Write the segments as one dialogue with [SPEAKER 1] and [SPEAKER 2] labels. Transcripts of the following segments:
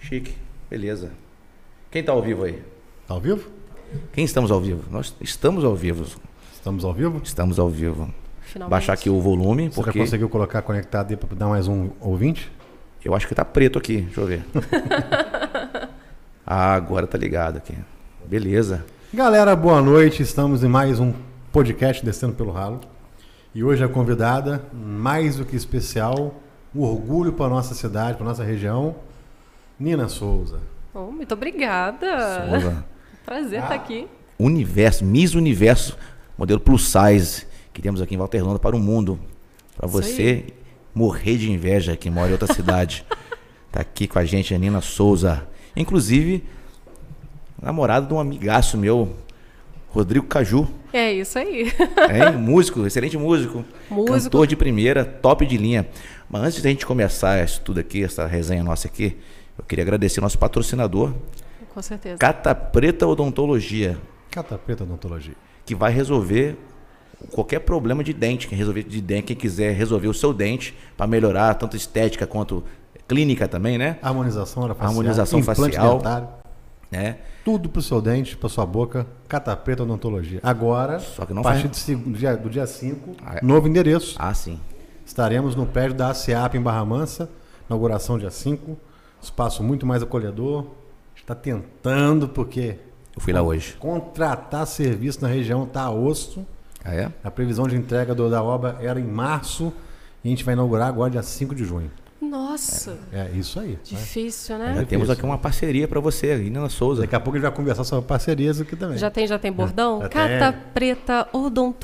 [SPEAKER 1] Chique. Beleza. Quem está ao vivo aí?
[SPEAKER 2] Tá ao vivo?
[SPEAKER 1] Quem estamos ao vivo? Nós estamos ao vivo.
[SPEAKER 2] Estamos ao vivo?
[SPEAKER 1] Estamos ao vivo.
[SPEAKER 3] Finalmente.
[SPEAKER 1] Baixar aqui o volume,
[SPEAKER 2] Você já
[SPEAKER 1] porque
[SPEAKER 2] conseguiu colocar conectado aí para dar mais um ouvinte?
[SPEAKER 1] eu acho que tá preto aqui. Deixa eu ver. ah, agora tá ligado aqui. Beleza.
[SPEAKER 2] Galera, boa noite. Estamos em mais um podcast Descendo pelo Ralo. E hoje a convidada, mais do que especial, um orgulho para nossa cidade, para nossa região, Nina Souza.
[SPEAKER 3] Oh, muito obrigada.
[SPEAKER 1] Souza.
[SPEAKER 3] Prazer
[SPEAKER 2] Ah.
[SPEAKER 3] estar aqui.
[SPEAKER 1] Universo, Miss Universo, modelo plus size, que temos aqui em Valterlanda para o mundo. Para
[SPEAKER 3] Isso
[SPEAKER 1] você morrer de inveja que mora em outra cidade. tá aqui com a gente a Nina Souza. Inclusive, namorada de um amigaço meu, Rodrigo Caju.
[SPEAKER 3] É isso aí.
[SPEAKER 1] É, músico, excelente músico,
[SPEAKER 3] Músico.
[SPEAKER 1] Cantor de primeira, top de linha. Mas antes da gente começar isso tudo aqui, essa resenha nossa aqui, eu queria agradecer nosso patrocinador,
[SPEAKER 3] Com certeza.
[SPEAKER 1] Cata Preta Odontologia,
[SPEAKER 2] Catapeta Odontologia.
[SPEAKER 1] que vai resolver qualquer problema de dente. Quem resolver de dente, quem quiser resolver o seu dente para melhorar tanto estética quanto clínica também, né?
[SPEAKER 2] Harmonização era facial,
[SPEAKER 1] Harmonização
[SPEAKER 2] implante
[SPEAKER 1] facial.
[SPEAKER 2] dentário,
[SPEAKER 1] né?
[SPEAKER 2] tudo pro seu dente, pra sua boca, Catapeta Odontologia. Agora,
[SPEAKER 1] Só que não
[SPEAKER 2] a partir
[SPEAKER 1] faz-
[SPEAKER 2] de seg- do dia- do dia 5,
[SPEAKER 1] Ah, é.
[SPEAKER 2] novo endereço.
[SPEAKER 1] Ah, sim.
[SPEAKER 2] Estaremos no prédio da ACEAP em Barra Mansa, inauguração dia 5. Espaço muito mais acolhedor. Está tentando, porque
[SPEAKER 1] Eu fui lá hoje.
[SPEAKER 2] contratar serviço na região está a osso.
[SPEAKER 1] Ah, é?
[SPEAKER 2] A previsão de entrega do- da obra era em março e a gente vai inaugurar agora dia 5 de junho.
[SPEAKER 3] Nossa,
[SPEAKER 2] É isso aí. né?
[SPEAKER 1] Já
[SPEAKER 3] difícil, né?
[SPEAKER 1] temos
[SPEAKER 2] difícil.
[SPEAKER 1] aqui uma parceria para você, Nina Souza.
[SPEAKER 2] Daqui a pouco a gente vai conversar sobre parcerias aqui também.
[SPEAKER 3] Já tem, já tem bordão?
[SPEAKER 2] É. Já
[SPEAKER 3] Cata
[SPEAKER 2] tem.
[SPEAKER 3] Preta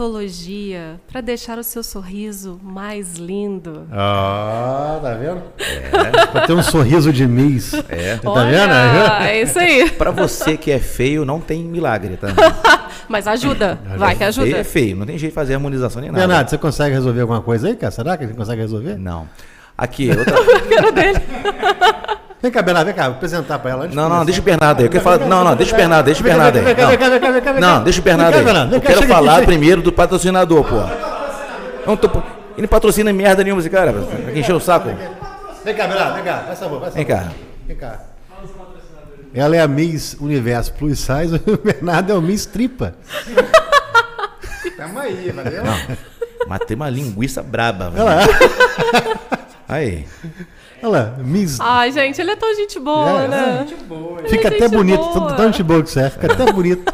[SPEAKER 3] Odontologia, para deixar o seu sorriso mais lindo.
[SPEAKER 2] Ah, tá vendo? É. Pra ter um sorriso de mês. É. Tá vendo?
[SPEAKER 3] Olha, é isso aí.
[SPEAKER 1] Para você que é feio, não tem milagre, tá?
[SPEAKER 3] Mas ajuda, vai que
[SPEAKER 1] Feio
[SPEAKER 3] ajuda.
[SPEAKER 1] é feio, não tem jeito de fazer harmonização nem nada.
[SPEAKER 2] Bernardo, você consegue resolver alguma coisa aí, cara? Será que a gente consegue resolver?
[SPEAKER 1] Não. Aqui, outra.
[SPEAKER 2] Vem cá, Bernardo, vem cá, vou apresentar pra ela. antes
[SPEAKER 1] Não,
[SPEAKER 2] de
[SPEAKER 1] não,
[SPEAKER 2] começar.
[SPEAKER 1] deixa o Bernardo aí. Eu quero falar. Não, não, deixa o Bernardo, deixa o Bernardo aí.
[SPEAKER 2] Vem cá, vem cá, vem cá, vem cá, vem cá.
[SPEAKER 1] Não, deixa o Bernardo
[SPEAKER 2] Vem
[SPEAKER 1] aí.
[SPEAKER 2] cá, Bernardo, vem
[SPEAKER 1] Eu
[SPEAKER 2] cá,
[SPEAKER 1] quero
[SPEAKER 2] chega aqui,
[SPEAKER 1] falar
[SPEAKER 2] chega.
[SPEAKER 1] primeiro do patrocinador, pô. Não tô- Ele não patrocina merda nenhuma esse cara, velho. Pra quem encher o saco.
[SPEAKER 2] Vem cá, Bernardo, vem cá. Faz favor, faz
[SPEAKER 1] Vem
[SPEAKER 2] favor.
[SPEAKER 1] cá.
[SPEAKER 2] Vem cá. Ela é a Miss Universo Plus Size, o Bernardo é o Miss Tripa. Tamo aí, valeu?
[SPEAKER 1] Mas tem uma linguiça braba, velho. Aí.
[SPEAKER 2] Olha lá, Miss.
[SPEAKER 3] Ai, gente, ele é tão gente boa,
[SPEAKER 2] É,
[SPEAKER 3] né?
[SPEAKER 2] é,
[SPEAKER 3] Ele é
[SPEAKER 2] fica até
[SPEAKER 3] gente
[SPEAKER 2] bonito,
[SPEAKER 3] boa.
[SPEAKER 2] tão, tão de boa que você é, fica até bonito.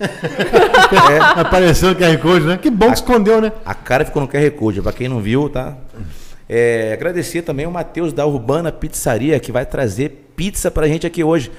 [SPEAKER 1] É,
[SPEAKER 2] Apareceu o QR Code, né? Que bom que escondeu, né?
[SPEAKER 1] a cara ficou no QR Code, pra quem não viu, tá? É, agradecer também o Matheus da Urbana Pizzaria, que vai trazer pizza pra gente aqui hoje.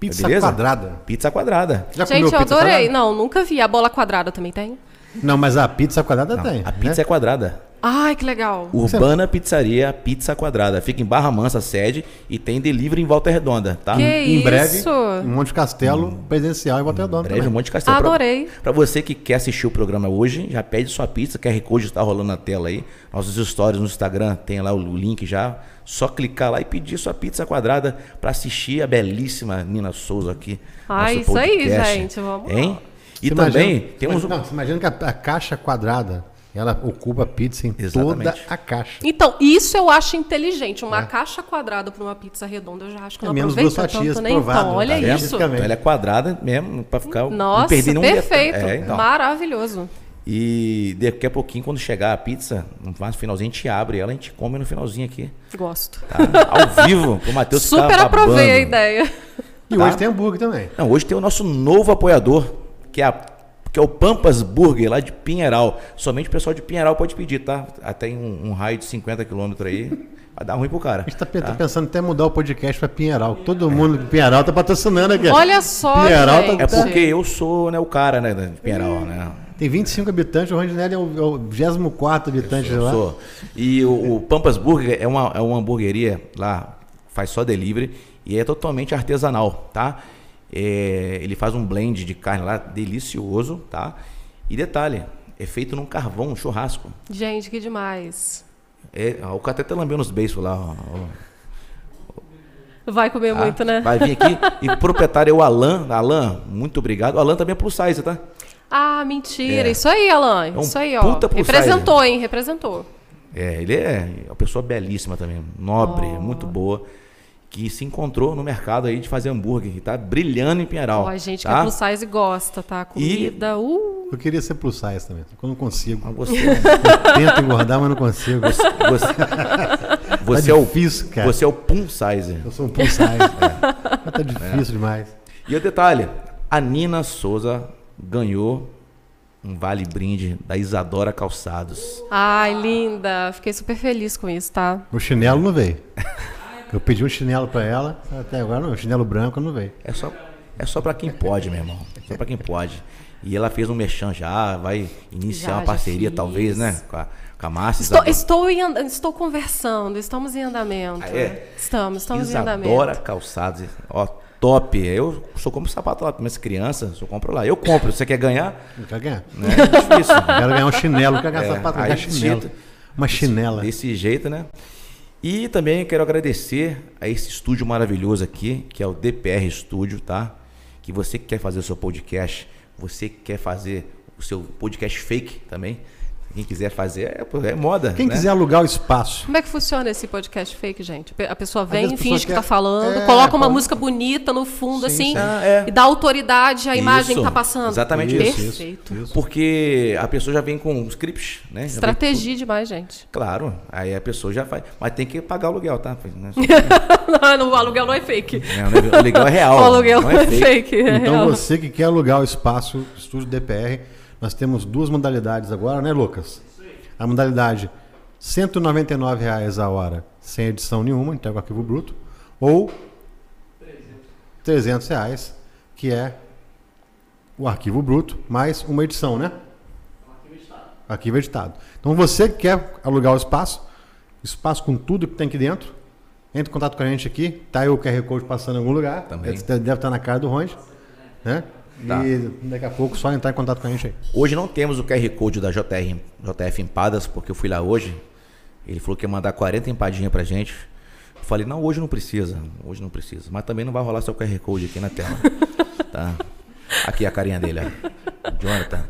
[SPEAKER 2] Pizza
[SPEAKER 1] Beleza?
[SPEAKER 2] quadrada.
[SPEAKER 1] Pizza quadrada.
[SPEAKER 2] Já
[SPEAKER 3] Gente, eu
[SPEAKER 2] pizza
[SPEAKER 3] adorei.
[SPEAKER 2] quadrada?
[SPEAKER 3] Não, nunca vi. A bola quadrada também tem?
[SPEAKER 2] Não, mas a pizza quadrada tem. né?
[SPEAKER 1] A pizza é quadrada.
[SPEAKER 3] Ai, que legal.
[SPEAKER 1] Urbana Pizzaria Pizza Quadrada. Fica em Barra Mansa, sede, e tem delivery em Volta Redonda, tá?
[SPEAKER 3] Que
[SPEAKER 1] Em Hum.
[SPEAKER 2] Em breve,
[SPEAKER 3] isso?
[SPEAKER 2] em Um Monte Castelo, presencial e Botedona
[SPEAKER 1] breve, um
[SPEAKER 2] também.
[SPEAKER 1] monte de castelo. Pra-
[SPEAKER 3] Adorei.
[SPEAKER 1] Pra você que quer assistir o programa hoje, já pede sua pizza, QR Code está rolando na tela aí. Nossos stories no Instagram tem lá o link já. Só clicar lá e pedir sua pizza quadrada pra assistir a belíssima Nina Souza aqui.
[SPEAKER 3] Ah,
[SPEAKER 1] nosso
[SPEAKER 3] isso aí,
[SPEAKER 1] podcast.
[SPEAKER 3] gente, vamos lá.
[SPEAKER 1] Hein? E
[SPEAKER 2] Você
[SPEAKER 1] também
[SPEAKER 2] imagina-
[SPEAKER 1] temos um.
[SPEAKER 2] Não, você imagina que a, a caixa quadrada, ela ocupa a pizza em
[SPEAKER 1] Exatamente.
[SPEAKER 2] toda a caixa.
[SPEAKER 3] Então, isso eu acho inteligente.
[SPEAKER 1] É.
[SPEAKER 3] Uma caixa quadrada para uma pizza redonda, eu já acho que
[SPEAKER 2] É
[SPEAKER 3] não
[SPEAKER 2] menos
[SPEAKER 3] aproveita
[SPEAKER 2] duas fatias,
[SPEAKER 3] tanto, né?
[SPEAKER 2] provado,
[SPEAKER 3] Então, olha
[SPEAKER 2] tá vendo?
[SPEAKER 3] isso.
[SPEAKER 2] Fica-
[SPEAKER 1] Então, ela é quadrada mesmo, pra ficar. um- não
[SPEAKER 3] Nossa,
[SPEAKER 1] perder nenhum detalhe.
[SPEAKER 3] perfeito.
[SPEAKER 1] É, então.
[SPEAKER 3] Maravilhoso.
[SPEAKER 1] E daqui a pouquinho, quando chegar a pizza, no finalzinho a gente abre ela, a gente come no finalzinho aqui.
[SPEAKER 3] Gosto.
[SPEAKER 1] Tá? Ao vivo, pro Matheus ficar
[SPEAKER 3] Super aprovei a
[SPEAKER 1] babando.
[SPEAKER 3] ideia.
[SPEAKER 2] E
[SPEAKER 1] Tá.
[SPEAKER 2] hoje tem hambúrguer também.
[SPEAKER 1] Não, hoje tem o nosso novo apoiador, que é, a- que é o Pampas Burger, lá de Pinheiral. Somente o pessoal de Pinheiral pode pedir, tá? Até em um, um raio de 50 quilômetros aí, vai dar ruim pro cara.
[SPEAKER 2] A gente tá, pe- tá pensando até mudar o podcast pra Pinheiral. Todo mundo de Pinheiral tá patrocinando aqui.
[SPEAKER 3] Olha só,
[SPEAKER 2] Pinheiral tá-
[SPEAKER 3] gente.
[SPEAKER 1] É porque eu sou né, o cara, né, de Pinheiral, né?
[SPEAKER 2] Tem 25 habitantes, o Rondinelli é o, é o 24 habitante de
[SPEAKER 1] Eu
[SPEAKER 2] lá.
[SPEAKER 1] sou. E o, o Pampas Burger é uma, é uma hamburgueria lá, faz só delivery e é totalmente artesanal, tá? É, ele faz um blend de carne lá delicioso, tá? E detalhe, é feito num carvão, um churrasco.
[SPEAKER 3] Gente, que demais.
[SPEAKER 1] É, ó, o cara até lambeu nos beijos lá, ó, ó.
[SPEAKER 3] Vai comer
[SPEAKER 1] tá?
[SPEAKER 3] muito, né?
[SPEAKER 1] Vai vir aqui. E o proprietário é o Alan. Alan, muito obrigado. O Alan também é plus size, tá?
[SPEAKER 3] Ah, mentira.
[SPEAKER 1] É.
[SPEAKER 3] Isso aí, Alan.
[SPEAKER 1] um
[SPEAKER 3] isso aí, ó.
[SPEAKER 1] puta plus size.
[SPEAKER 3] Representou, hein? Representou.
[SPEAKER 1] É, ele é uma pessoa belíssima também, nobre,
[SPEAKER 3] Oh.
[SPEAKER 1] muito boa, que se encontrou no mercado aí de fazer hambúrguer, que tá brilhando em Pinheiral.
[SPEAKER 3] Ó, a gente que
[SPEAKER 1] tá?
[SPEAKER 3] é plus size gosta, tá? Comida, uh,
[SPEAKER 2] Eu queria ser plus size também, porque eu não consigo.
[SPEAKER 1] Mas você, é um
[SPEAKER 2] Eu tento engordar, mas não consigo.
[SPEAKER 1] você, você
[SPEAKER 2] tá
[SPEAKER 1] é o
[SPEAKER 2] difícil, cara.
[SPEAKER 1] você é o pun sizer.
[SPEAKER 2] Eu sou um plus size. cara. Mas tá difícil
[SPEAKER 1] É.
[SPEAKER 2] demais.
[SPEAKER 1] E o detalhe, a Nina Souza ganhou um vale brinde da Isadora Calçados.
[SPEAKER 3] ai, linda. Fiquei super feliz com isso, tá?
[SPEAKER 2] O chinelo não veio. Eu pedi um chinelo pra ela, até agora não, chinelo branco não veio.
[SPEAKER 1] É só é só para quem pode, meu irmão. É só para quem pode. E ela fez um merchan já, vai iniciar
[SPEAKER 3] Já,
[SPEAKER 1] uma
[SPEAKER 3] já
[SPEAKER 1] parceria
[SPEAKER 3] fiz.
[SPEAKER 1] talvez, né, com a, com a Márcia.
[SPEAKER 3] Estou,
[SPEAKER 1] Isadora.
[SPEAKER 3] estou, em and- estou conversando, estamos em andamento.
[SPEAKER 1] Ah, é?
[SPEAKER 3] Estamos, estamos em
[SPEAKER 1] Isadora
[SPEAKER 3] andamento.
[SPEAKER 1] Calçados, ó, top. Eu só compro sapato lá, mas criança, só compro lá. Eu compro, você quer ganhar?
[SPEAKER 2] Não quer ganhar.
[SPEAKER 1] Né? É difícil.
[SPEAKER 2] Eu quero ganhar um chinelo, eu quero ganhar
[SPEAKER 1] É,
[SPEAKER 2] sapato, eu
[SPEAKER 1] aí
[SPEAKER 2] quero ganhar chinelo.
[SPEAKER 1] tira-
[SPEAKER 2] Uma chinela.
[SPEAKER 1] Desse jeito, né? E também quero agradecer a esse estúdio maravilhoso aqui, que é o DPR Studio, tá? Que você que quer fazer o seu podcast, você que quer fazer o seu podcast fake também. Quem quiser fazer, é, pô, é moda.
[SPEAKER 2] Quem
[SPEAKER 1] né?
[SPEAKER 2] quiser alugar o espaço.
[SPEAKER 3] Como é que funciona esse podcast fake, gente? Pe- A pessoa
[SPEAKER 2] vezes
[SPEAKER 3] vem,
[SPEAKER 2] a pessoa
[SPEAKER 3] finge que
[SPEAKER 2] quer-
[SPEAKER 3] tá falando,
[SPEAKER 2] É,
[SPEAKER 3] coloca uma
[SPEAKER 2] coloca-
[SPEAKER 3] música bonita no fundo,
[SPEAKER 2] Sim,
[SPEAKER 3] assim,
[SPEAKER 2] sim.
[SPEAKER 1] Ah, é.
[SPEAKER 3] e dá autoridade à imagem
[SPEAKER 1] Isso,
[SPEAKER 3] que tá passando.
[SPEAKER 1] exatamente isso,
[SPEAKER 3] Perfeito.
[SPEAKER 1] isso,
[SPEAKER 2] isso.
[SPEAKER 1] Porque a pessoa já vem com scripts, né? Já vem
[SPEAKER 3] Estratégia demais, gente.
[SPEAKER 1] com- Claro, aí a pessoa já faz. Mas tem que pagar o aluguel, tá? Não,
[SPEAKER 3] não, o aluguel não é fake.
[SPEAKER 1] não é- o aluguel é real.
[SPEAKER 3] o aluguel
[SPEAKER 1] não
[SPEAKER 3] não é fake. é
[SPEAKER 2] Então
[SPEAKER 3] real.
[SPEAKER 2] você que quer alugar o espaço Estúdio DPR, nós temos duas modalidades agora, né, Lucas? A modalidade R$ 199 reais a hora, sem edição nenhuma, entrega o arquivo bruto, ou R$ 300 reais, que é o arquivo bruto mais uma edição, né? Arquivo editado. Então você que quer alugar o espaço, espaço com tudo que tem aqui dentro, entre em contato com a gente aqui, tá aí o QR Code passando em algum lugar,
[SPEAKER 1] Também.
[SPEAKER 2] Deve- deve estar na cara do Ronde, né?
[SPEAKER 1] Tá.
[SPEAKER 2] E daqui a pouco só entrar em contato com a gente aí.
[SPEAKER 1] Hoje não temos o QR Code da JR, JF Empadas, porque eu fui lá hoje. Ele falou que ia mandar 40 empadinhas pra gente. Eu falei, não, hoje não precisa. Hoje não precisa. Mas também não vai rolar seu QR Code aqui na tela. tá? Aqui a carinha dele, ó. Jonathan.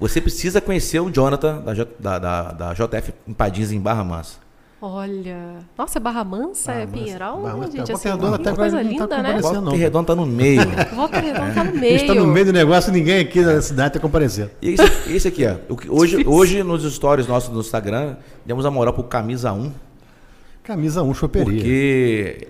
[SPEAKER 1] Você precisa conhecer o Jonathan da, J- da, da, da JF Empadinhas em Barra Mansa.
[SPEAKER 3] Olha. Nossa, é Barra Mansa? é Pinheiral?
[SPEAKER 2] Barra Mansa,
[SPEAKER 3] gente,
[SPEAKER 2] Volta
[SPEAKER 3] assim,
[SPEAKER 2] Redonda até
[SPEAKER 3] que coisa
[SPEAKER 2] agora não tá
[SPEAKER 3] linda, né?
[SPEAKER 2] comparecendo. Não,
[SPEAKER 1] O
[SPEAKER 2] não.
[SPEAKER 1] Terredon tá no meio.
[SPEAKER 3] Volta Redonda tá no
[SPEAKER 2] A
[SPEAKER 3] meio.
[SPEAKER 2] gente tá no meio do negócio e ninguém aqui da cidade tá comparecendo.
[SPEAKER 1] E esse, esse aqui, ó. O que- Hoje, hoje, nos stories nossos no Instagram, demos a moral pro Camisa 1.
[SPEAKER 2] Camisa 1 choperia.
[SPEAKER 1] Porque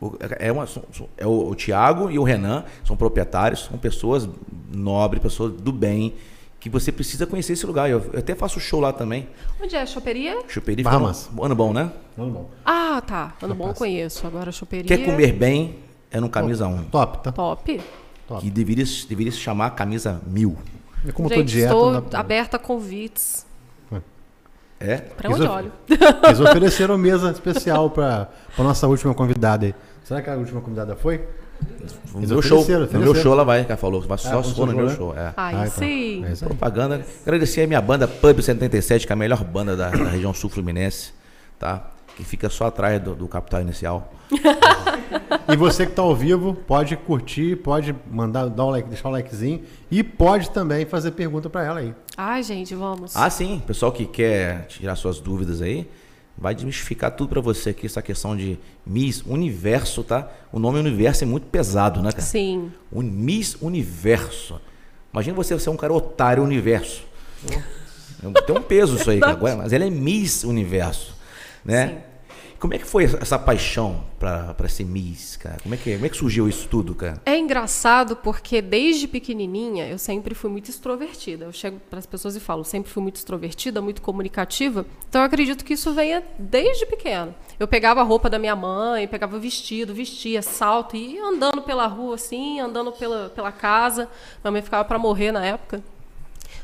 [SPEAKER 1] o- é, uma, são- são- é o, o Tiago e o Renan são proprietários, são pessoas nobres, pessoas do bem, que você precisa conhecer esse lugar. Eu, eu até faço show lá também.
[SPEAKER 3] Onde é? Choperia?
[SPEAKER 1] Choperia
[SPEAKER 2] Barra
[SPEAKER 1] fica
[SPEAKER 2] Mansa.
[SPEAKER 1] no- ano bom, né?
[SPEAKER 2] Vamos lá.
[SPEAKER 3] Ah, tá. Ano bom
[SPEAKER 2] Rapaz.
[SPEAKER 3] conheço. Agora choperia.
[SPEAKER 1] Quer comer bem é no camisa 1.
[SPEAKER 2] Top, tá?
[SPEAKER 3] Top.
[SPEAKER 2] Top.
[SPEAKER 1] Que deveria, se- deveria se chamar camisa 1000.
[SPEAKER 2] E É Como eu tô
[SPEAKER 3] gente,
[SPEAKER 2] dieta, né?
[SPEAKER 3] estou
[SPEAKER 2] não dá pra-
[SPEAKER 3] aberta a convites.
[SPEAKER 1] É?
[SPEAKER 3] Pra
[SPEAKER 2] Isso
[SPEAKER 3] onde
[SPEAKER 2] é-
[SPEAKER 3] olho?
[SPEAKER 2] Eles ofereceram mesa especial para a nossa última convidada aí. Será que a última convidada foi?
[SPEAKER 1] No
[SPEAKER 2] Eles
[SPEAKER 1] meu show,
[SPEAKER 2] ofereceram,
[SPEAKER 1] no meu
[SPEAKER 2] ofereceram.
[SPEAKER 1] show ela vai, que ela falou. Vai só
[SPEAKER 2] Ah,
[SPEAKER 1] se for no
[SPEAKER 2] funcionou,
[SPEAKER 1] meu
[SPEAKER 2] né?
[SPEAKER 1] show. É.
[SPEAKER 3] Aí
[SPEAKER 2] Ah, então.
[SPEAKER 3] sim.
[SPEAKER 2] É isso aí.
[SPEAKER 1] Propaganda. Agradecer a minha banda Pub 77, que é a melhor banda da, da região sul fluminense, tá? Que fica só atrás do, do capital inicial.
[SPEAKER 2] E você que está ao vivo, pode curtir, pode mandar, dar o like, deixar o likezinho e pode também fazer pergunta para ela aí.
[SPEAKER 3] Ai, gente, vamos.
[SPEAKER 1] Ah, sim. Pessoal que quer tirar suas dúvidas aí, vai desmistificar tudo pra você aqui, essa questão de Miss Universo, tá? O nome Universo é muito pesado,
[SPEAKER 2] tá.
[SPEAKER 1] né, cara?
[SPEAKER 3] Sim.
[SPEAKER 1] O Miss Universo. Imagina você ser um cara otário Universo. Tem um peso isso aí, cara. Agora, mas ela é Miss Universo, né?
[SPEAKER 3] Sim.
[SPEAKER 1] Como é que foi essa paixão pra pra ser Miss, cara? Como é que, como é que surgiu isso tudo, cara?
[SPEAKER 3] É engraçado porque desde pequenininha eu sempre fui muito extrovertida. Eu chego para as pessoas e falo, sempre fui muito extrovertida, muito comunicativa. Então eu acredito que isso venha desde pequena. Eu pegava a roupa da minha mãe, pegava o vestido, vestia salto e ia andando pela rua assim, andando pela, pela casa. Minha mãe ficava para morrer na época.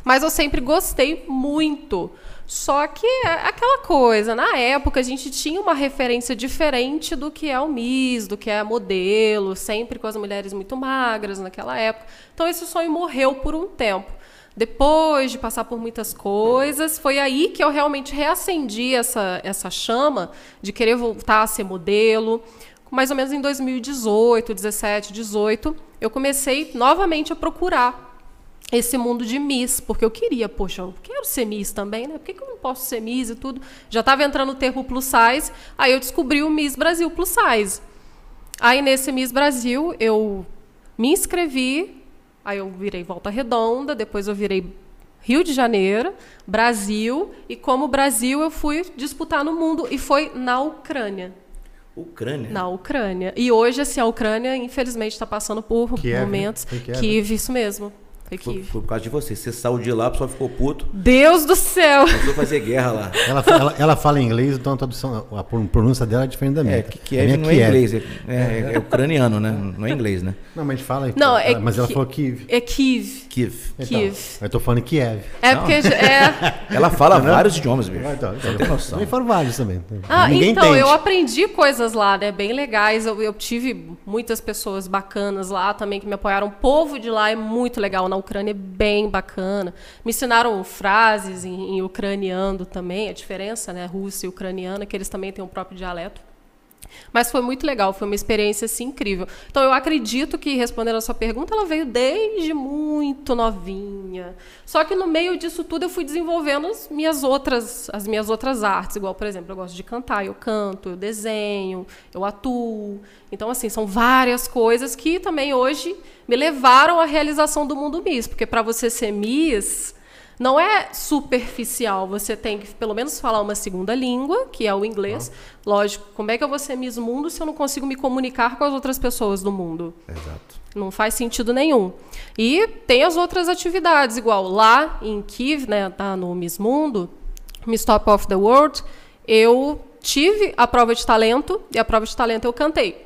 [SPEAKER 3] Mas eu sempre gostei muito. Só que é aquela coisa, na época a gente tinha uma referência diferente do que é o Miss, do que é modelo, sempre com as mulheres muito magras naquela época. Então esse sonho morreu por um tempo. Depois de passar por muitas coisas, foi aí que eu realmente reacendi essa, essa chama de querer voltar a ser modelo mais ou menos em 2018, 17, 18, eu comecei novamente a procurar esse mundo de Miss, porque eu queria, poxa, eu quero ser Miss também, né? Por que, que eu não posso ser Miss e tudo? Já estava entrando o termo plus size, aí eu descobri o Miss Brasil plus size. Aí nesse Miss Brasil eu me inscrevi, aí eu virei Volta Redonda, depois eu virei Rio de Janeiro, Brasil, e como Brasil eu fui disputar no mundo, e foi na Ucrânia.
[SPEAKER 2] É.
[SPEAKER 1] Ucrânia?
[SPEAKER 3] Na Ucrânia. E hoje, assim, a Ucrânia, infelizmente, está passando por
[SPEAKER 2] Kiev, né?
[SPEAKER 3] momentos.
[SPEAKER 2] Foi Kiev, né?
[SPEAKER 3] Kiev, isso mesmo. Foi
[SPEAKER 1] Foi,
[SPEAKER 3] Kiev.
[SPEAKER 1] foi por causa de você. Você saiu de lá, o pessoal ficou puto,
[SPEAKER 3] Deus do céu!
[SPEAKER 1] começou a fazer guerra lá.
[SPEAKER 2] Ela, fa- ela, ela fala inglês, então a tradução, a pro- pronúncia dela é diferente da minha.
[SPEAKER 1] É,
[SPEAKER 2] tá?
[SPEAKER 1] que
[SPEAKER 2] A minha
[SPEAKER 1] Kiev não é inglês, é, é- é ucraniano, né? Não é inglês, né?
[SPEAKER 2] Não, mas a gente fala.
[SPEAKER 3] Não,
[SPEAKER 2] ela-
[SPEAKER 3] é
[SPEAKER 2] mas ela
[SPEAKER 3] que-
[SPEAKER 2] falou Kiev.
[SPEAKER 3] É Kiev.
[SPEAKER 1] Kiev.
[SPEAKER 2] Então,
[SPEAKER 3] Kiev.
[SPEAKER 2] eu tô falando Kiev.
[SPEAKER 3] É porque. É...
[SPEAKER 1] Ela fala vários idiomas, bicho.
[SPEAKER 2] Ah, então,
[SPEAKER 1] Você não tem noção.
[SPEAKER 2] Também foram vários também.
[SPEAKER 3] Ah,
[SPEAKER 2] Ninguém
[SPEAKER 3] então,
[SPEAKER 2] entende.
[SPEAKER 3] eu aprendi coisas lá, né? Bem legais. Eu, eu tive muitas pessoas bacanas lá também que me apoiaram. O povo de lá é muito legal. Na Ucrânia é bem bacana. Me ensinaram frases em, em ucraniano também, a diferença, né? Russa e ucraniana, que eles também têm o próprio dialeto. Mas foi muito legal, foi uma experiência assim, incrível. Então eu acredito que, respondendo a sua pergunta, ela veio desde muito novinha. Só que no meio disso tudo eu fui desenvolvendo as minhas outras, as minhas outras artes, igual, por exemplo, eu gosto de cantar, eu canto, eu desenho, eu atuo. Então assim, são várias coisas que também hoje me levaram à realização do mundo Miss, porque para você ser Miss, não é superficial, você tem que pelo menos falar uma segunda língua, que é o inglês. Lógico, como é que eu vou ser Miss Mundo se eu não consigo me comunicar com as outras pessoas do mundo?
[SPEAKER 1] Exato.
[SPEAKER 3] Não faz sentido nenhum. E tem as outras atividades, igual lá em Kiev, né, tá no Miss Mundo, Miss Top of the World, eu tive a prova de talento e a prova de talento eu cantei.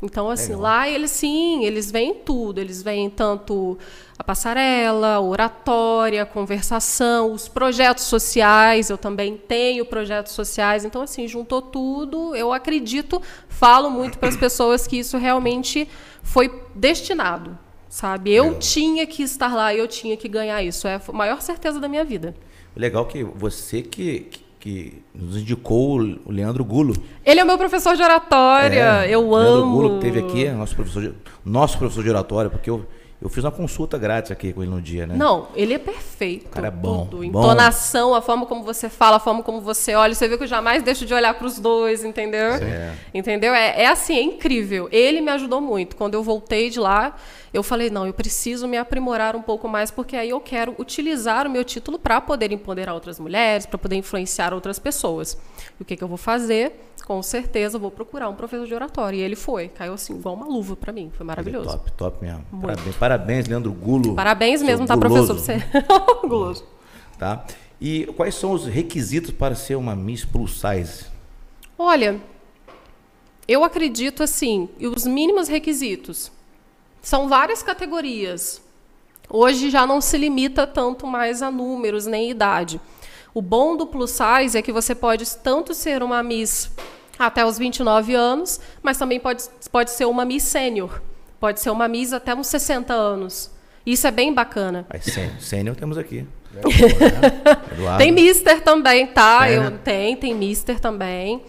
[SPEAKER 3] Então, assim,
[SPEAKER 1] Legal.
[SPEAKER 3] lá eles sim, eles veem tudo. Eles veem tanto a passarela, a oratória, a conversação, os projetos sociais. Eu também tenho projetos sociais. Então, assim, juntou tudo. Eu acredito, falo muito para as pessoas que isso realmente foi destinado, sabe?
[SPEAKER 1] É.
[SPEAKER 3] Eu tinha que estar lá, eu tinha que ganhar isso. É a maior certeza da minha vida.
[SPEAKER 1] O legal é que você que, que, que nos indicou o Leandro Gulo.
[SPEAKER 3] Ele é o meu professor de oratória.
[SPEAKER 1] É,
[SPEAKER 3] eu
[SPEAKER 1] Leandro
[SPEAKER 3] amo.
[SPEAKER 1] Gulo que teve aqui, é nosso professor de, nosso professor de oratória, porque eu, eu fiz uma consulta grátis aqui com ele no dia, né?
[SPEAKER 3] Não, ele é perfeito.
[SPEAKER 1] O cara é bom,
[SPEAKER 3] Tudo.
[SPEAKER 1] bom.
[SPEAKER 3] Entonação, a forma como você fala, a forma como você olha. Você viu que eu jamais deixo de olhar para os dois, entendeu? Entendeu? É, é assim, é incrível. Ele me ajudou muito. Quando eu voltei de lá, eu falei, não, eu preciso me aprimorar um pouco mais, porque aí eu quero utilizar o meu título para poder empoderar outras mulheres, para poder influenciar outras pessoas. E o que, que eu vou fazer? Com certeza, eu vou procurar um professor de oratória. E ele foi. Caiu assim, igual uma luva para mim. Foi
[SPEAKER 1] Ele é
[SPEAKER 3] maravilhoso.
[SPEAKER 1] Top, top mesmo.
[SPEAKER 3] Muito.
[SPEAKER 1] Parabéns, parabéns, Leandro Gulo.
[SPEAKER 3] Parabéns
[SPEAKER 1] seu
[SPEAKER 3] mesmo, tá,
[SPEAKER 1] guloso,
[SPEAKER 3] professor? Você... Guloso.
[SPEAKER 1] Tá? E quais são os requisitos para ser uma Miss Plus Size?
[SPEAKER 3] Olha, eu acredito assim, e os mínimos requisitos. São várias categorias. Hoje já não se limita tanto mais a números nem idade. O bom do plus size é que você pode tanto ser uma Miss até os 29 anos, mas também pode, pode ser uma Miss sênior. Pode ser uma Miss até uns 60 anos. Isso é bem bacana.
[SPEAKER 1] Aí, sênior, sênior temos aqui. Eduardo.
[SPEAKER 3] Tem Mister também, tá?
[SPEAKER 2] Tem,
[SPEAKER 3] Eu,
[SPEAKER 2] né?
[SPEAKER 3] tem, tem Mister também.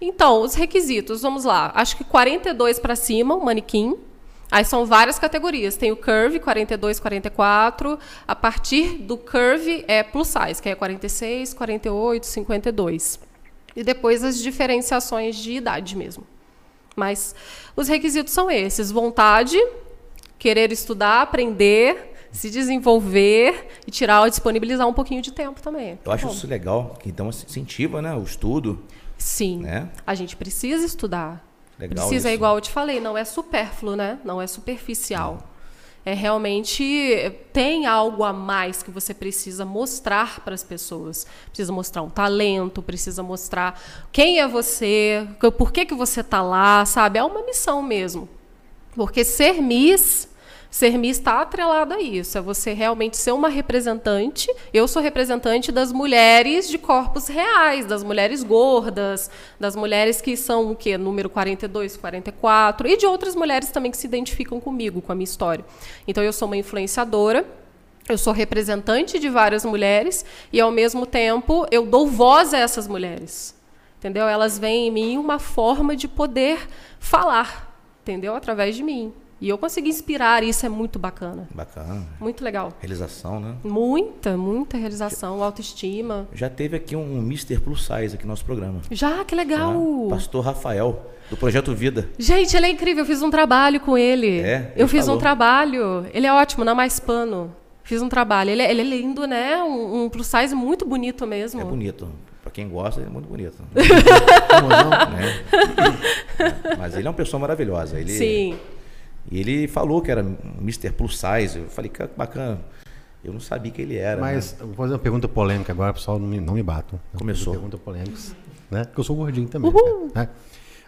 [SPEAKER 3] Então, os requisitos, vamos lá. Acho que 42 para cima, o manequim. Aí são várias categorias. Tem o curve, 42, 44. A partir do curve é plus size, que é 46, 48, 52. E depois as diferenciações de idade mesmo. Mas os requisitos são esses: vontade, querer estudar, aprender, se desenvolver e tirar, disponibilizar um pouquinho de tempo também.
[SPEAKER 1] Eu acho
[SPEAKER 3] Bom,
[SPEAKER 1] isso legal, que então assim, incentiva, né? O estudo.
[SPEAKER 3] Sim.
[SPEAKER 1] né?
[SPEAKER 3] A gente precisa estudar.
[SPEAKER 1] Legal
[SPEAKER 3] precisa,
[SPEAKER 1] isso.
[SPEAKER 3] igual eu te falei, não é supérfluo, né? Não é superficial. É realmente é, tem algo a mais que você precisa mostrar para as pessoas. Precisa mostrar um talento, precisa mostrar quem é você, que- por que, que você está lá, sabe? É uma missão mesmo. Porque ser Miss, ser Miss está atrelado a isso. É você realmente ser uma representante. Eu sou representante das mulheres de corpos reais, das mulheres gordas, das mulheres que são o quê? Número 42, 44, e de outras mulheres também que se identificam comigo, com a minha história. Então eu sou uma influenciadora. Eu sou representante de várias mulheres e, ao mesmo tempo, eu dou voz a essas mulheres. Entendeu? Elas veem em mim uma forma de poder falar, entendeu? Através de mim. E eu consegui inspirar, e isso é muito bacana.
[SPEAKER 1] Bacana.
[SPEAKER 3] Muito legal.
[SPEAKER 1] Realização, né?
[SPEAKER 3] Muita, muita realização, autoestima.
[SPEAKER 1] Já teve aqui um Mr. Plus Size aqui no nosso programa.
[SPEAKER 3] Já, que legal!
[SPEAKER 1] Tá? Pastor Rafael, do Projeto Vida.
[SPEAKER 3] Gente, ele é incrível, eu fiz um trabalho com ele.
[SPEAKER 1] É,
[SPEAKER 3] eu
[SPEAKER 1] ele
[SPEAKER 3] fiz
[SPEAKER 1] falou.
[SPEAKER 3] um trabalho. Ele é ótimo, na Mais Pano. Fiz um trabalho. Ele é, ele é lindo, né? Um, um plus size muito bonito mesmo.
[SPEAKER 1] É bonito. Pra quem gosta, ele é muito bonito.
[SPEAKER 2] Como não?
[SPEAKER 1] né? Mas ele é uma pessoa maravilhosa. Ele, é.
[SPEAKER 3] Sim.
[SPEAKER 1] E ele falou que era Mr. Plus Size. Eu falei, cara, que bacana. Eu não sabia que ele era. né?
[SPEAKER 2] Mas eu vou fazer uma pergunta polêmica agora, pessoal, não me, não me batam.
[SPEAKER 1] Começou.
[SPEAKER 2] Pergunta polêmica, né? Porque eu sou gordinho também. né?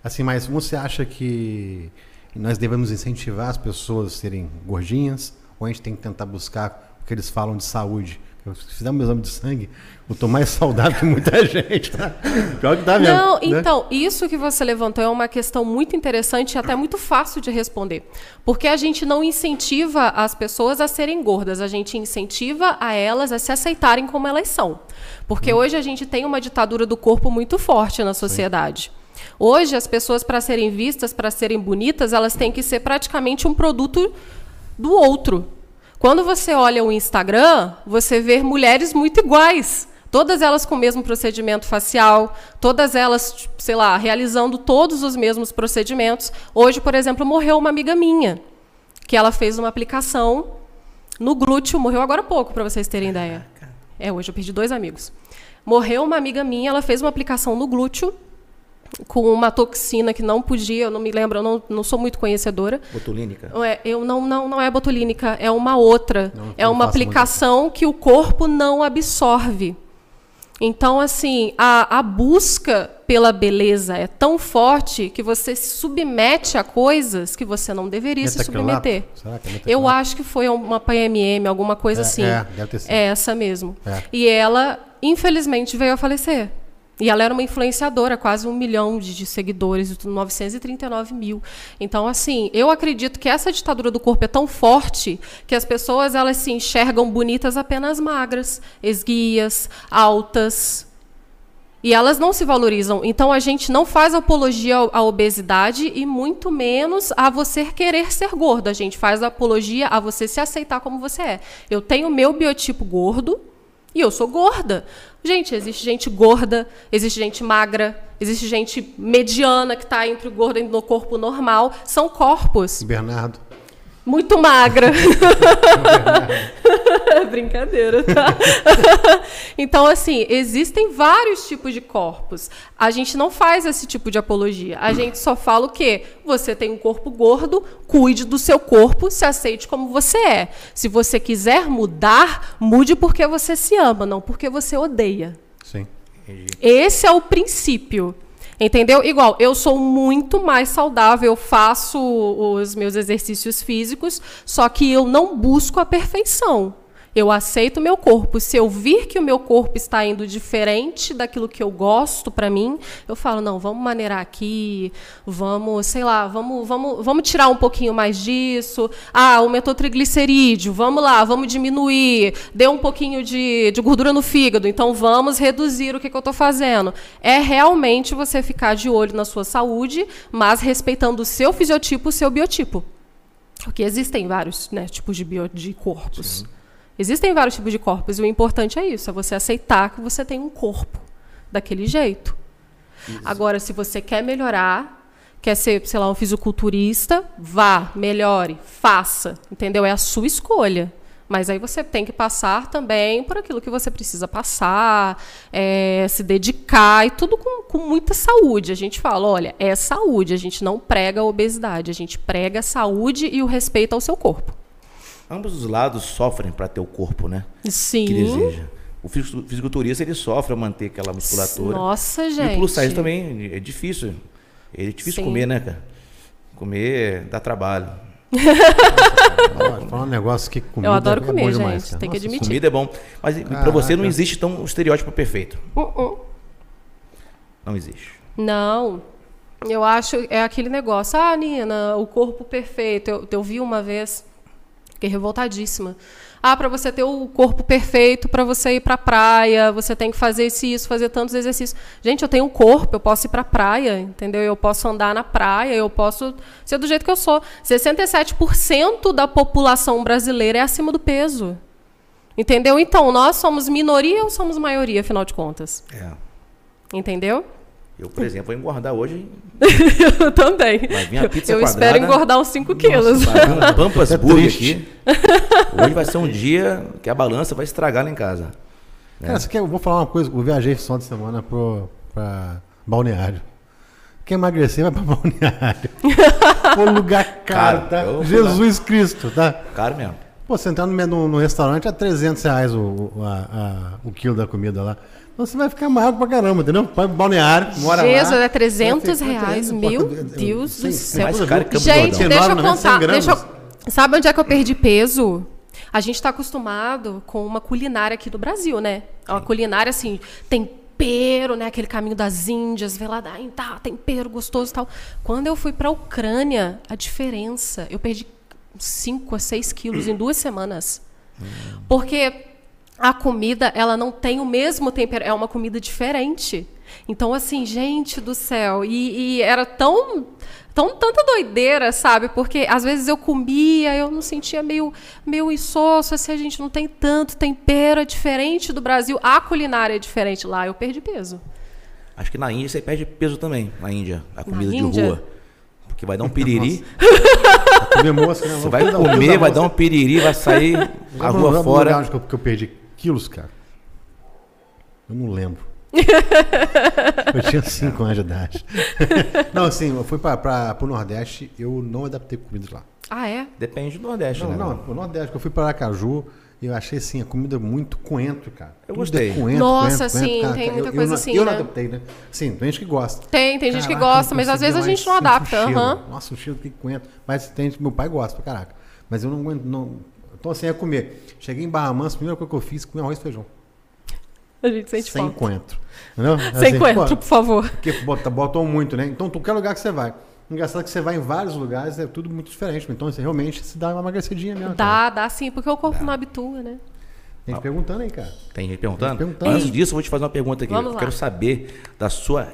[SPEAKER 2] Assim, mas você acha que nós devemos incentivar as pessoas a serem gordinhas? Ou a gente tem que tentar buscar o que eles falam de saúde? Eu, se fizer um exame de sangue, eu tô mais saudável que muita gente, tá? Pior que tá mesmo.
[SPEAKER 3] Não,
[SPEAKER 2] né?
[SPEAKER 3] então, isso que você levantou é uma questão muito interessante e até muito fácil de responder. Porque a gente não incentiva as pessoas a serem gordas, a gente incentiva a elas a se aceitarem como elas são. Porque hoje a gente tem uma ditadura do corpo muito forte na sociedade. Hoje as pessoas para serem vistas, para serem bonitas, elas têm que ser praticamente um produto do outro. Quando você olha o Instagram, você vê mulheres muito iguais. Todas elas com o mesmo procedimento facial, todas elas, tipo, sei lá, realizando todos os mesmos procedimentos. Hoje, por exemplo, morreu uma amiga minha, que ela fez uma aplicação no glúteo, morreu agora há pouco, para vocês terem ideia. É, hoje eu perdi dois amigos. Morreu uma amiga minha, ela fez uma aplicação no glúteo com uma toxina que não podia, eu não me lembro, eu não, não sou muito conhecedora.
[SPEAKER 1] né. Botulínica.
[SPEAKER 3] Não é, eu não, não, não é botulínica, é uma outra.
[SPEAKER 2] Não,
[SPEAKER 3] é
[SPEAKER 2] não
[SPEAKER 3] uma
[SPEAKER 2] faço muito.
[SPEAKER 3] aplicação que o corpo não absorve. Então, assim, a, a busca pela beleza é tão forte que você se submete a coisas que você não deveria se
[SPEAKER 2] Metacrilato?
[SPEAKER 3] submeter.
[SPEAKER 2] Será que é
[SPEAKER 3] Eu
[SPEAKER 2] metacrilato?
[SPEAKER 3] acho que foi uma PMM, alguma coisa
[SPEAKER 2] É,
[SPEAKER 3] assim.
[SPEAKER 2] é, deve ter sido.
[SPEAKER 3] É essa mesmo.
[SPEAKER 2] É.
[SPEAKER 3] E ela, infelizmente, veio a falecer. E ela era uma influenciadora, quase um milhão de, de seguidores, e tudo, 939 mil. Então, assim, eu acredito que essa ditadura do corpo é tão forte que as pessoas elas se enxergam bonitas apenas magras, esguias, altas, e elas não se valorizam. Então a gente não faz apologia ao- à obesidade e muito menos a você querer ser gordo. A gente faz apologia a você se aceitar como você é. Eu tenho o meu biotipo gordo e eu sou gorda. Gente, existe gente gorda, existe gente magra, existe gente mediana que está entre o gordo e no corpo normal. São corpos.
[SPEAKER 2] Bernardo.
[SPEAKER 3] Muito magra. Brincadeira, tá? então, assim, existem vários tipos de corpos. A gente não faz esse tipo de apologia. A gente só fala o quê? Você tem um corpo gordo, cuide do seu corpo, se aceite como você é. Se você quiser mudar, mude porque você se ama, não porque você odeia.
[SPEAKER 2] Sim.
[SPEAKER 3] Esse é o princípio. Entendeu? Igual, eu sou muito mais saudável, eu faço os meus exercícios físicos, só que eu não busco a perfeição. Eu aceito o meu corpo. Se eu vir que o meu corpo está indo diferente daquilo que eu gosto para mim, eu falo, não, vamos maneirar aqui, vamos, sei lá, vamos, vamos, vamos tirar um pouquinho mais disso. Ah, aumentou o triglicerídeo, vamos lá, vamos diminuir. Deu um pouquinho de, de gordura no fígado, então vamos reduzir o que, que eu estou fazendo. É realmente você ficar de olho na sua saúde, mas respeitando o seu fisiotipo, o seu biotipo. Porque existem vários né, tipos de, bio, de corpos. Existem vários tipos de corpos. E o importante é isso: é você aceitar que você tem um corpo daquele jeito. Agora, se você quer melhorar, quer ser, sei lá, um fisiculturista, vá, melhore, faça. Entendeu? É a sua escolha. Mas aí você tem que passar também por aquilo que você precisa passar, é, se dedicar e tudo com, com muita saúde. A gente fala, olha, é saúde, a gente não prega a obesidade, a gente prega a saúde e o respeito ao seu corpo.
[SPEAKER 1] Ambos os lados sofrem para ter o corpo, né?
[SPEAKER 3] Sim.
[SPEAKER 1] Que deseja. O fisico- fisiculturista, ele sofre a manter aquela musculatura.
[SPEAKER 3] Nossa,
[SPEAKER 1] E
[SPEAKER 3] gente.
[SPEAKER 1] o plus size também é difícil. É difícil
[SPEAKER 3] Sim.
[SPEAKER 1] comer, né, cara? Comer dá trabalho.
[SPEAKER 2] Ó, falar um negócio que comida
[SPEAKER 3] adoro
[SPEAKER 2] é
[SPEAKER 3] comer,
[SPEAKER 2] bom demais,
[SPEAKER 3] gente,
[SPEAKER 2] cara.
[SPEAKER 3] tem que
[SPEAKER 2] Nossa,
[SPEAKER 3] admitir.
[SPEAKER 1] Comida é bom. Mas para você não existe tão um estereótipo perfeito.
[SPEAKER 3] Uh-uh.
[SPEAKER 1] Não existe.
[SPEAKER 3] Não. Eu acho é aquele negócio. Ah, Nina, o corpo perfeito. Eu, eu vi uma vez Fiquei revoltadíssima. Ah, para você ter o corpo perfeito, para você ir para a praia, você tem que fazer isso, isso, fazer tantos exercícios. Gente, eu tenho um corpo, eu posso ir para a praia, entendeu? Eu posso andar na praia, eu posso ser do jeito que eu sou. 67% da população brasileira é acima do peso. Entendeu? Então, nós somos minoria ou somos maioria, afinal de contas?
[SPEAKER 1] É.
[SPEAKER 3] Entendeu?
[SPEAKER 1] Eu, por exemplo, vou engordar hoje.
[SPEAKER 3] eu também.
[SPEAKER 1] Vai vir a pizza
[SPEAKER 3] eu
[SPEAKER 1] quadrada.
[SPEAKER 3] espero engordar uns 5 quilos.
[SPEAKER 1] Nossa, vai vir um Pampas
[SPEAKER 2] Tô até
[SPEAKER 1] Burger aqui.
[SPEAKER 2] Tá triste.
[SPEAKER 1] Hoje vai ser um dia que a balança vai estragar lá em casa. né?
[SPEAKER 2] Cara, você quer, eu vou falar uma coisa. Eu viajei esse final de semana pro, pra Balneário. Quem emagrecer vai pra Balneário. Ô lugar
[SPEAKER 1] Cara,
[SPEAKER 2] caro, tá?
[SPEAKER 1] eu vou
[SPEAKER 2] Jesus Cristo, tá?
[SPEAKER 1] Caro mesmo.
[SPEAKER 2] Pô, você entrar no, menu- no restaurante é 300 reais o, o, a- a- o quilo da comida lá. Então você vai ficar amarrado pra caramba, entendeu? Vai pro balneário, mora
[SPEAKER 3] Jesus,
[SPEAKER 2] lá.
[SPEAKER 3] é 300
[SPEAKER 2] Eu fico-
[SPEAKER 3] reais.
[SPEAKER 2] eu-
[SPEAKER 3] Meu
[SPEAKER 1] é
[SPEAKER 2] eu- eu-
[SPEAKER 3] Deus
[SPEAKER 2] sim, sim,
[SPEAKER 3] do céu.
[SPEAKER 2] mas
[SPEAKER 1] Mais caro que Campo do
[SPEAKER 3] Gente,
[SPEAKER 1] Jordão.
[SPEAKER 3] deixa
[SPEAKER 2] 19,90,
[SPEAKER 3] eu
[SPEAKER 2] 100
[SPEAKER 3] contar. Deixa
[SPEAKER 2] gramas.
[SPEAKER 3] eu- Sabe onde é que eu perdi peso? A gente está acostumado com uma culinária aqui do Brasil, né? É Uma culinária assim, tempero, né? Aquele caminho das Índias, Veladar, tá, tempero gostoso e tal. Quando eu fui para a Ucrânia, a diferença, eu perdi 5 a 6 quilos em duas semanas. Porque a comida, ela não tem o mesmo tempero, é uma comida diferente. Então, assim, gente do céu, e, e era tão, tão tanta doideira, sabe? Porque às vezes eu comia, eu não sentia meio, meio insosso, assim, a gente não tem tanto tempero, é diferente do Brasil, a culinária é diferente lá, eu perdi peso.
[SPEAKER 1] Acho que na Índia você perde peso também, na Índia, a comida de
[SPEAKER 3] Índia?
[SPEAKER 1] rua. Porque vai dar um piriri,
[SPEAKER 2] Comer mosca, né?
[SPEAKER 1] você vai comer, vai dar um piriri, vai sair a rua fora.
[SPEAKER 2] que eu, que eu perdi quilos, cara. Eu não lembro. eu tinha 5 anos de idade. não, assim, eu fui pra, pra, pro Nordeste, eu não adaptei comida de lá.
[SPEAKER 3] Ah, é?
[SPEAKER 1] Depende do Nordeste,
[SPEAKER 2] Não,
[SPEAKER 1] né?
[SPEAKER 2] não, pro Nordeste, eu fui para Aracaju e eu achei assim, a comida muito coentro, cara.
[SPEAKER 1] Eu
[SPEAKER 2] Tudo
[SPEAKER 1] gostei.
[SPEAKER 2] é coentro,
[SPEAKER 3] Nossa,
[SPEAKER 2] coentro, coentro,
[SPEAKER 3] sim,
[SPEAKER 2] cara.
[SPEAKER 3] tem
[SPEAKER 2] Eu-
[SPEAKER 3] muita
[SPEAKER 2] eu
[SPEAKER 3] coisa
[SPEAKER 2] não-
[SPEAKER 3] assim,
[SPEAKER 2] Eu não
[SPEAKER 3] né?
[SPEAKER 2] adaptei, né? Sim, tem gente que gosta.
[SPEAKER 3] Tem, tem gente que
[SPEAKER 2] Caraca,
[SPEAKER 3] gosta,
[SPEAKER 2] não
[SPEAKER 3] mas às
[SPEAKER 2] conseguia
[SPEAKER 3] vezes a
[SPEAKER 2] mais
[SPEAKER 3] gente não
[SPEAKER 2] sentir o
[SPEAKER 3] adapta.
[SPEAKER 2] cheiro.
[SPEAKER 3] aham.
[SPEAKER 2] Nossa, o cheiro que coentro. Mas tem gente, meu pai gosta pra caraca. Mas eu não aguento, não. Então assim, ia comer. Cheguei em Barra Mansa, a primeira coisa que eu fiz, comi arroz e feijão.
[SPEAKER 3] A gente sente
[SPEAKER 2] sem
[SPEAKER 3] falta.
[SPEAKER 2] coentro. Entendeu?
[SPEAKER 3] Sem
[SPEAKER 2] Assim,
[SPEAKER 3] coentro, por
[SPEAKER 2] pô,
[SPEAKER 3] favor.
[SPEAKER 2] Porque bota- botam muito, né? Então, qualquer lugar que você vai. Engraçado que você vai em vários lugares, é tudo muito diferente. Então, assim, realmente, se dá uma emagrecidinha mesmo. cara.
[SPEAKER 3] Dá, dá sim, porque o corpo não habitua, né?
[SPEAKER 2] Tem gente perguntando aí, cara.
[SPEAKER 1] Tem gente perguntando?
[SPEAKER 2] Tem gente perguntando.
[SPEAKER 1] Antes disso, eu vou te fazer uma pergunta aqui.
[SPEAKER 3] Vamos
[SPEAKER 1] eu
[SPEAKER 3] lá.
[SPEAKER 1] quero saber da sua,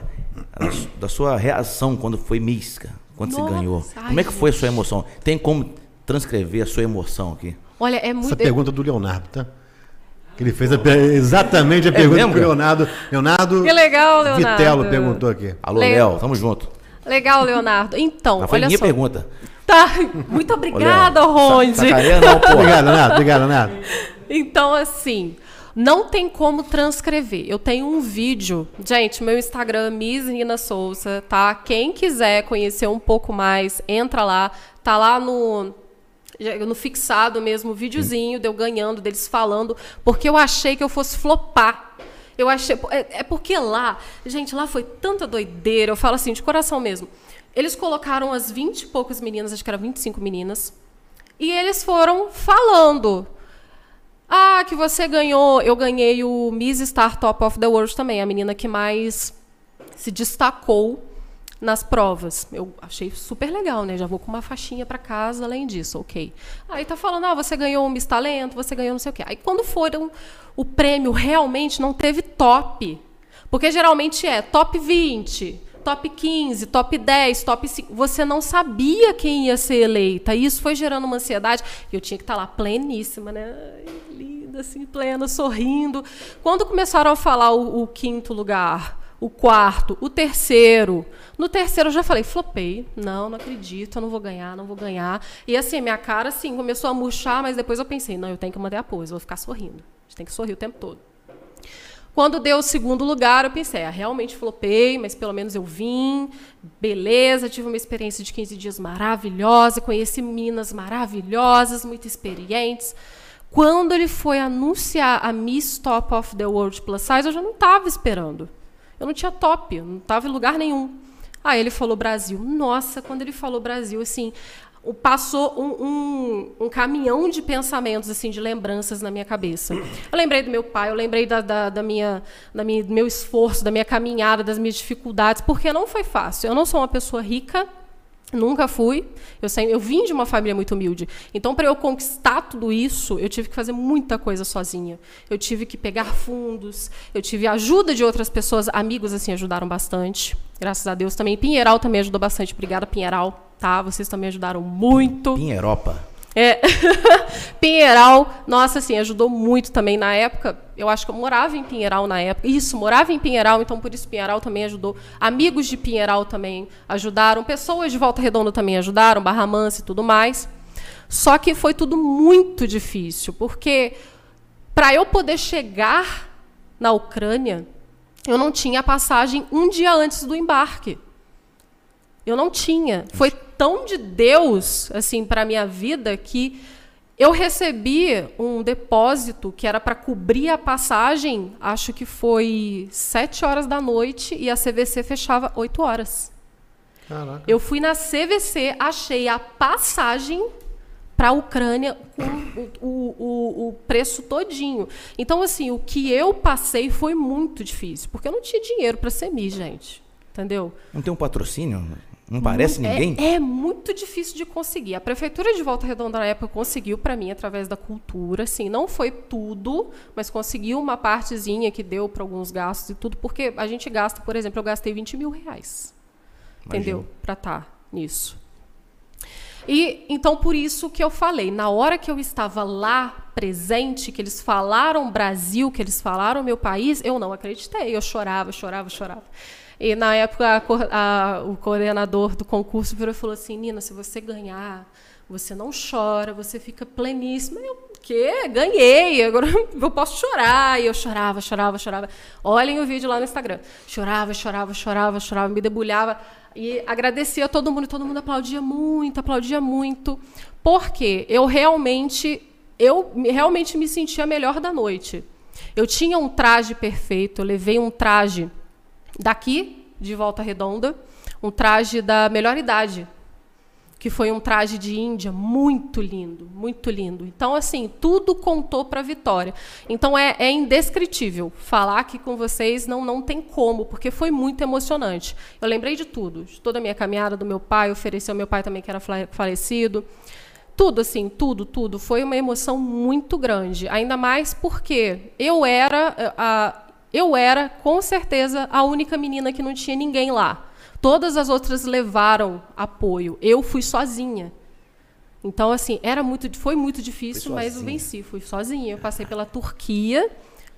[SPEAKER 1] da su- da sua reação quando foi Miss, cara. Quando você
[SPEAKER 3] Nossa,
[SPEAKER 1] ganhou.
[SPEAKER 3] ai,
[SPEAKER 1] Como é que foi a sua
[SPEAKER 3] gente.
[SPEAKER 1] emoção? Tem como transcrever a sua emoção aqui?
[SPEAKER 3] Olha, é muito.
[SPEAKER 2] Essa pergunta do Leonardo, tá? Que ele fez a per- exatamente a pergunta
[SPEAKER 1] mesmo,
[SPEAKER 2] que o
[SPEAKER 1] cara?
[SPEAKER 2] Leonardo. Leonardo.
[SPEAKER 3] É Que legal, Leonardo.
[SPEAKER 2] Vitello perguntou aqui.
[SPEAKER 1] Alô,
[SPEAKER 3] Le-
[SPEAKER 1] Léo, tamo junto.
[SPEAKER 3] Legal, Leonardo. Então,
[SPEAKER 1] Mas foi
[SPEAKER 3] olha
[SPEAKER 1] minha
[SPEAKER 3] só.
[SPEAKER 1] pergunta.
[SPEAKER 3] Tá, muito obrigada,
[SPEAKER 1] Ô, Léo,
[SPEAKER 3] Ronde.
[SPEAKER 1] sa- sacaneia não, pô.
[SPEAKER 2] Obrigado, Leonardo. Obrigado, Leonardo.
[SPEAKER 3] Então, assim, não tem como transcrever. Eu tenho um vídeo. Gente, meu Instagram é Miss Rina Souza, tá? Quem quiser conhecer um pouco mais, entra lá. Tá lá no já- no fixado mesmo, o videozinho de eu ganhando, deles falando, porque eu achei que eu fosse flopar. Eu achei. É, é porque lá, gente, lá foi tanta doideira, eu falo assim, de coração mesmo. Eles colocaram as 20 e poucas meninas, acho que eram 25 meninas, e eles foram falando. Ah, que você ganhou. Eu ganhei o Miss Star Top of the World também, a menina que mais se destacou nas provas. Eu achei super legal, né? Já vou com uma faixinha para casa além disso, ok. Aí tá falando, ah, você ganhou o Miss Talento, você ganhou não sei o quê. Aí quando foram o prêmio, realmente não teve top. Porque geralmente é top 20, top 15, top 10, top 5. Você não sabia quem ia ser eleita. E isso foi gerando uma ansiedade. E eu tinha que estar lá pleníssima, né? Ai, linda, assim, plena, sorrindo. Quando começaram a falar o, o quinto lugar, o quarto, o terceiro. No terceiro eu já falei, flopei. Não, não acredito, eu não vou ganhar, não vou ganhar. E assim, minha cara assim começou a murchar, mas depois eu pensei, não, eu tenho que manter a pose, eu vou ficar sorrindo. A gente tem que sorrir o tempo todo. Quando deu o segundo lugar, eu pensei, ah, realmente flopei, mas pelo menos eu vim, beleza, tive uma experiência de 15 dias maravilhosa, conheci meninas maravilhosas, muito experientes. Quando ele foi anunciar a Miss Top of the World Plus Size, eu já não estava esperando. Eu não tinha top, eu não estava em lugar nenhum. Aí ele falou Brasil. Nossa, quando ele falou Brasil, assim, o- passou um, um- um caminhão de pensamentos, assim, de lembranças na minha cabeça. Eu lembrei do meu pai, eu lembrei da, da- da minha, da minha- do meu esforço, da minha caminhada, das minhas dificuldades, porque não foi fácil. Eu não sou uma pessoa rica, Nunca fui. Eu, sempre, eu vim de uma família muito humilde. Então, para eu conquistar tudo isso, eu tive que fazer muita coisa sozinha. Eu tive que pegar fundos, eu tive a ajuda de outras pessoas. Amigos, assim, ajudaram bastante. Graças a Deus também. Pinheiral também ajudou bastante. Obrigada, Pinheiral. Tá? Vocês também ajudaram muito.
[SPEAKER 1] Pinheiropa.
[SPEAKER 3] É. Pinheiral, nossa, assim, ajudou muito também na época. Eu acho que eu morava em Pinheiral na época. Isso, morava em Pinheiral, então por isso Pinheiral também ajudou. Amigos de Pinheiral também ajudaram. Pessoas de Volta Redonda também ajudaram, Barra Mansa e tudo mais. Só que foi tudo muito difícil, porque para eu poder chegar na Ucrânia, eu não tinha passagem um dia antes do embarque. Eu não tinha. Foi tão de Deus, assim, para minha vida que eu recebi um depósito que era para cobrir a passagem, acho que foi sete horas da noite e a CVC fechava 8 horas.
[SPEAKER 2] Caraca.
[SPEAKER 3] Eu fui na CVC, achei a passagem para a Ucrânia com o, o, o, o preço todinho. Então, assim, o que eu passei foi muito difícil, porque eu não tinha dinheiro para semi, gente. Entendeu?
[SPEAKER 1] Não tem um patrocínio? Não parece
[SPEAKER 3] É-
[SPEAKER 1] ninguém?
[SPEAKER 3] É, muito difícil de conseguir. A prefeitura de Volta Redonda na época conseguiu para mim através da cultura, assim, não foi tudo, mas conseguiu uma partezinha que deu para alguns gastos e tudo, porque a gente gasta, por exemplo, eu gastei 20 mil reais,
[SPEAKER 1] Imagino.
[SPEAKER 3] entendeu? Para estar nisso. E então por isso que eu falei, na hora que eu estava lá presente, que eles falaram Brasil, que eles falaram meu país, eu não acreditei, eu chorava, chorava, chorava. E na época a co- a- o coordenador do concurso virou e falou assim: "Nina, se você ganhar, você não chora, você fica pleníssima". Eu, o quê? Ganhei, agora eu posso chorar. E eu chorava, chorava, chorava. Olhem o vídeo lá no Instagram. Chorava, chorava, chorava, chorava, me debulhava. E agradecia a todo mundo, todo mundo aplaudia muito, aplaudia muito. Porque eu realmente, eu me- realmente me sentia a melhor da noite. Eu tinha um traje perfeito, eu levei um traje daqui, de Volta Redonda, um traje da melhor idade que foi um traje de Índia muito lindo, muito lindo. Então, assim, tudo contou para a vitória. Então, é, é indescritível falar aqui com vocês, não, não tem como, porque foi muito emocionante. Eu lembrei de tudo, de toda a minha caminhada, do meu pai, ofereceu meu pai também, que era fla- falecido. Tudo, assim, tudo, tudo. Foi uma emoção muito grande. Ainda mais porque eu era, eh, a, eu era, com certeza, a única menina que não tinha ninguém lá. Todas as outras levaram apoio. Eu fui sozinha. Então, assim, era muito, foi muito difícil,
[SPEAKER 1] Foi
[SPEAKER 3] mas eu
[SPEAKER 1] sozinha.
[SPEAKER 3] venci. Fui sozinha. Eu passei pela Turquia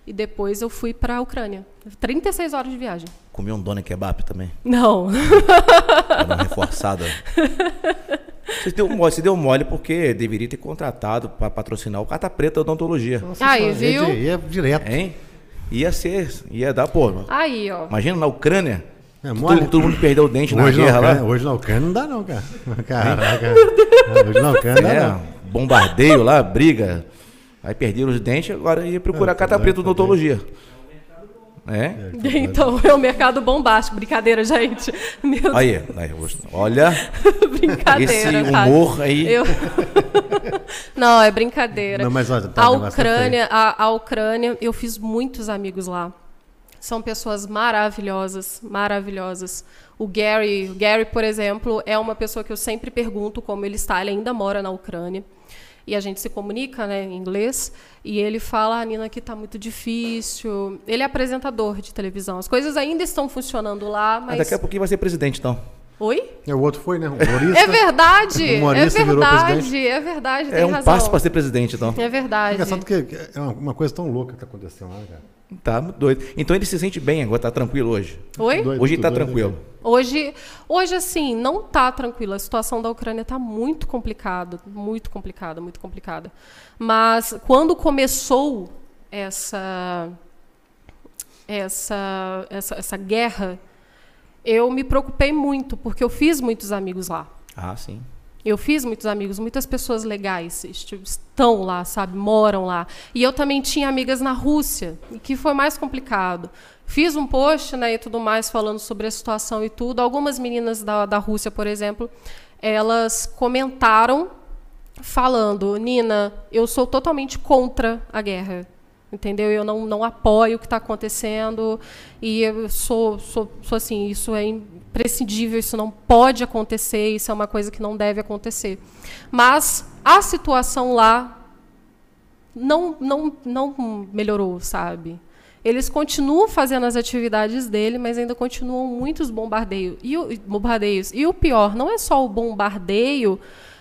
[SPEAKER 3] e depois eu fui para a Ucrânia. 36 horas de viagem.
[SPEAKER 1] Comi um dono kebab também.
[SPEAKER 3] Não.
[SPEAKER 1] Pra dar uma reforçada. Você deu, mole, você deu mole porque deveria ter contratado para patrocinar o Cata Preta Odontologia.
[SPEAKER 2] Nossa
[SPEAKER 3] Aí,
[SPEAKER 2] senhora, ia
[SPEAKER 3] viu?
[SPEAKER 2] di- Ia direto.
[SPEAKER 1] Hein? Ia ser, ia dar, pô.
[SPEAKER 3] Aí, ó.
[SPEAKER 1] Imagina na Ucrânia.
[SPEAKER 2] É
[SPEAKER 1] que
[SPEAKER 2] mole.
[SPEAKER 1] Todo, todo mundo perdeu o dente na
[SPEAKER 2] Hoje, na
[SPEAKER 1] guerra
[SPEAKER 2] Ucrânia,
[SPEAKER 1] lá.
[SPEAKER 2] hoje na Ucrânia não dá não, cara. Caraca. Ah, Hoje na Ucrânia não dá não.
[SPEAKER 1] né? Bombardeio lá, briga. Aí perderam os dentes, agora ia
[SPEAKER 2] É,
[SPEAKER 1] procurar
[SPEAKER 2] tá
[SPEAKER 1] Cata Preta Odontologia. É?
[SPEAKER 3] Então, é o mercado bombástico. Brincadeira, gente. Meu Deus.
[SPEAKER 1] Aí, aí, olha.
[SPEAKER 3] brincadeira.
[SPEAKER 1] Esse
[SPEAKER 3] tá?
[SPEAKER 1] humor aí.
[SPEAKER 3] Eu- Não, é brincadeira.
[SPEAKER 2] Não, mas olha, tá,
[SPEAKER 3] a
[SPEAKER 2] o negócio tá
[SPEAKER 3] Ucrânia, a, a Ucrânia, eu fiz muitos amigos lá. São pessoas maravilhosas, maravilhosas. O Gary, o Gary, por exemplo, é uma pessoa que eu sempre pergunto como ele está. Ele ainda mora na Ucrânia. E a gente se comunica né, em inglês. E ele fala, ah, Nina, aqui está muito difícil. Ele é apresentador de televisão. As coisas ainda estão funcionando lá,
[SPEAKER 1] Mas
[SPEAKER 3] mas...
[SPEAKER 1] Ah, daqui a pouquinho vai ser presidente, então.
[SPEAKER 3] Oi?
[SPEAKER 2] É, O outro foi, né? O humorista.
[SPEAKER 3] É verdade,
[SPEAKER 2] O humorista
[SPEAKER 3] é
[SPEAKER 2] virou
[SPEAKER 3] verdade, é verdade, tem
[SPEAKER 1] É um
[SPEAKER 3] razão.
[SPEAKER 1] passo para ser presidente, então.
[SPEAKER 3] É verdade.
[SPEAKER 2] Engraçado que é uma- uma coisa tão louca que tá acontecendo lá, cara.
[SPEAKER 1] Tá muito doido. Então ele se sente bem agora, tá tranquilo hoje.
[SPEAKER 3] Oi?
[SPEAKER 2] Doido,
[SPEAKER 1] Hoje ele tá
[SPEAKER 2] doido,
[SPEAKER 1] tranquilo.
[SPEAKER 2] doido.
[SPEAKER 3] Hoje, hoje assim, não tá tranquila. A situação da Ucrânia tá muito complicada, muito complicada, muito complicada. Mas quando começou essa essa essa, essa guerra, eu me preocupei muito, porque eu fiz muitos amigos lá.
[SPEAKER 1] Ah, sim.
[SPEAKER 3] Eu fiz muitos amigos, muitas pessoas legais est- estão lá, sabe, moram lá. E eu também tinha amigas na Rússia, e que foi mais complicado. Fiz um post, né, e tudo mais falando sobre a situação e tudo. Algumas meninas da, da Rússia, por exemplo, elas comentaram falando, Nina, eu sou totalmente contra a guerra. Entendeu? Eu tá não, não apoio o que está acontecendo. E eu sou, sou, sou assim, isso é, im- imprescindível, isso não pode acontecer, isso é uma coisa que não deve acontecer. Mas a situação lá não, não, não melhorou, sabe? Eles continuam fazendo as atividades dele, mas ainda continuam muitos bombardeios. E o, bombardeios. E o pior, não é só o bombardeio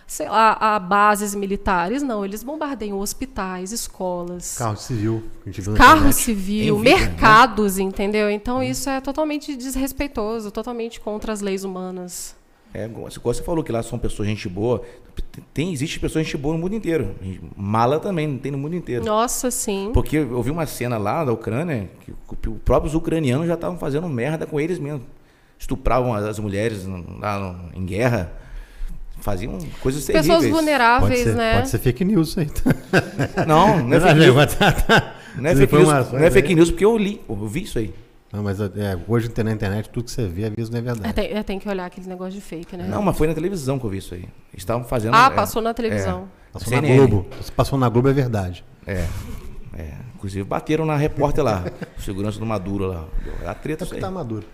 [SPEAKER 3] sei lá, a bases militares, não. Eles bombardeiam hospitais, escolas.
[SPEAKER 2] Carro civil. que a gente viu na
[SPEAKER 3] Carro
[SPEAKER 2] internet.
[SPEAKER 3] civil,
[SPEAKER 1] Em vida, né? Uhum.
[SPEAKER 3] mercados, entendeu? Então isso é totalmente desrespeitoso, totalmente contra as leis humanas.
[SPEAKER 1] É, igual igual você falou que lá são pessoas gente boa. Tem, existe pessoas gente boa no mundo inteiro. Mala também, não tem no mundo inteiro.
[SPEAKER 3] Nossa, sim.
[SPEAKER 1] Porque eu vi uma cena lá da Ucrânia que o- os próprios ucranianos já estavam fazendo merda com eles mesmo. Estupravam as- as mulheres no- lá no- em guerra. Faziam coisas terríveis.
[SPEAKER 3] Pessoas vulneráveis,
[SPEAKER 2] Pode ser,
[SPEAKER 3] né?
[SPEAKER 2] pode ser fake news isso aí.
[SPEAKER 1] Não, não é fake
[SPEAKER 2] Não,
[SPEAKER 1] news. Não é
[SPEAKER 2] mas-
[SPEAKER 1] fake news,
[SPEAKER 2] informações
[SPEAKER 1] não é
[SPEAKER 2] aí.
[SPEAKER 1] fake news porque eu li, eu vi isso aí.
[SPEAKER 2] Não, mas é, hoje tem na internet tudo que você vê, aviso não é
[SPEAKER 3] É,
[SPEAKER 2] verdade.
[SPEAKER 3] tem, é, tem que olhar aquele negócio de fake, né?
[SPEAKER 1] Não, mas foi na televisão que eu vi isso aí. Eles Estavam fazendo.
[SPEAKER 3] ah,
[SPEAKER 1] é,
[SPEAKER 3] passou na televisão.
[SPEAKER 2] Passou na
[SPEAKER 1] CNN.
[SPEAKER 2] Globo. Se passou na Globo é verdade.
[SPEAKER 1] É, é. Inclusive bateram na repórter lá, o segurança do Maduro lá. Dá treta
[SPEAKER 2] Até
[SPEAKER 1] isso
[SPEAKER 2] porque
[SPEAKER 1] aí.
[SPEAKER 2] tá maduro.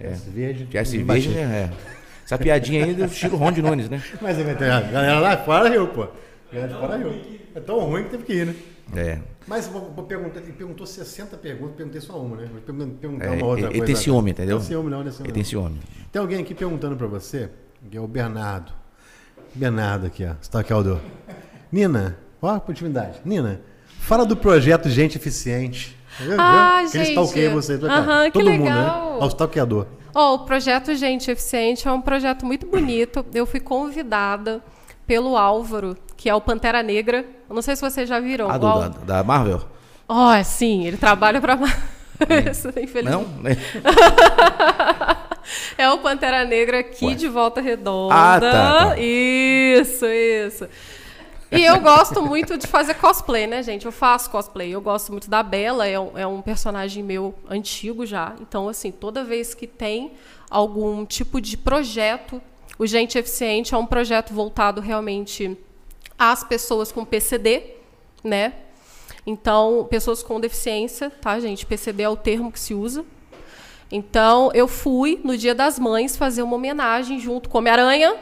[SPEAKER 2] É. Verde,
[SPEAKER 1] Já se veja, né? É. Essa piadinha aí do estilo Ron de Nunes, né?
[SPEAKER 2] Mas é verdade, a galera lá fora riu, pô. A galera de fora riu. É tão ruim que teve que ir, né?
[SPEAKER 1] É.
[SPEAKER 2] Mas vou, vou perguntar, ele perguntou 60 perguntas, perguntei só uma, né? Vou pergun- perguntar
[SPEAKER 1] É,
[SPEAKER 2] uma outra
[SPEAKER 1] ele- ele
[SPEAKER 2] coisa.
[SPEAKER 1] tem ciúme, entendeu?
[SPEAKER 2] Tem ciúme, não, não é ciúme,
[SPEAKER 1] Ele
[SPEAKER 2] não.
[SPEAKER 1] tem ciúme.
[SPEAKER 2] Tem alguém aqui perguntando pra você, que é o Bernardo. Bernardo aqui, ó. Stalkaldo. Nina, ó a oportunidade. Nina, fala do projeto Gente Eficiente. Viu? Viu?
[SPEAKER 3] Ah,
[SPEAKER 2] que ele
[SPEAKER 3] gente.
[SPEAKER 2] stalkeia você. tá, cara?
[SPEAKER 3] Aham, que
[SPEAKER 2] Todo mundo, né?
[SPEAKER 3] legal.
[SPEAKER 2] Ó, o stalkeador.
[SPEAKER 3] Ó, o projeto Gente Eficiente é um projeto muito bonito. Eu fui convidada pelo Álvaro, que é o Pantera Negra. Eu não sei se vocês já viram.
[SPEAKER 1] Ah,
[SPEAKER 3] O
[SPEAKER 1] do,
[SPEAKER 3] Al-
[SPEAKER 1] da, da Marvel?
[SPEAKER 3] Ó, sim, ele trabalha para isso, infelizmente.
[SPEAKER 1] Não? né?
[SPEAKER 3] É o Pantera Negra aqui
[SPEAKER 1] Ué.
[SPEAKER 3] de Volta Redonda.
[SPEAKER 1] Ah, tá, tá.
[SPEAKER 3] Isso, isso. E eu gosto muito de fazer cosplay, né, gente? Eu faço cosplay. Eu gosto muito da Bela, é um, é um personagem meu antigo já. Então, assim, toda vez que tem algum tipo de projeto, o Gente Eficiente é um projeto voltado realmente às pessoas com PCD, né? Então, pessoas com deficiência, tá, gente? PCD é o termo que se usa. Então, eu fui no Dia das Mães fazer uma homenagem junto com Homem-Aranha,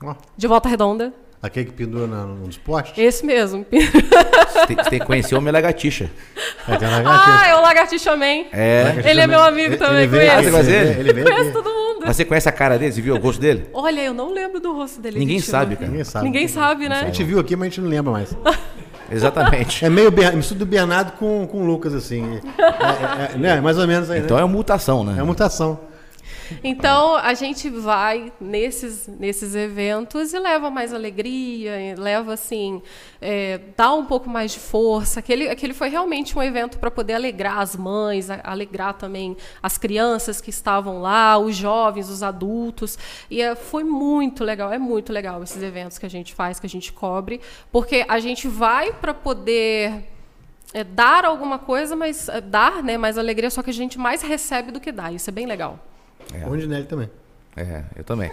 [SPEAKER 2] Ó,
[SPEAKER 3] de Volta Redonda.
[SPEAKER 2] aquele que pendura na- nos postes.
[SPEAKER 3] Esse mesmo.
[SPEAKER 1] Você tem, você tem que conhecer o Homem é Lagartixa.
[SPEAKER 2] Aí tem a lagartixa.
[SPEAKER 3] ah, é o Lagartixa Man.
[SPEAKER 1] É.
[SPEAKER 2] Lagartixa
[SPEAKER 3] Ele é meu
[SPEAKER 2] também.
[SPEAKER 3] amigo
[SPEAKER 2] Ele-
[SPEAKER 3] também,
[SPEAKER 2] ele veio
[SPEAKER 1] conheço.
[SPEAKER 2] aqui,
[SPEAKER 1] Ah, você
[SPEAKER 2] ele
[SPEAKER 1] conhece
[SPEAKER 2] veio- Ele veio
[SPEAKER 3] Conheço
[SPEAKER 2] aqui.
[SPEAKER 3] todo mundo.
[SPEAKER 1] Mas você conhece a cara dele? Você viu o rosto dele?
[SPEAKER 3] Olha, eu não lembro do rosto dele.
[SPEAKER 1] Ninguém
[SPEAKER 3] Vitinho.
[SPEAKER 1] sabe, cara.
[SPEAKER 2] Ninguém sabe.
[SPEAKER 3] Ninguém sabe,
[SPEAKER 2] A
[SPEAKER 3] né?
[SPEAKER 2] gente viu aqui, mas a gente não lembra mais.
[SPEAKER 1] Exatamente.
[SPEAKER 2] É meio Ber... mistura do Bernardo com, com o Lucas, assim. É, é- é- né? Mais ou menos aí, né?
[SPEAKER 1] Então é uma mutação, né?
[SPEAKER 2] É uma mutação.
[SPEAKER 3] Então, a gente vai nesses, nesses eventos e leva mais alegria, e leva assim, é, dá um pouco mais de força. Aquele, aquele foi realmente um evento para poder alegrar as mães, a- alegrar também as crianças que estavam lá, os jovens, os adultos. E é, foi muito legal, é muito legal esses eventos que a gente faz, que a gente cobre, porque a gente vai para poder é, dar alguma coisa, mas é, dar né, mais alegria, só que a gente mais recebe do que dá. Isso é bem legal.
[SPEAKER 1] É.
[SPEAKER 2] Onde nele também.
[SPEAKER 1] É, eu também.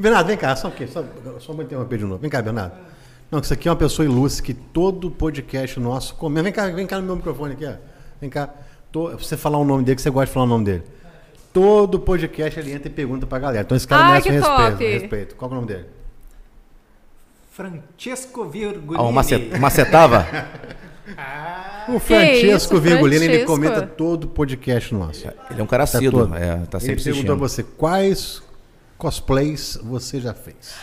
[SPEAKER 2] Bernardo, vem cá, só um pouquinho, só, só vou interromper de novo. Vem cá, Bernardo. Não, que isso aqui é uma pessoa ilustre que todo podcast nosso comenta. Vem cá, vem cá no meu microfone aqui, ó. Vem cá. Tô, pra você falar o nome dele, que você gosta de falar o nome dele. Todo podcast ele entra e pergunta pra galera. Então esse cara
[SPEAKER 3] Ai,
[SPEAKER 2] merece
[SPEAKER 3] que
[SPEAKER 2] um
[SPEAKER 3] top.
[SPEAKER 2] respeito, respeito. Qual que é o nome dele?
[SPEAKER 4] Francesco Virgulini.
[SPEAKER 1] Ah, o macet- macetava?
[SPEAKER 2] O Francesco
[SPEAKER 3] isso,
[SPEAKER 2] Virgulino, ele
[SPEAKER 3] Francesco.
[SPEAKER 2] comenta todo podcast nosso.
[SPEAKER 1] Ele é um cara
[SPEAKER 2] Tá
[SPEAKER 1] cedo.
[SPEAKER 2] todo.
[SPEAKER 1] é, tá
[SPEAKER 2] ele
[SPEAKER 1] sempre
[SPEAKER 2] perguntou a
[SPEAKER 1] assistindo.
[SPEAKER 2] você quais cosplays você já fez.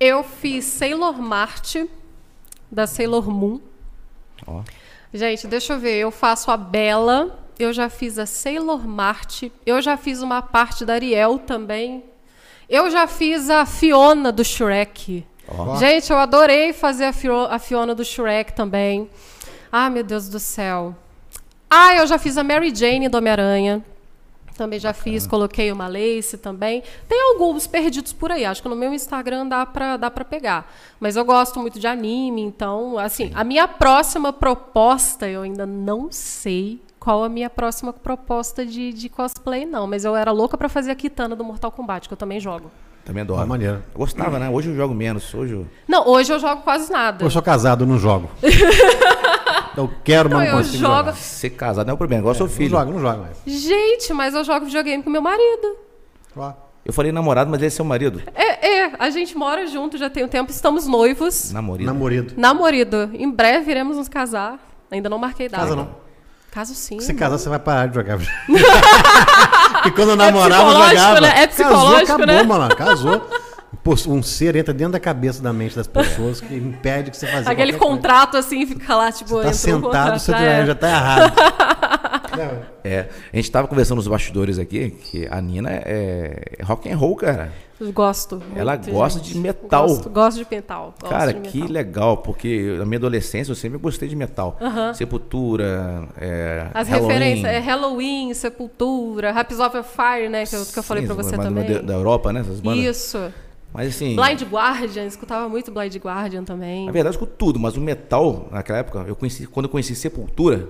[SPEAKER 3] Eu fiz Sailor Marte, da Sailor Moon.
[SPEAKER 1] Ó.
[SPEAKER 3] Gente, deixa eu ver. Eu faço a Bela, eu já fiz a Sailor Marte, eu já fiz uma parte da Ariel também. Eu já fiz a Fiona do Shrek.
[SPEAKER 1] Ó.
[SPEAKER 3] Gente, eu adorei fazer a, Fio- a Fiona do Shrek também. Ah, meu Deus do céu. Ah, eu já fiz a Mary Jane do Homem-Aranha. Também já fiz, coloquei uma lace também. Tem alguns perdidos por aí, acho que no meu Instagram dá pra, dá pra pegar. Mas eu gosto muito de anime, então, assim, a minha próxima proposta, eu ainda não sei qual a minha próxima proposta de, de cosplay, não. Mas eu era louca pra fazer a Kitana do Mortal Kombat, que eu também jogo.
[SPEAKER 1] Também adoro.
[SPEAKER 2] Ah, maneiro.
[SPEAKER 1] Eu gostava, né? Hoje eu jogo menos. Hoje eu...
[SPEAKER 3] Não, hoje eu jogo quase nada.
[SPEAKER 2] Eu sou casado, não jogo. Eu quero, mas não,
[SPEAKER 3] Não, eu
[SPEAKER 2] consigo.
[SPEAKER 3] jogo-
[SPEAKER 2] jogar.
[SPEAKER 1] Ser casado não é o problema, igual seu
[SPEAKER 2] Não
[SPEAKER 1] filho.
[SPEAKER 2] joga, não joga mais.
[SPEAKER 3] Gente, mas eu jogo videogame com meu marido.
[SPEAKER 2] Claro.
[SPEAKER 1] Eu falei namorado, mas ele é seu marido.
[SPEAKER 3] É, é, a gente mora junto já tem um tempo, estamos noivos.
[SPEAKER 1] Namorido.
[SPEAKER 2] Namorido.
[SPEAKER 3] Namorido, em breve iremos nos casar. Ainda não marquei data.
[SPEAKER 2] Casa não.
[SPEAKER 3] Caso sim.
[SPEAKER 2] Se casar, você vai parar de jogar. Porque quando eu namorava, eu
[SPEAKER 3] É psicológico,
[SPEAKER 2] jogava.
[SPEAKER 3] né? É psicológico,
[SPEAKER 2] casou,
[SPEAKER 3] né?
[SPEAKER 2] acabou, mano. Casou. Pô, Um ser entra dentro da cabeça da mente das pessoas que impede que você fazer
[SPEAKER 3] É. Aquele
[SPEAKER 2] qualquer coisa.
[SPEAKER 3] contrato assim, fica lá, tipo,
[SPEAKER 2] Tá
[SPEAKER 3] entrou um
[SPEAKER 2] sentado,
[SPEAKER 3] contrato,
[SPEAKER 2] você
[SPEAKER 3] já
[SPEAKER 2] já,
[SPEAKER 3] era.
[SPEAKER 2] já tá errado. Não,
[SPEAKER 1] É, a gente tava conversando nos bastidores aqui que a Nina é é rock and roll, cara.
[SPEAKER 3] Eu Gosto. muito,
[SPEAKER 1] Ela gosta
[SPEAKER 3] gente.
[SPEAKER 1] de metal.
[SPEAKER 3] Gosto, gosto de metal. gosto
[SPEAKER 1] Cara,
[SPEAKER 3] de
[SPEAKER 1] que
[SPEAKER 3] metal.
[SPEAKER 1] legal, porque eu- na minha adolescência eu sempre gostei de metal. Sepultura, é,
[SPEAKER 3] As
[SPEAKER 1] Halloween,
[SPEAKER 3] referências, é Halloween, Sepultura, Raps of Fire, né? Que eu, que eu falei
[SPEAKER 1] sim,
[SPEAKER 3] pra você
[SPEAKER 1] mais ou menos
[SPEAKER 3] também.
[SPEAKER 1] Da, da Europa, né? Essas bandas.
[SPEAKER 3] Isso.
[SPEAKER 1] Mas assim,
[SPEAKER 3] Blind Guardian, escutava muito Blind Guardian também.
[SPEAKER 1] na verdade eu escuto tudo, mas o metal, naquela época, eu conheci, quando eu conheci Sepultura,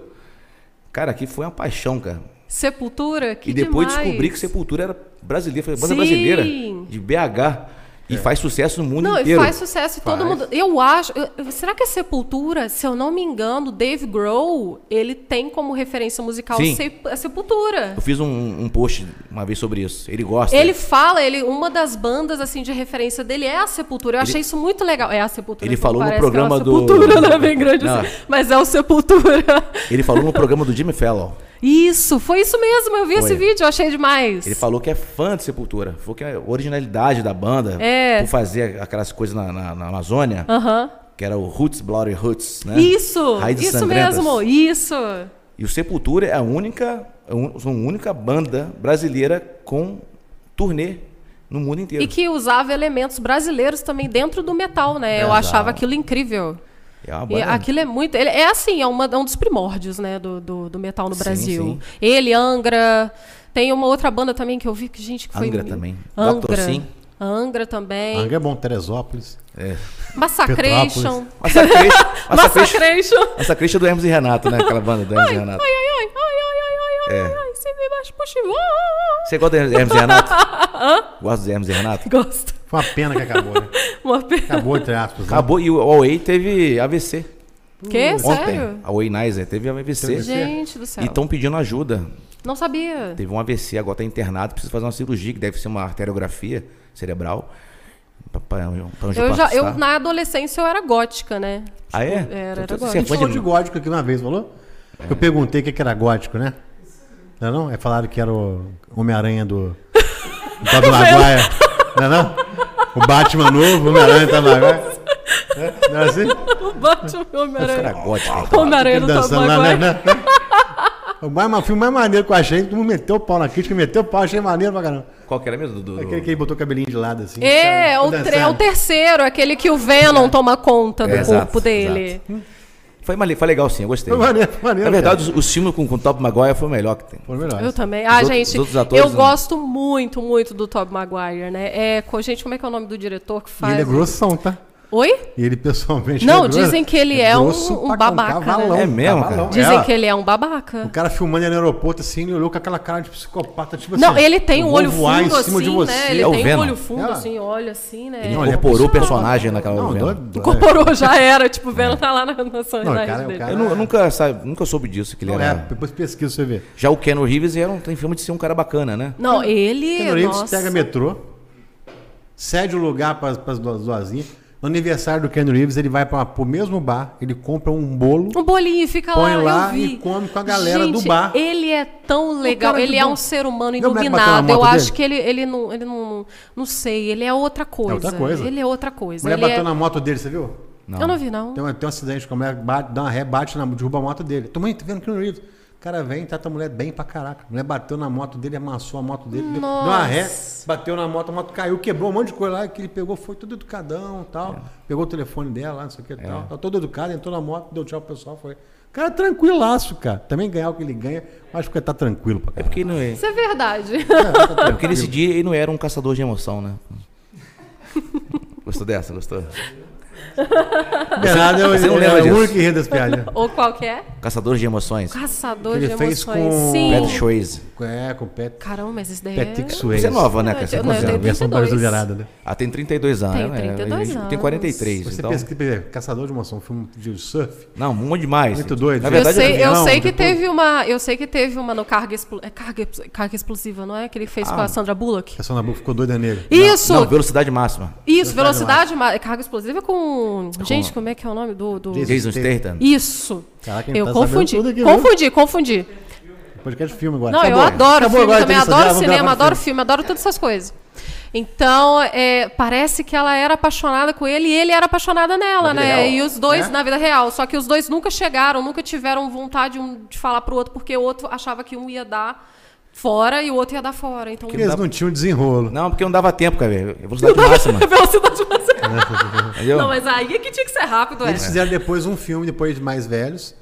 [SPEAKER 1] cara, aqui foi uma paixão, cara.
[SPEAKER 3] Sepultura, que
[SPEAKER 1] e depois
[SPEAKER 3] demais.
[SPEAKER 1] descobri que Sepultura era brasileira, foi uma banda
[SPEAKER 3] Sim.
[SPEAKER 1] brasileira, de BH, e faz sucesso no mundo
[SPEAKER 3] Não,
[SPEAKER 1] inteiro.
[SPEAKER 3] e faz sucesso e todo
[SPEAKER 2] Faz.
[SPEAKER 3] mundo. Eu acho. eu- eu- será que é Sepultura, se eu não me engano, Dave Grohl, ele tem como referência musical
[SPEAKER 1] Sim.
[SPEAKER 3] Sep- a Sepultura.
[SPEAKER 1] Eu fiz um, um post uma vez sobre isso. Ele gosta.
[SPEAKER 3] Ele fala, ele uma das bandas assim de referência dele é a Sepultura. Eu achei isso muito legal. É a Sepultura.
[SPEAKER 1] ele
[SPEAKER 3] então
[SPEAKER 1] falou no
[SPEAKER 3] parece que
[SPEAKER 1] programa
[SPEAKER 3] é uma
[SPEAKER 1] do-
[SPEAKER 3] Sepultura, não é bem grande
[SPEAKER 1] Não.
[SPEAKER 3] assim, mas é o Sepultura.
[SPEAKER 1] Ele falou no programa do Jimmy Fallon.
[SPEAKER 3] Isso, foi isso mesmo. Eu vi
[SPEAKER 1] Foi.
[SPEAKER 3] esse vídeo, eu achei demais.
[SPEAKER 1] Ele falou que é fã de Sepultura. Falou que é a originalidade da banda
[SPEAKER 3] É.
[SPEAKER 1] por fazer aquelas coisas na, na- na Amazônia,
[SPEAKER 3] Aham.
[SPEAKER 1] que era o Roots, Bloody Roots, né?
[SPEAKER 3] Isso,
[SPEAKER 1] Raízes
[SPEAKER 3] isso
[SPEAKER 1] sangrentas.
[SPEAKER 3] mesmo, isso.
[SPEAKER 1] E o Sepultura é a única, é un- a única banda brasileira com turnê no mundo inteiro.
[SPEAKER 3] E que usava elementos brasileiros também dentro do metal, né? Eu
[SPEAKER 1] Exato.
[SPEAKER 3] achava aquilo incrível.
[SPEAKER 1] É uma
[SPEAKER 3] E
[SPEAKER 1] banda.
[SPEAKER 3] aquilo é muito. ele- é assim, é, uma- é um dos primórdios, né, do, do, do metal no
[SPEAKER 1] Sim,
[SPEAKER 3] Brasil.
[SPEAKER 1] sim.
[SPEAKER 3] Ele, Angra. Tem uma outra banda também que eu vi que, gente, que foi. um-
[SPEAKER 1] Angra também.
[SPEAKER 3] Angra.
[SPEAKER 1] Dr. Sim.
[SPEAKER 3] Angra também.
[SPEAKER 2] Angra é bom, Teresópolis.
[SPEAKER 1] É.
[SPEAKER 3] Massacration.
[SPEAKER 2] Petrópolis.
[SPEAKER 1] Massacration. Massacration.
[SPEAKER 3] Massacration.
[SPEAKER 1] Massacration do Hermes e Renato, né? Aquela banda do Hermes e
[SPEAKER 3] Ai, ai, ai,
[SPEAKER 1] Renato.
[SPEAKER 3] ai, ai,
[SPEAKER 1] É.
[SPEAKER 3] ai, ai, ai, ai, você me baixa, puxa, vó.
[SPEAKER 1] Você gosta do Hermes e Renato? Gosta do Hermes e Renato?
[SPEAKER 3] Gosto.
[SPEAKER 2] Foi uma pena que acabou, né?
[SPEAKER 3] Uma pena.
[SPEAKER 2] Acabou, entre aspas. né?
[SPEAKER 1] Acabou. E o Away teve AVC.
[SPEAKER 3] Quê?
[SPEAKER 1] Ontem.
[SPEAKER 3] É, Sério?
[SPEAKER 1] A Away Nizer teve AVC.
[SPEAKER 2] Teve.
[SPEAKER 3] Gente do céu.
[SPEAKER 1] E estão pedindo ajuda.
[SPEAKER 3] Não sabia.
[SPEAKER 1] Teve um AVC, agora está internado, precisa fazer uma cirurgia, que deve ser uma arteriografia cerebral. Pra- pra- pra
[SPEAKER 3] Eu, já, eu,
[SPEAKER 1] angioplastia.
[SPEAKER 3] na adolescência eu era gótica, né?
[SPEAKER 1] Ah, é?
[SPEAKER 3] Era, era
[SPEAKER 1] Então,
[SPEAKER 3] gótica.
[SPEAKER 1] você é
[SPEAKER 2] A gente
[SPEAKER 1] fã
[SPEAKER 2] falou de
[SPEAKER 1] de...
[SPEAKER 2] gótico aqui uma vez, falou?
[SPEAKER 3] É.
[SPEAKER 2] Eu perguntei o que que era gótico, né? Não é não? É falaram que era o Homem-Aranha do... do Tobey Maguire. Não é não? O Batman novo, o Homem-Aranha do Tobey Maguire. É? Não era assim?
[SPEAKER 3] O Batman e o
[SPEAKER 1] Era
[SPEAKER 3] Homem-Aranha.
[SPEAKER 1] gótica.
[SPEAKER 3] O Homem-Aranha
[SPEAKER 2] Ele
[SPEAKER 3] do Tobey
[SPEAKER 2] dançando lá, né?
[SPEAKER 3] Maguire.
[SPEAKER 2] né? O mais, o filme mais maneiro que eu achei, todo mundo meteu o pau na crítica, meteu o pau, achei maneiro pra caramba.
[SPEAKER 1] Qual que era mesmo? Do, do-
[SPEAKER 2] Aquele que ele botou o cabelinho de lado assim.
[SPEAKER 3] É, é o,
[SPEAKER 2] Dançando.
[SPEAKER 3] tre- é o terceiro, aquele que o Venom toma conta do
[SPEAKER 1] É, exato,
[SPEAKER 3] corpo dele.
[SPEAKER 1] Foi, male- foi legal sim, eu gostei.
[SPEAKER 2] Foi maneiro, foi maneiro,
[SPEAKER 1] Na É verdade, o, o filme com, com o Top Maguire foi o melhor que tem.
[SPEAKER 2] Foi melhor. assim.
[SPEAKER 3] Eu também. Ah,
[SPEAKER 1] outros- os
[SPEAKER 3] gente,
[SPEAKER 1] outros atores
[SPEAKER 3] eu
[SPEAKER 1] não.
[SPEAKER 3] gosto muito, muito do Tobey Maguire, né? É, co- gente, como é que é o nome do diretor que
[SPEAKER 2] E
[SPEAKER 3] faz?
[SPEAKER 2] ele é grossão, tá?
[SPEAKER 3] Oi?
[SPEAKER 2] E ele pessoalmente.
[SPEAKER 3] Não,
[SPEAKER 2] é grosso.
[SPEAKER 3] dizem que ele é um-
[SPEAKER 2] grosso
[SPEAKER 3] um
[SPEAKER 2] pra um
[SPEAKER 3] babaca,
[SPEAKER 2] Cavalão,
[SPEAKER 3] né?
[SPEAKER 1] É mesmo, cara?
[SPEAKER 2] cavalão.
[SPEAKER 3] Dizem
[SPEAKER 2] É.
[SPEAKER 3] que ele é um babaca.
[SPEAKER 2] O cara filmando ele no aeroporto assim, ele olhou com aquela cara de psicopata, tipo
[SPEAKER 3] Não,
[SPEAKER 2] assim.
[SPEAKER 3] ele tem
[SPEAKER 2] "Eu
[SPEAKER 3] um
[SPEAKER 2] vou
[SPEAKER 3] olho
[SPEAKER 2] voar
[SPEAKER 3] fundo
[SPEAKER 2] em cima de
[SPEAKER 3] assim,
[SPEAKER 2] você.
[SPEAKER 3] né? Ele
[SPEAKER 1] É o
[SPEAKER 3] tem um
[SPEAKER 1] Venom.
[SPEAKER 3] olho fundo
[SPEAKER 2] Ela-
[SPEAKER 3] assim, olha assim, né?
[SPEAKER 2] Ele um
[SPEAKER 3] Ele
[SPEAKER 2] olha
[SPEAKER 1] Incorporou o
[SPEAKER 2] pra-
[SPEAKER 1] personagem naquela
[SPEAKER 2] Não, então
[SPEAKER 1] novela.
[SPEAKER 2] é, doido.
[SPEAKER 3] Incorporou, já era, tipo, vendo tá lá na, na
[SPEAKER 2] É. Não, o
[SPEAKER 3] sanidade
[SPEAKER 2] cara, é o
[SPEAKER 3] dele.
[SPEAKER 2] cara
[SPEAKER 1] Eu, nu- eu nunca, sabe, nunca soube disso, que ele
[SPEAKER 2] Não, é,
[SPEAKER 1] era...
[SPEAKER 2] depois pesquisa você vê.
[SPEAKER 1] Já o Ken Reeves era um, tem filme de ser um cara bacana, né?
[SPEAKER 3] Não, ele.
[SPEAKER 2] Keanu Reeves
[SPEAKER 3] nossa.
[SPEAKER 2] pega metrô, cede o lugar para as doazinhas. No aniversário do Keanu Reeves, ele vai para o mesmo bar, ele compra um bolo.
[SPEAKER 3] Um bolinho, fica
[SPEAKER 2] Põe
[SPEAKER 3] lá,
[SPEAKER 2] lá
[SPEAKER 3] eu vi.
[SPEAKER 2] e come com a galera
[SPEAKER 3] Gente,
[SPEAKER 2] do bar.
[SPEAKER 3] Ele é tão legal,
[SPEAKER 2] cara de
[SPEAKER 3] ele é
[SPEAKER 2] bom.
[SPEAKER 3] um ser humano
[SPEAKER 2] Viu como é que bateu na
[SPEAKER 3] iluminado. Eu
[SPEAKER 2] moto
[SPEAKER 3] acho
[SPEAKER 2] dele?
[SPEAKER 3] que ele, ele, não, ele não. Não sei, ele é outra coisa.
[SPEAKER 2] coisa.
[SPEAKER 3] Ele é outra
[SPEAKER 2] A
[SPEAKER 3] coisa.
[SPEAKER 2] mulher
[SPEAKER 3] Ele
[SPEAKER 2] bateu
[SPEAKER 3] é-
[SPEAKER 2] na moto dele, você viu?
[SPEAKER 3] Eu não vi, não.
[SPEAKER 2] Tem, um- tem um acidente, com a mulher bate, dá uma ré, bate, na, derruba a moto dele. Tô muito vendo o Keanu Reeves. O cara vem, trata a mulher bem pra caraca. A mulher bateu na moto dele, amassou a moto dele, deu, deu uma ré,
[SPEAKER 3] Nossa.
[SPEAKER 2] bateu na moto, a moto caiu, quebrou um monte de coisa lá, que ele pegou, foi todo educadão e
[SPEAKER 1] É.
[SPEAKER 2] tal. Pegou o telefone dela, não sei o que e tal. Tá todo educado, entrou na moto, deu tchau pro pessoal, foi. O cara é tranquilaço, cara. Também ganhar o que ele ganha, acho que tá tranquilo pra Tá
[SPEAKER 1] É
[SPEAKER 2] caralho.
[SPEAKER 1] porque, ele não é,
[SPEAKER 3] Isso é verdade.
[SPEAKER 1] é porque nesse dia ele não era um caçador de emoção, né? Gostou dessa? Gostou?
[SPEAKER 2] Berardo é o,
[SPEAKER 1] você não
[SPEAKER 2] é
[SPEAKER 1] lembra
[SPEAKER 2] o
[SPEAKER 1] disso?
[SPEAKER 2] único que ri das piadas.
[SPEAKER 3] Ou qualquer
[SPEAKER 1] Caçadores de emoções.
[SPEAKER 3] caçador
[SPEAKER 2] Ele
[SPEAKER 3] de
[SPEAKER 2] fez
[SPEAKER 3] emoções.
[SPEAKER 2] com-
[SPEAKER 3] Sim.
[SPEAKER 1] Pet Choice.
[SPEAKER 2] É, com o Pet,
[SPEAKER 3] Caramba, mas esse daí
[SPEAKER 2] Patrick
[SPEAKER 3] é...
[SPEAKER 2] Swayze.
[SPEAKER 1] Você é nova, né, cara?
[SPEAKER 3] Eu-
[SPEAKER 1] Você
[SPEAKER 3] não, eu
[SPEAKER 1] consegue.
[SPEAKER 2] a
[SPEAKER 3] tenho
[SPEAKER 2] versão
[SPEAKER 3] 32.
[SPEAKER 2] brasileirada, né?
[SPEAKER 1] Ah, tem 32 anos.
[SPEAKER 3] Tenho
[SPEAKER 1] né?
[SPEAKER 3] 32
[SPEAKER 1] Eu
[SPEAKER 3] anos.
[SPEAKER 1] tenho 43.
[SPEAKER 2] Você
[SPEAKER 1] então...
[SPEAKER 2] pensa que é Caçador de Emoção, um filme de surf.
[SPEAKER 1] Não, muito demais.
[SPEAKER 2] Muito doido.
[SPEAKER 1] Na
[SPEAKER 2] Eu
[SPEAKER 1] verdade,
[SPEAKER 3] eu sei, eu
[SPEAKER 2] avião,
[SPEAKER 3] sei
[SPEAKER 2] de
[SPEAKER 3] que
[SPEAKER 2] tudo.
[SPEAKER 3] teve uma, eu sei que teve uma no carga, expl- é carga, ex- carga explosiva, não é? Que ele fez
[SPEAKER 2] Ah.
[SPEAKER 3] com a Sandra Bullock.
[SPEAKER 2] Que a Sandra Bullock ficou doida nele.
[SPEAKER 3] Isso,
[SPEAKER 1] Não, velocidade máxima.
[SPEAKER 3] isso, velocidade, ma- carga explosiva é com, gente, como é que é o nome do, do...
[SPEAKER 2] Jason
[SPEAKER 1] Jason
[SPEAKER 2] Statham.
[SPEAKER 1] Statham.
[SPEAKER 3] Isso.
[SPEAKER 2] Caraca, ele
[SPEAKER 3] eu
[SPEAKER 2] tá sabendo
[SPEAKER 3] confundi,
[SPEAKER 2] tudo aqui, viu?
[SPEAKER 3] confundi, confundi.
[SPEAKER 2] um Podcast de filme agora.
[SPEAKER 3] Não, eu
[SPEAKER 2] Acabou.
[SPEAKER 3] adoro
[SPEAKER 2] Acabou
[SPEAKER 3] filme
[SPEAKER 2] agora a
[SPEAKER 3] também,
[SPEAKER 2] entrevista
[SPEAKER 3] adoro
[SPEAKER 2] dela, ah, vamos
[SPEAKER 3] cinema,
[SPEAKER 2] gravar um no
[SPEAKER 3] adoro filme, adoro todas essas coisas. Então, é, parece que ela era apaixonada com ele e ele era apaixonada nela,
[SPEAKER 1] Na vida
[SPEAKER 3] né?
[SPEAKER 1] real,
[SPEAKER 3] e os dois
[SPEAKER 2] né?
[SPEAKER 3] na vida real. Só que os dois nunca chegaram, nunca tiveram vontade um de falar pro outro, porque o outro achava que um ia dar fora e o outro ia dar fora. Então,
[SPEAKER 2] filme. Eles não tinham desenrolo.
[SPEAKER 1] Não, porque não dava tempo, cara. Velocidade máxima.
[SPEAKER 3] velocidade máxima.
[SPEAKER 1] Entendeu?
[SPEAKER 3] Não, mas aí é que tinha que ser rápido, é.
[SPEAKER 2] Eles fizeram depois um filme, depois de mais velhos,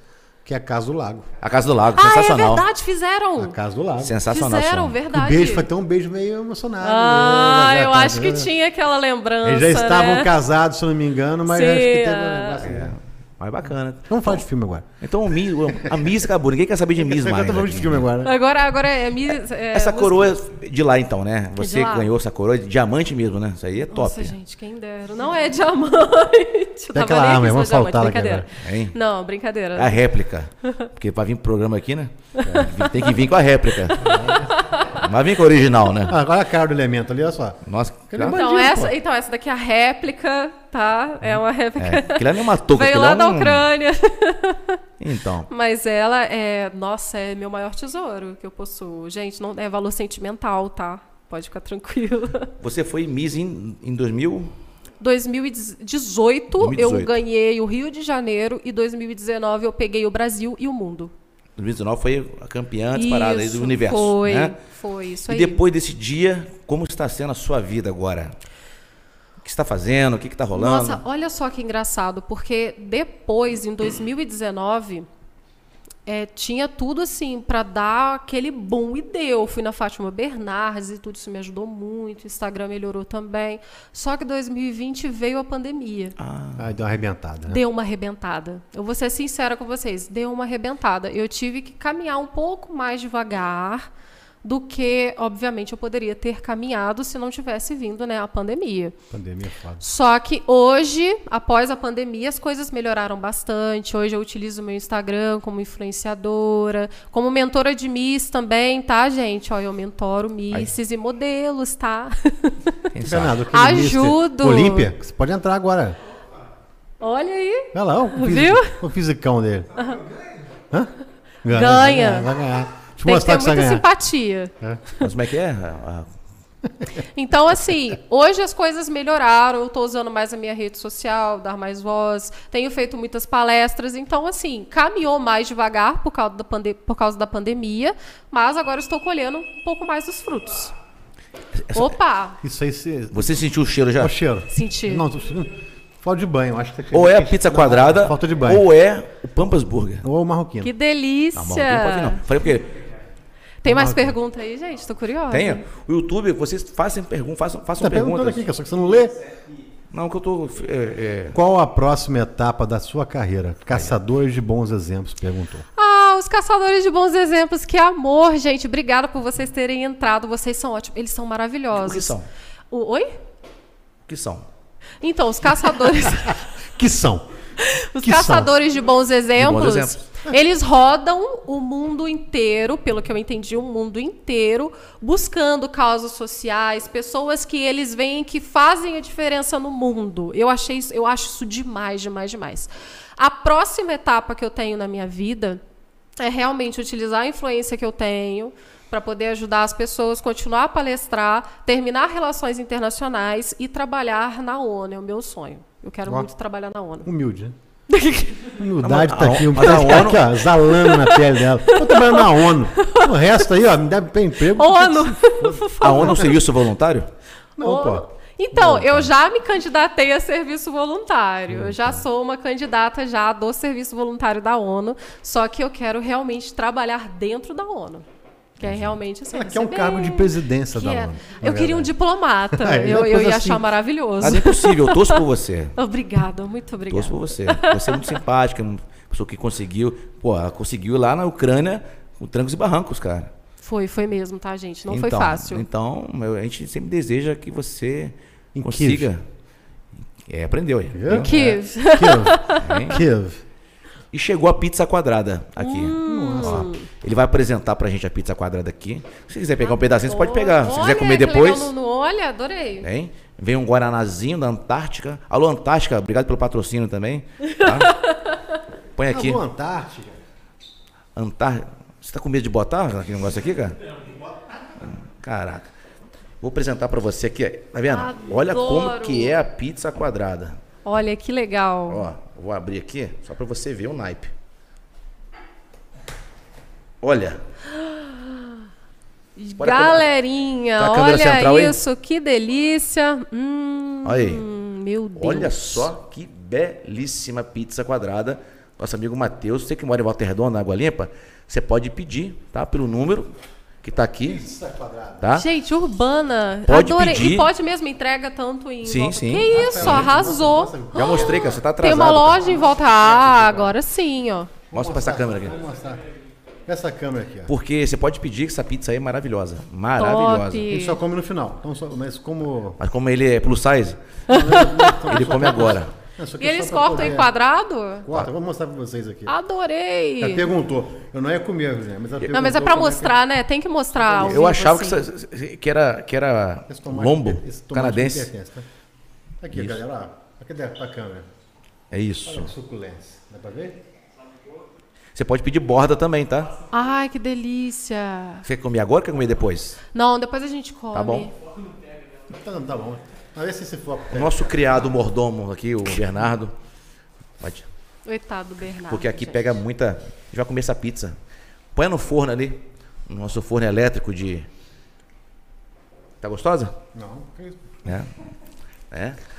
[SPEAKER 2] que é A Casa do Lago.
[SPEAKER 1] A Casa do Lago,
[SPEAKER 3] Ah, é
[SPEAKER 1] sensacional.
[SPEAKER 3] verdade,
[SPEAKER 2] A
[SPEAKER 3] fizeram.
[SPEAKER 2] Casa do Lago.
[SPEAKER 1] sensacional.
[SPEAKER 3] Fizeram,
[SPEAKER 1] esse filme.
[SPEAKER 2] O
[SPEAKER 3] verdade.
[SPEAKER 2] beijo foi até um beijo meio emocionado.
[SPEAKER 3] Ah,
[SPEAKER 2] né? Já
[SPEAKER 3] eu
[SPEAKER 2] tá-
[SPEAKER 3] acho que tinha aquela lembrança.
[SPEAKER 2] Eles já estavam
[SPEAKER 3] né?
[SPEAKER 2] casados, se eu não me engano, mas
[SPEAKER 3] Sim,
[SPEAKER 2] acho que teve um
[SPEAKER 3] é.
[SPEAKER 2] negócio. né?
[SPEAKER 1] Mas bacana.
[SPEAKER 2] Vamos falar de filme agora.
[SPEAKER 1] Então, o Mi- a Miss acabou. Ninguém quer saber de Miss mais.
[SPEAKER 2] Vamos de
[SPEAKER 1] aqui.
[SPEAKER 2] filme agora. né?
[SPEAKER 3] Agora, agora é, mi- é
[SPEAKER 1] Essa
[SPEAKER 3] música-
[SPEAKER 1] coroa de lá, então, né? Você
[SPEAKER 3] lá.
[SPEAKER 1] ganhou essa coroa de diamante mesmo, né? Isso aí é top.
[SPEAKER 3] Nossa, gente, quem dera. Não é diamante. Eu tava
[SPEAKER 2] aquela
[SPEAKER 3] nem
[SPEAKER 2] arma,
[SPEAKER 3] aqui,
[SPEAKER 2] vamos
[SPEAKER 3] senão
[SPEAKER 2] assaltá-la aqui
[SPEAKER 3] brincadeira.
[SPEAKER 1] agora. Hein?
[SPEAKER 3] Não, brincadeira.
[SPEAKER 1] É A réplica. Porque pra vir pro programa aqui, né? Tem que vir com a réplica. Não vai vir com a original, né?
[SPEAKER 2] Ah, Agora a cara do elemento ali, olha só.
[SPEAKER 1] Nossa, que
[SPEAKER 2] Aquele
[SPEAKER 1] lá,
[SPEAKER 2] bandido,
[SPEAKER 3] Então
[SPEAKER 2] pô.
[SPEAKER 3] essa, então, essa daqui é a réplica, tá? É uma
[SPEAKER 1] é,
[SPEAKER 3] réplica.
[SPEAKER 1] aquilo lá não é uma touca.
[SPEAKER 3] Veio
[SPEAKER 1] aquilo
[SPEAKER 3] lá
[SPEAKER 1] é
[SPEAKER 3] da
[SPEAKER 1] um-
[SPEAKER 3] Ucrânia.
[SPEAKER 1] Então,
[SPEAKER 3] Mas ela é. Nossa, é meu maior tesouro que eu possuo. Gente, não é valor sentimental, tá? Pode ficar tranquilo.
[SPEAKER 1] você foi Miss em, em 2000?
[SPEAKER 3] 2018, eu
[SPEAKER 1] 2018.
[SPEAKER 3] ganhei o Rio de Janeiro e 2019 eu peguei o Brasil e o mundo.
[SPEAKER 1] 2019 foi a campeã disparada aí do
[SPEAKER 3] Isso,
[SPEAKER 1] universo.
[SPEAKER 3] Foi,
[SPEAKER 1] né?
[SPEAKER 3] foi isso
[SPEAKER 1] E
[SPEAKER 3] aí.
[SPEAKER 1] depois desse dia, como está sendo a sua vida agora? O que você está fazendo? O que que está tá rolando?
[SPEAKER 3] Nossa, olha só que engraçado, porque depois, em 2019, é, tinha tudo assim para dar aquele boom e deu. Fui na Fátima Bernardes e tudo isso me ajudou muito. O Instagram melhorou também. Só que 2020 veio a pandemia.
[SPEAKER 2] Ai, deu uma arrebentada. Né?
[SPEAKER 3] Deu uma arrebentada. Eu vou ser sincera com vocês, deu uma arrebentada. Eu tive que caminhar um pouco mais devagar do que, obviamente, eu poderia ter caminhado se não tivesse vindo né, a pandemia.
[SPEAKER 2] Pandemia é foda.
[SPEAKER 3] Só que hoje, após a pandemia, as coisas melhoraram bastante. Hoje eu utilizo o meu Instagram como influenciadora, como mentora de Miss também, tá, gente? Ó, eu mentoro Misses e modelos, tá?
[SPEAKER 1] Quem sabe?
[SPEAKER 2] Fernando, aquele Mr.
[SPEAKER 3] Ajudo.
[SPEAKER 2] Olímpia, que você pode entrar agora.
[SPEAKER 3] Olha aí.
[SPEAKER 2] Olha lá, o,
[SPEAKER 3] Viu?
[SPEAKER 2] o fisicão dele. Hã? Ganha. Vai
[SPEAKER 3] Ganha.
[SPEAKER 2] ganhar. vai ganhar. Deixa eu
[SPEAKER 3] Tem que
[SPEAKER 2] mostrar
[SPEAKER 3] ter
[SPEAKER 2] que, você
[SPEAKER 3] muita
[SPEAKER 2] vai ganhar.
[SPEAKER 3] simpatia.
[SPEAKER 1] Mas como é que é? A- a-
[SPEAKER 3] Então, assim, hoje as coisas melhoraram, eu estou usando mais a minha rede social, dar mais voz, tenho feito muitas palestras, então, assim, caminhou mais devagar por causa da, pande- por causa da pandemia, mas agora estou colhendo um pouco mais dos frutos. Opa!
[SPEAKER 2] Isso aí se...
[SPEAKER 1] Você sentiu o cheiro já?
[SPEAKER 2] Ó, cheiro.
[SPEAKER 3] Senti.
[SPEAKER 2] Não, tô... falta de banho. Acho que você-
[SPEAKER 1] Ou é a pizza quadrada,
[SPEAKER 2] Falta de banho.
[SPEAKER 1] ou é o Pampas Burger.
[SPEAKER 2] Ou o marroquino.
[SPEAKER 1] Tá
[SPEAKER 3] Que
[SPEAKER 1] Não, mas não tem pode
[SPEAKER 3] delícia!
[SPEAKER 1] não. Falei porque
[SPEAKER 3] Tem mais pergunta aí, gente? Tô curiosa.
[SPEAKER 1] tem o YouTube, vocês façam, pergun façam, façam
[SPEAKER 2] Tá perguntando
[SPEAKER 1] perguntas.
[SPEAKER 2] aqui, cara, só que você não lê.
[SPEAKER 1] Não, que eu tô. é, é,
[SPEAKER 2] Qual a próxima etapa da sua carreira? Caçadores de bons exemplos, perguntou.
[SPEAKER 3] Ah, os caçadores de bons exemplos, que amor, gente. Obrigada por vocês terem entrado. Vocês são ótimos. Eles são maravilhosos.
[SPEAKER 1] O que são?
[SPEAKER 3] O- Oi?
[SPEAKER 1] O que são?
[SPEAKER 3] Então, os caçadores.
[SPEAKER 2] Que são?
[SPEAKER 3] Os
[SPEAKER 2] Que são?
[SPEAKER 3] caçadores de bons exemplos,
[SPEAKER 1] exemplos.
[SPEAKER 3] eles rodam o mundo inteiro, pelo que eu entendi, o mundo inteiro, buscando causas sociais, pessoas que eles veem que fazem a diferença no mundo. Eu achei isso, eu acho isso demais, demais, demais. A próxima etapa que eu tenho na minha vida é realmente utilizar a influência que eu tenho para poder ajudar as pessoas, continuar a palestrar, terminar relações internacionais e trabalhar na ONU, é o meu sonho. Eu quero
[SPEAKER 2] Ó.
[SPEAKER 3] muito trabalhar na ONU.
[SPEAKER 2] Humilde, né? Humildade
[SPEAKER 1] Não,
[SPEAKER 2] tá
[SPEAKER 1] Ah, mas a
[SPEAKER 2] aqui,
[SPEAKER 1] ONU-
[SPEAKER 2] tá, tá
[SPEAKER 1] mas a ONU-
[SPEAKER 2] aqui, ó, zalando na pele dela. Tô trabalhando na ONU. O resto aí, ó, me deve ter emprego.
[SPEAKER 3] ONU.
[SPEAKER 1] A ONU é um serviço voluntário?
[SPEAKER 2] Não,
[SPEAKER 3] ONU.
[SPEAKER 2] pô.
[SPEAKER 3] Então, eu já me candidatei a serviço voluntário. Eu já sou uma candidata já do serviço voluntário da ONU, só que eu quero realmente trabalhar dentro da ONU. Que é realmente assim.
[SPEAKER 2] Ela
[SPEAKER 3] você
[SPEAKER 2] quer um
[SPEAKER 3] vê
[SPEAKER 2] cargo de presidência
[SPEAKER 3] que
[SPEAKER 2] da
[SPEAKER 3] é.
[SPEAKER 2] ONU. na
[SPEAKER 3] Eu queria um
[SPEAKER 2] verdade.
[SPEAKER 3] diplomata.
[SPEAKER 2] É,
[SPEAKER 3] eu
[SPEAKER 2] uma
[SPEAKER 3] eu
[SPEAKER 2] coisa
[SPEAKER 3] ia
[SPEAKER 2] assim.
[SPEAKER 3] achar maravilhoso.
[SPEAKER 1] Mas é impossível, eu torço por você.
[SPEAKER 3] Obrigada, muito
[SPEAKER 1] Torço
[SPEAKER 3] obrigada.
[SPEAKER 1] por você. Você é muito simpática, uma pessoa que conseguiu. Pô, ela conseguiu lá na Ucrânia com trancos e barrancos, cara.
[SPEAKER 3] Foi, foi mesmo, tá, gente? Não
[SPEAKER 1] então,
[SPEAKER 3] foi fácil.
[SPEAKER 1] Então, eu- a gente sempre deseja que você
[SPEAKER 2] Em
[SPEAKER 1] consiga. É, aprendeu aí.
[SPEAKER 2] Viu?
[SPEAKER 3] Kiev.
[SPEAKER 1] Hein?
[SPEAKER 2] Kiev. Kiev.
[SPEAKER 1] E chegou a pizza quadrada aqui.
[SPEAKER 3] Hum.
[SPEAKER 2] Nossa.
[SPEAKER 1] Ele vai apresentar pra gente a pizza quadrada aqui. Se quiser pegar um pedacinho, você pode
[SPEAKER 3] Olha,
[SPEAKER 1] pegar. Se quiser comer
[SPEAKER 3] que legal,
[SPEAKER 1] depois.
[SPEAKER 3] não- não- olha, adorei.
[SPEAKER 2] É.
[SPEAKER 1] Hein? Vem um Guaranazinho da Antártica. Alô, Antártica, obrigado pelo patrocínio também. tá? Põe aqui.
[SPEAKER 3] Tá
[SPEAKER 2] Alô, Antártica.
[SPEAKER 1] Antártica. Você tá com medo de botar aquele negócio aqui, cara? Caraca. Vou apresentar pra você aqui. ó. Tá vendo? Olha como
[SPEAKER 3] Adoro.
[SPEAKER 1] que é a pizza quadrada.
[SPEAKER 3] Olha, que legal.
[SPEAKER 1] Ó, vou abrir aqui só pra você ver o naipe. Olha, Pode
[SPEAKER 3] Galerinha,
[SPEAKER 1] Tá a câmera
[SPEAKER 3] olha
[SPEAKER 1] central aí?
[SPEAKER 3] isso, que delícia. Hum,
[SPEAKER 1] Olha aí.
[SPEAKER 3] Meu Deus.
[SPEAKER 1] olha só que belíssima pizza quadrada. Nosso amigo Matheus, você que mora em Volta Redonda, na Água Limpa, você pode pedir, tá? Pelo número que tá aqui,
[SPEAKER 2] Pizza quadrada.
[SPEAKER 1] tá?
[SPEAKER 3] Gente, urbana.
[SPEAKER 1] Pode
[SPEAKER 3] Adorei.
[SPEAKER 1] pedir.
[SPEAKER 3] E pode mesmo entrega tanto em.
[SPEAKER 1] Sim,
[SPEAKER 3] volta-
[SPEAKER 1] sim.
[SPEAKER 3] Que
[SPEAKER 1] Ah,
[SPEAKER 3] isso, arrasou.
[SPEAKER 2] Nossa, nossa,
[SPEAKER 1] Já mostrei, cara, você tá
[SPEAKER 3] Tem
[SPEAKER 1] atrasado.
[SPEAKER 3] uma
[SPEAKER 1] cara.
[SPEAKER 3] loja em volta. Ah, agora sim, ó.
[SPEAKER 1] Mostra pra essa câmera aqui.
[SPEAKER 2] Vou mostrar. Essa câmera aqui, ó.
[SPEAKER 1] Porque você pode pedir que essa pizza aí é maravilhosa. Maravilhosa.
[SPEAKER 3] Top.
[SPEAKER 2] Ele só come no final. Então, só, mas como.
[SPEAKER 1] Mas como ele é plus size, ele come agora.
[SPEAKER 2] Não, isso
[SPEAKER 3] E
[SPEAKER 2] aqui é só
[SPEAKER 3] eles
[SPEAKER 2] pra
[SPEAKER 3] cortam em
[SPEAKER 2] poder-
[SPEAKER 3] quadrado?
[SPEAKER 2] Corta, eu vou mostrar pra vocês aqui. Ela
[SPEAKER 3] Adorei.
[SPEAKER 2] perguntou. Eu não ia comer, né? Mas ela
[SPEAKER 3] Não, mas é
[SPEAKER 2] perguntou
[SPEAKER 3] pra
[SPEAKER 2] como que-
[SPEAKER 3] mostrar, né? Tem que mostrar. ao
[SPEAKER 1] Eu
[SPEAKER 3] vivo,
[SPEAKER 1] achava que,
[SPEAKER 3] assim.
[SPEAKER 1] isso- que era, que era
[SPEAKER 2] é Esse tomate-
[SPEAKER 1] lombo
[SPEAKER 2] esse tomate me
[SPEAKER 1] canadense.
[SPEAKER 2] pertence, tá? Aqui,
[SPEAKER 1] Isso.
[SPEAKER 2] galera. ó. Aqui dentro da câmera.
[SPEAKER 1] É isso.
[SPEAKER 2] Olha que suculência. Dá pra ver?
[SPEAKER 1] Você pode pedir borda também, tá?
[SPEAKER 3] Ai, que delícia.
[SPEAKER 1] Você quer comer agora ou quer comer depois?
[SPEAKER 3] Não, depois a gente come.
[SPEAKER 1] Tá bom.
[SPEAKER 2] Tá, tá bom. Mas esse, esse foco.
[SPEAKER 1] O nosso criado mordomo aqui, o Bernardo. Pode.
[SPEAKER 3] Coitado do Bernardo.
[SPEAKER 1] Porque aqui
[SPEAKER 3] gente.
[SPEAKER 1] pega muita. A gente vai comer essa pizza. Põe no forno ali. No nosso forno elétrico de. Tá gostosa?
[SPEAKER 2] Não, que isso.
[SPEAKER 1] É.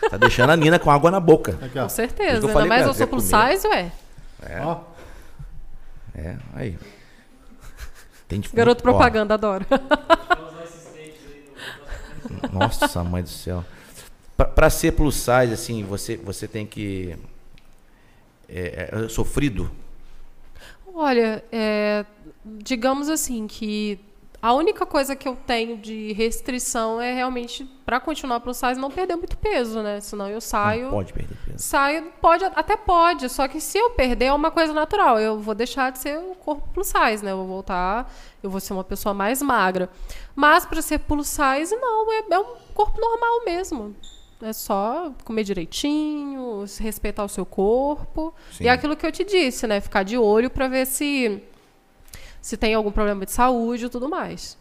[SPEAKER 1] É. Tá deixando a Nina com água na boca.
[SPEAKER 2] Aqui, ó.
[SPEAKER 3] Com certeza.
[SPEAKER 1] Isso que eu
[SPEAKER 3] Ainda
[SPEAKER 1] falei
[SPEAKER 3] mais
[SPEAKER 1] pra
[SPEAKER 3] eu
[SPEAKER 1] ela,
[SPEAKER 3] sou
[SPEAKER 1] quer
[SPEAKER 3] plus
[SPEAKER 1] comer.
[SPEAKER 3] size, ué.
[SPEAKER 2] Ó.
[SPEAKER 1] É, aí. Tem de-
[SPEAKER 3] Garoto
[SPEAKER 1] Ó,
[SPEAKER 3] propaganda, adoro.
[SPEAKER 1] Nossa, mãe do céu. Pra, pra ser plus size, assim, você, você tem que. É, é, é sofrido.
[SPEAKER 3] Olha, é, digamos assim que a única coisa que eu tenho de restrição é realmente para continuar plus size não perder muito peso, né? Senão eu saio,
[SPEAKER 1] Não pode perder peso.
[SPEAKER 3] saio, pode até pode, só que se eu perder é uma coisa natural, eu vou deixar de ser o corpo plus size, né? Eu vou voltar, eu vou ser uma pessoa mais magra. Mas para ser plus size não, é, é um corpo normal mesmo. É só comer direitinho, se respeitar o seu corpo.
[SPEAKER 1] Sim.
[SPEAKER 3] E é aquilo que eu te disse, né? Ficar de olho para ver se se tem algum problema de saúde e tudo mais.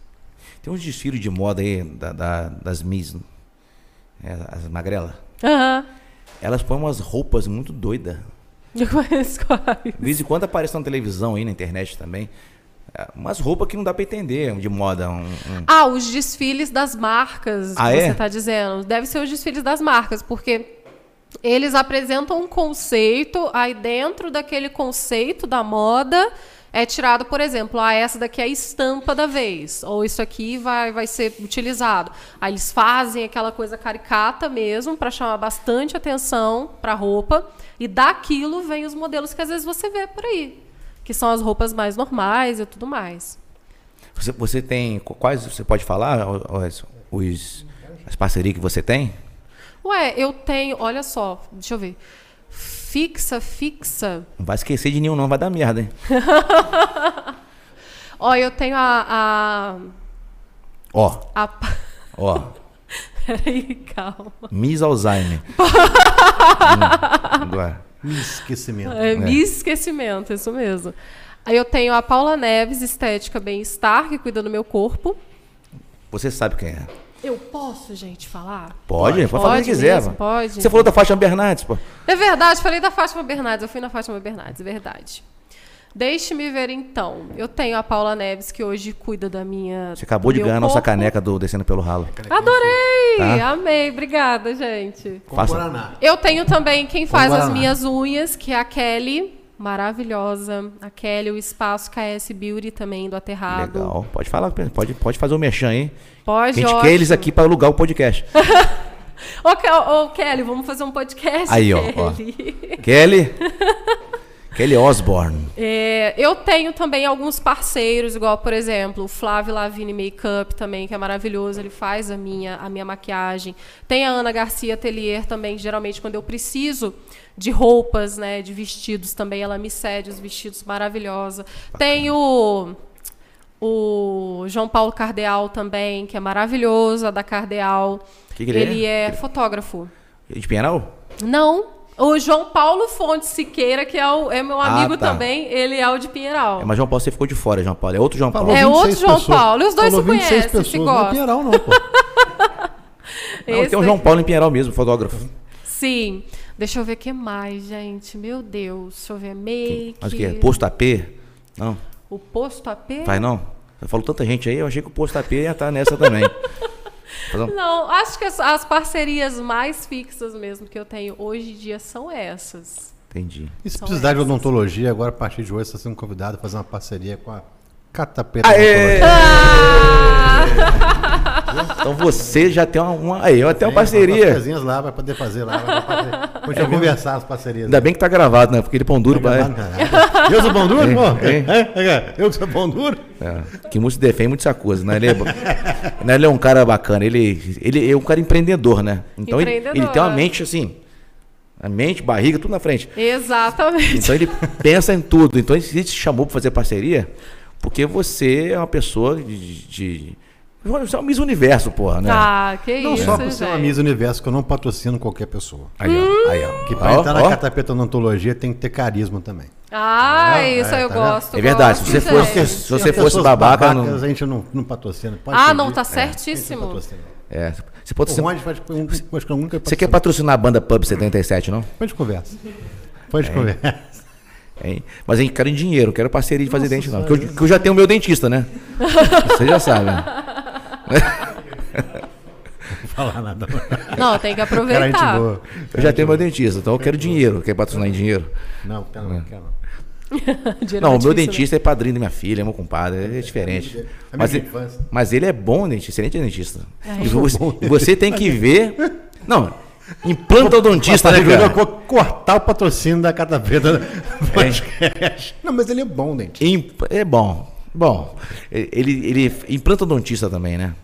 [SPEAKER 1] Tem uns desfiles de moda aí da- da- das Miss, é, as magrelas.
[SPEAKER 3] Aham.
[SPEAKER 1] Elas põem umas roupas muito doidas.
[SPEAKER 3] Eu conheço quase.
[SPEAKER 1] De vez em quando aparece na televisão aí, na internet também. É, Umas roupas que não dá pra entender de moda. Um, um-
[SPEAKER 3] Ah, os desfiles das marcas,
[SPEAKER 1] Ah,
[SPEAKER 3] que
[SPEAKER 1] é?
[SPEAKER 3] você tá dizendo. Deve ser os desfiles das marcas, porque eles apresentam um conceito, aí dentro daquele conceito da moda é tirado, por exemplo, ah, essa daqui é a estampa da vez, ou isso aqui vai, vai ser utilizado. Aí eles fazem aquela coisa caricata mesmo para chamar bastante atenção para a roupa, e daquilo vem os modelos que às vezes você vê por aí, que são as roupas mais normais e tudo mais.
[SPEAKER 1] Você, você tem. qu- Quais você pode falar? ó, ó, Os, os- as parcerias que você tem?
[SPEAKER 3] Ué, eu tenho, olha só, deixa eu ver. Fixa, fixa.
[SPEAKER 1] Não vai esquecer de nenhum, não, vai dar merda, hein?
[SPEAKER 3] Ó, eu tenho a.
[SPEAKER 1] Ó,
[SPEAKER 3] a, a...
[SPEAKER 1] ó.
[SPEAKER 3] Peraí, calma.
[SPEAKER 1] Miss Alzheimer. Hum, agora.
[SPEAKER 2] Me esquecimento.
[SPEAKER 3] É, me esquecimento, isso mesmo. Aí eu tenho a Paula Neves, Estética Bem-Estar, que cuida do meu corpo.
[SPEAKER 1] Você sabe quem é.
[SPEAKER 3] Eu posso, gente, falar?
[SPEAKER 1] Pode, pode, falar o que
[SPEAKER 3] Pode
[SPEAKER 1] quiser.
[SPEAKER 3] mesmo,
[SPEAKER 1] mano.
[SPEAKER 3] pode.
[SPEAKER 1] Você falou da Fátima Bernardes, pô.
[SPEAKER 3] É verdade, falei da Fátima Bernardes. Eu fui na Fátima Bernardes, é verdade. Deixe-me ver então. Eu tenho a Paula Neves, que hoje cuida da minha.
[SPEAKER 1] Você acabou
[SPEAKER 3] do
[SPEAKER 1] de
[SPEAKER 3] meu
[SPEAKER 1] ganhar a nossa
[SPEAKER 3] corpo.
[SPEAKER 1] caneca do Descendo pelo Ralo.
[SPEAKER 3] Adorei!
[SPEAKER 1] É Tá?
[SPEAKER 3] Amei, obrigada, gente.
[SPEAKER 2] Com
[SPEAKER 1] Faça.
[SPEAKER 2] Guaraná.
[SPEAKER 3] Eu tenho também quem
[SPEAKER 2] Com
[SPEAKER 3] faz as
[SPEAKER 2] Guaraná.
[SPEAKER 3] minhas unhas, que é a Kelly. maravilhosa. A Kelly, o espaço KS Beauty também do Aterrado.
[SPEAKER 1] Legal. Pode falar, pode, pode fazer o merchan, hein?
[SPEAKER 3] Pode,
[SPEAKER 1] Que a gente
[SPEAKER 3] ótimo.
[SPEAKER 1] quer eles aqui para alugar o podcast.
[SPEAKER 3] Ô, Ke- ô, Kelly, vamos fazer um podcast.
[SPEAKER 1] Aí, ó, ó.
[SPEAKER 3] Kelly.
[SPEAKER 1] Kelly. Kelly Osborne.
[SPEAKER 3] É, eu tenho também alguns parceiros, igual, por exemplo, o Flávio Lavini Makeup também, que é maravilhoso, ele faz a minha, a minha maquiagem. Tem a Ana Garcia Atelier também, que geralmente quando eu preciso de roupas, né, de vestidos também, ela me cede os vestidos, maravilhosa. Tem o, o João Paulo Cardeal também, que é maravilhoso, a da Cardeal.
[SPEAKER 1] Que que ele é?
[SPEAKER 3] é fotógrafo.
[SPEAKER 1] De Pinheiral?
[SPEAKER 3] Não. O João Paulo Fontes Siqueira, que é, o- é meu
[SPEAKER 1] Ah,
[SPEAKER 3] amigo
[SPEAKER 1] tá.
[SPEAKER 3] também, ele é o de Pinheiral.
[SPEAKER 1] É, mas João Paulo, você ficou de fora, João Paulo. É outro João Paulo.
[SPEAKER 2] Falou
[SPEAKER 3] É
[SPEAKER 2] 26
[SPEAKER 3] outro João
[SPEAKER 2] pessoas.
[SPEAKER 3] Paulo, e os dois
[SPEAKER 2] Falou
[SPEAKER 3] se
[SPEAKER 2] 26
[SPEAKER 3] conhecem, se
[SPEAKER 2] pessoas, Não é
[SPEAKER 3] gostam.
[SPEAKER 2] Pinheirão, não, pô.
[SPEAKER 1] Não,
[SPEAKER 3] Esse
[SPEAKER 1] tem um João
[SPEAKER 3] daqui.
[SPEAKER 1] Paulo em Pinheiral mesmo, fotógrafo.
[SPEAKER 3] Sim. Deixa eu ver o que mais, gente. Meu Deus. Deixa eu ver. Make.
[SPEAKER 1] Mas o que? é Posto AP? Não,
[SPEAKER 3] O posto AP?
[SPEAKER 1] faz não. Você falou tanta gente aí, eu achei que o posto AP ia estar nessa também. Fazer um-
[SPEAKER 3] Não, acho que as, as parcerias mais fixas mesmo que eu tenho hoje em dia são essas.
[SPEAKER 1] Entendi.
[SPEAKER 2] E se
[SPEAKER 3] São
[SPEAKER 2] precisar de
[SPEAKER 3] essas.
[SPEAKER 2] odontologia, agora a partir de hoje você está sendo convidado a fazer uma parceria com a Catapeta
[SPEAKER 1] Aê!
[SPEAKER 2] Odontologia.
[SPEAKER 1] Então você já tem uma. uma aí, até uma
[SPEAKER 2] Tem, umas
[SPEAKER 1] parceria.
[SPEAKER 2] coisinhas lá, vai poder fazer lá. vai fazer. Pode já conversar as parcerias.
[SPEAKER 1] Ainda bem que tá gravado, né? Porque ele pão duro, vai.
[SPEAKER 2] Eu sou bom duro, pô?
[SPEAKER 1] Hein?
[SPEAKER 2] É, Eu que sou bom duro?
[SPEAKER 1] É, que muito se defende, muito se acusa, né? Ele é, bo- né? Ele é um cara bacana, ele, ele é um cara empreendedor, né? Então ele- Ele, tem uma
[SPEAKER 3] Empreendedor.
[SPEAKER 1] mente assim, a mente, barriga, tudo na frente.
[SPEAKER 3] Exatamente.
[SPEAKER 1] Então ele pensa em tudo. Então ele te chamou para fazer parceria porque você é uma pessoa de. de- Você é um Miss Universo, porra, né?
[SPEAKER 2] Tá.
[SPEAKER 3] Ah, que
[SPEAKER 2] Não
[SPEAKER 3] isso,
[SPEAKER 2] só por ser uma
[SPEAKER 3] gente.
[SPEAKER 2] Miss Universo, que eu não patrocino qualquer pessoa.
[SPEAKER 1] Aí,
[SPEAKER 2] Hum.
[SPEAKER 1] ó. Aí, ó.
[SPEAKER 2] Que pra
[SPEAKER 1] Ó,
[SPEAKER 2] entrar
[SPEAKER 1] ó.
[SPEAKER 2] tá na Catapeta Odontologia tem que ter carisma também.
[SPEAKER 3] Ah,
[SPEAKER 2] É,
[SPEAKER 3] isso aí eu
[SPEAKER 2] tá vendo?
[SPEAKER 3] gosto.
[SPEAKER 1] É verdade, se
[SPEAKER 3] gosto,
[SPEAKER 1] você fosse-
[SPEAKER 3] gente.
[SPEAKER 1] se você
[SPEAKER 2] Tem
[SPEAKER 1] fosse
[SPEAKER 2] pessoas
[SPEAKER 1] babaca,
[SPEAKER 2] babacas,
[SPEAKER 1] não-
[SPEAKER 2] A gente não, não patrocina. pode
[SPEAKER 3] Ah,
[SPEAKER 2] pedir.
[SPEAKER 3] não, tá
[SPEAKER 2] É,
[SPEAKER 3] certíssimo.
[SPEAKER 2] a gente não patrocina.
[SPEAKER 1] É, Você, pode
[SPEAKER 2] O
[SPEAKER 1] ser-
[SPEAKER 2] Rony faz um- acho que é o único que
[SPEAKER 1] você quer
[SPEAKER 2] patrocina.
[SPEAKER 1] patrocinar a banda Pub 77, não?
[SPEAKER 2] Pode conversa. Pode conversa.
[SPEAKER 1] Hein? Mas eu quero em dinheiro, não quero parceria de fazer
[SPEAKER 2] Nossa
[SPEAKER 1] dente, não. Que
[SPEAKER 2] Senhora.
[SPEAKER 1] eu, que eu já tenho o meu dentista, né? Você já sabe. né?
[SPEAKER 2] Não falar nada.
[SPEAKER 3] Não, tem que
[SPEAKER 2] Cara, gente
[SPEAKER 3] aproveitar.
[SPEAKER 2] boa.
[SPEAKER 1] Eu já tenho meu dentista, então eu quero dinheiro. Quer patrocinar em dinheiro?
[SPEAKER 2] Não, quero não, quero não.
[SPEAKER 3] Dinheiro
[SPEAKER 1] Não,
[SPEAKER 3] é
[SPEAKER 1] o meu
[SPEAKER 3] difícil, né?
[SPEAKER 1] dentista é padrinho da minha filha, é meu compadre, é diferente.
[SPEAKER 2] É
[SPEAKER 1] Mas,
[SPEAKER 2] minha
[SPEAKER 1] ele-
[SPEAKER 2] infância.
[SPEAKER 1] mas ele é bom dentista, excelente dentista.
[SPEAKER 3] É.
[SPEAKER 1] E
[SPEAKER 2] sou
[SPEAKER 1] você,
[SPEAKER 2] bom.
[SPEAKER 1] e você tem que ver. Não, implanta o dentista, né,
[SPEAKER 2] Eu
[SPEAKER 1] cara?
[SPEAKER 2] vou cortar o patrocínio da Catapeta Podcast. É. Não, mas ele é bom, dente.
[SPEAKER 1] Imp- É bom. Bom, ele, ele implanta o dentista também, né?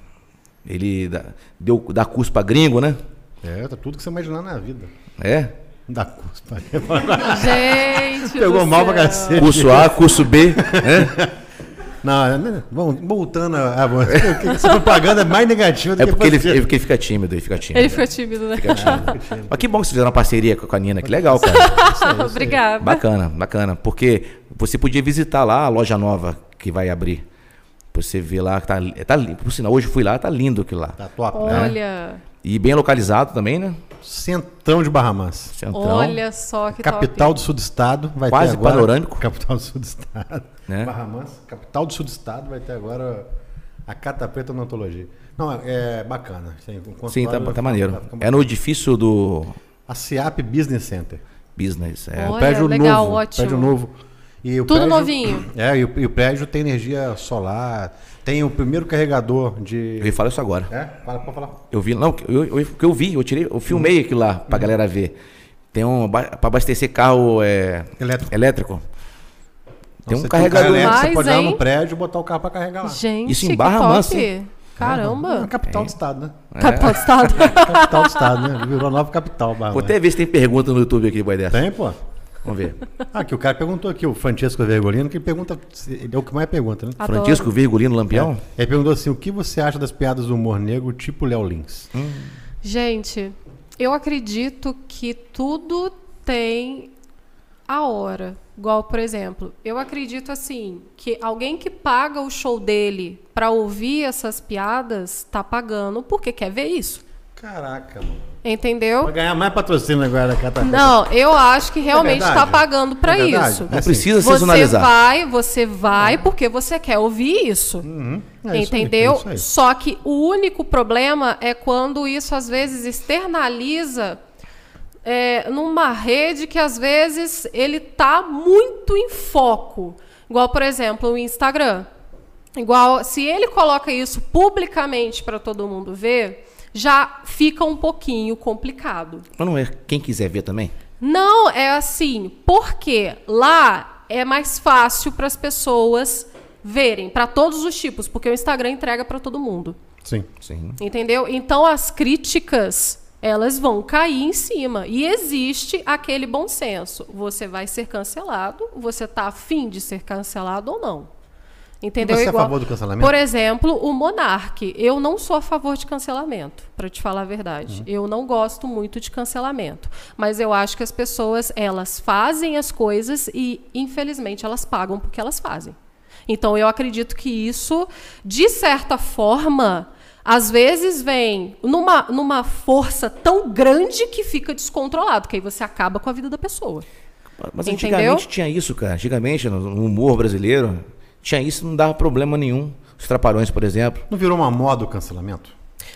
[SPEAKER 1] Ele dá, deu, dá curso pra gringo, né?
[SPEAKER 2] É, tá tudo que você imaginar na vida.
[SPEAKER 1] É?
[SPEAKER 2] Da cuspa.
[SPEAKER 3] Gente.
[SPEAKER 2] Pegou
[SPEAKER 3] do
[SPEAKER 2] mal pra
[SPEAKER 3] céu.
[SPEAKER 2] cacete.
[SPEAKER 1] Curso A, curso B, né?
[SPEAKER 2] Não, não, vamos voltando a, a que essa propaganda é mais negativa do
[SPEAKER 1] É
[SPEAKER 2] que
[SPEAKER 1] porque ele,
[SPEAKER 2] positiva.
[SPEAKER 1] é porque ele fica tímido, ele fica tímido.
[SPEAKER 3] Ele ficou tímido, né?
[SPEAKER 1] Mas que bom que vocês fizeram uma parceria com a Nina, que legal, cara.
[SPEAKER 3] Obrigada.
[SPEAKER 1] Bacana, bacana. Porque você podia visitar lá a loja nova que vai abrir. Você vê lá, que tá, tá li- por sinal, hoje eu fui lá, tá lindo aquilo lá.
[SPEAKER 2] Tá top, né?
[SPEAKER 3] Olha,
[SPEAKER 1] E bem localizado também, né?
[SPEAKER 2] Centrão de Barramãs.
[SPEAKER 1] Centrão.
[SPEAKER 3] olha só que
[SPEAKER 2] Capital
[SPEAKER 3] top.
[SPEAKER 2] do sul do estado vai
[SPEAKER 1] Quase
[SPEAKER 2] ter agora.
[SPEAKER 1] panorâmico.
[SPEAKER 2] Capital do sul do estado.
[SPEAKER 1] Né?
[SPEAKER 2] Barramãs, capital do sul do estado vai ter agora a catapeta na antologia. Não, é bacana. Sim, o consultório
[SPEAKER 1] Sim, tá, tá
[SPEAKER 2] fica-
[SPEAKER 1] maneiro.
[SPEAKER 2] fica
[SPEAKER 1] É
[SPEAKER 2] bacana.
[SPEAKER 1] no edifício do
[SPEAKER 2] A SEAP Business Center. um
[SPEAKER 1] business. É.
[SPEAKER 3] Olha,
[SPEAKER 2] prédio
[SPEAKER 3] legal,
[SPEAKER 2] novo, um
[SPEAKER 3] ótimo.
[SPEAKER 2] Prédio novo. E o
[SPEAKER 3] Tudo novinho.
[SPEAKER 2] É, e o, e o prédio tem energia solar, tem o primeiro carregador de.
[SPEAKER 1] Eu ia falar isso agora.
[SPEAKER 2] É? Fala, pode falar.
[SPEAKER 1] Eu vi, não, eu, eu, que eu vi, eu tirei, eu filmei aquilo lá pra galera ver. Tem um ba- pra abastecer carro é,
[SPEAKER 2] Elétrico.
[SPEAKER 1] elétrico. Tem
[SPEAKER 2] Então,
[SPEAKER 1] um
[SPEAKER 2] você
[SPEAKER 1] carregador.
[SPEAKER 2] carro elétrico, você
[SPEAKER 3] Mas,
[SPEAKER 2] pode ir lá
[SPEAKER 3] hein?
[SPEAKER 2] no prédio e botar o carro pra carregar lá.
[SPEAKER 3] Gente,
[SPEAKER 1] Isso em
[SPEAKER 3] que
[SPEAKER 1] Barra
[SPEAKER 3] top.
[SPEAKER 1] Mansa, hein?
[SPEAKER 2] É a
[SPEAKER 3] Caramba.
[SPEAKER 2] capital do estado, né?
[SPEAKER 3] Capital do estado.
[SPEAKER 2] Capital do estado, né? Virou a nova capital,
[SPEAKER 1] É.
[SPEAKER 2] Barra.
[SPEAKER 1] Vou até ver se tem pergunta no YouTube aqui, boy dessa.
[SPEAKER 2] Tem, pô.
[SPEAKER 1] Vamos ver.
[SPEAKER 2] Ah, que o cara perguntou aqui, o Francesco Vergolino, que ele pergunta, ele é o que mais pergunta,
[SPEAKER 1] Ah,
[SPEAKER 2] né?
[SPEAKER 3] Adoro.
[SPEAKER 1] Francisco Virgulino Lampião?
[SPEAKER 2] Ele perguntou assim, o que você acha das piadas do humor negro tipo Léo Lins?
[SPEAKER 3] Gente, eu acredito que tudo tem a hora. Igual, por exemplo, eu acredito assim que alguém que paga o show dele pra ouvir essas piadas tá pagando porque quer ver isso.
[SPEAKER 2] Caraca, mano. Vai
[SPEAKER 3] Entendeu?
[SPEAKER 2] ganhar mais patrocínio agora tá- da Catapeta.
[SPEAKER 3] Não, eu acho que realmente tá
[SPEAKER 2] verdade.
[SPEAKER 3] pagando pra
[SPEAKER 2] É verdade.
[SPEAKER 3] isso.
[SPEAKER 1] Não
[SPEAKER 2] É
[SPEAKER 1] precisa
[SPEAKER 3] Você
[SPEAKER 1] sazonalizar.
[SPEAKER 3] vai, você vai porque você quer ouvir isso.
[SPEAKER 2] É isso aí,
[SPEAKER 3] entendeu?
[SPEAKER 2] é isso aí.
[SPEAKER 3] Só que o único problema é quando isso às vezes externaliza é, numa rede que às vezes ele tá muito em foco. Igual, por exemplo, o Instagram. Igual, se ele coloca isso publicamente para todo mundo ver, já fica um pouquinho complicado.
[SPEAKER 1] Mas não é quem quiser ver também?
[SPEAKER 3] Não, é assim, porque lá é mais fácil para as pessoas verem, para todos os tipos, porque o Instagram entrega para todo mundo.
[SPEAKER 2] Sim.
[SPEAKER 1] Sim.
[SPEAKER 3] Entendeu? Então as críticas elas vão cair em cima. E existe aquele bom senso. Você vai ser cancelado, você está afim de ser cancelado ou não. Entendeu?
[SPEAKER 2] Você é a
[SPEAKER 3] Igual-
[SPEAKER 2] favor do cancelamento?
[SPEAKER 3] Por exemplo, o Monark. Eu não sou a favor de cancelamento, para te falar a
[SPEAKER 2] Uhum.
[SPEAKER 3] verdade. Eu não gosto muito de cancelamento. Mas eu acho que as pessoas, elas fazem as coisas e, infelizmente, elas pagam porque elas fazem. Então, eu acredito que isso, de certa forma, às vezes vem numa, numa força tão grande que fica descontrolado, que aí você acaba com a vida da pessoa.
[SPEAKER 1] Mas
[SPEAKER 3] Entendeu?
[SPEAKER 1] antigamente tinha isso, cara. Antigamente, no humor brasileiro, tinha isso não dava problema nenhum. Os trapalhões, por exemplo.
[SPEAKER 2] Não virou uma moda o cancelamento?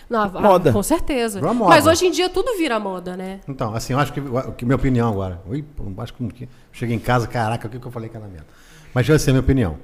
[SPEAKER 3] Na- ah,
[SPEAKER 1] Moda.
[SPEAKER 3] Com certeza.
[SPEAKER 2] Virou moda.
[SPEAKER 3] Mas hoje em dia tudo vira moda, né?
[SPEAKER 2] Então, assim, eu acho que, o que- minha opinião agora. Ui, pô, acho que, não- que cheguei em casa, caraca, o que, que eu falei canamento? Mas assim, a minha opinião.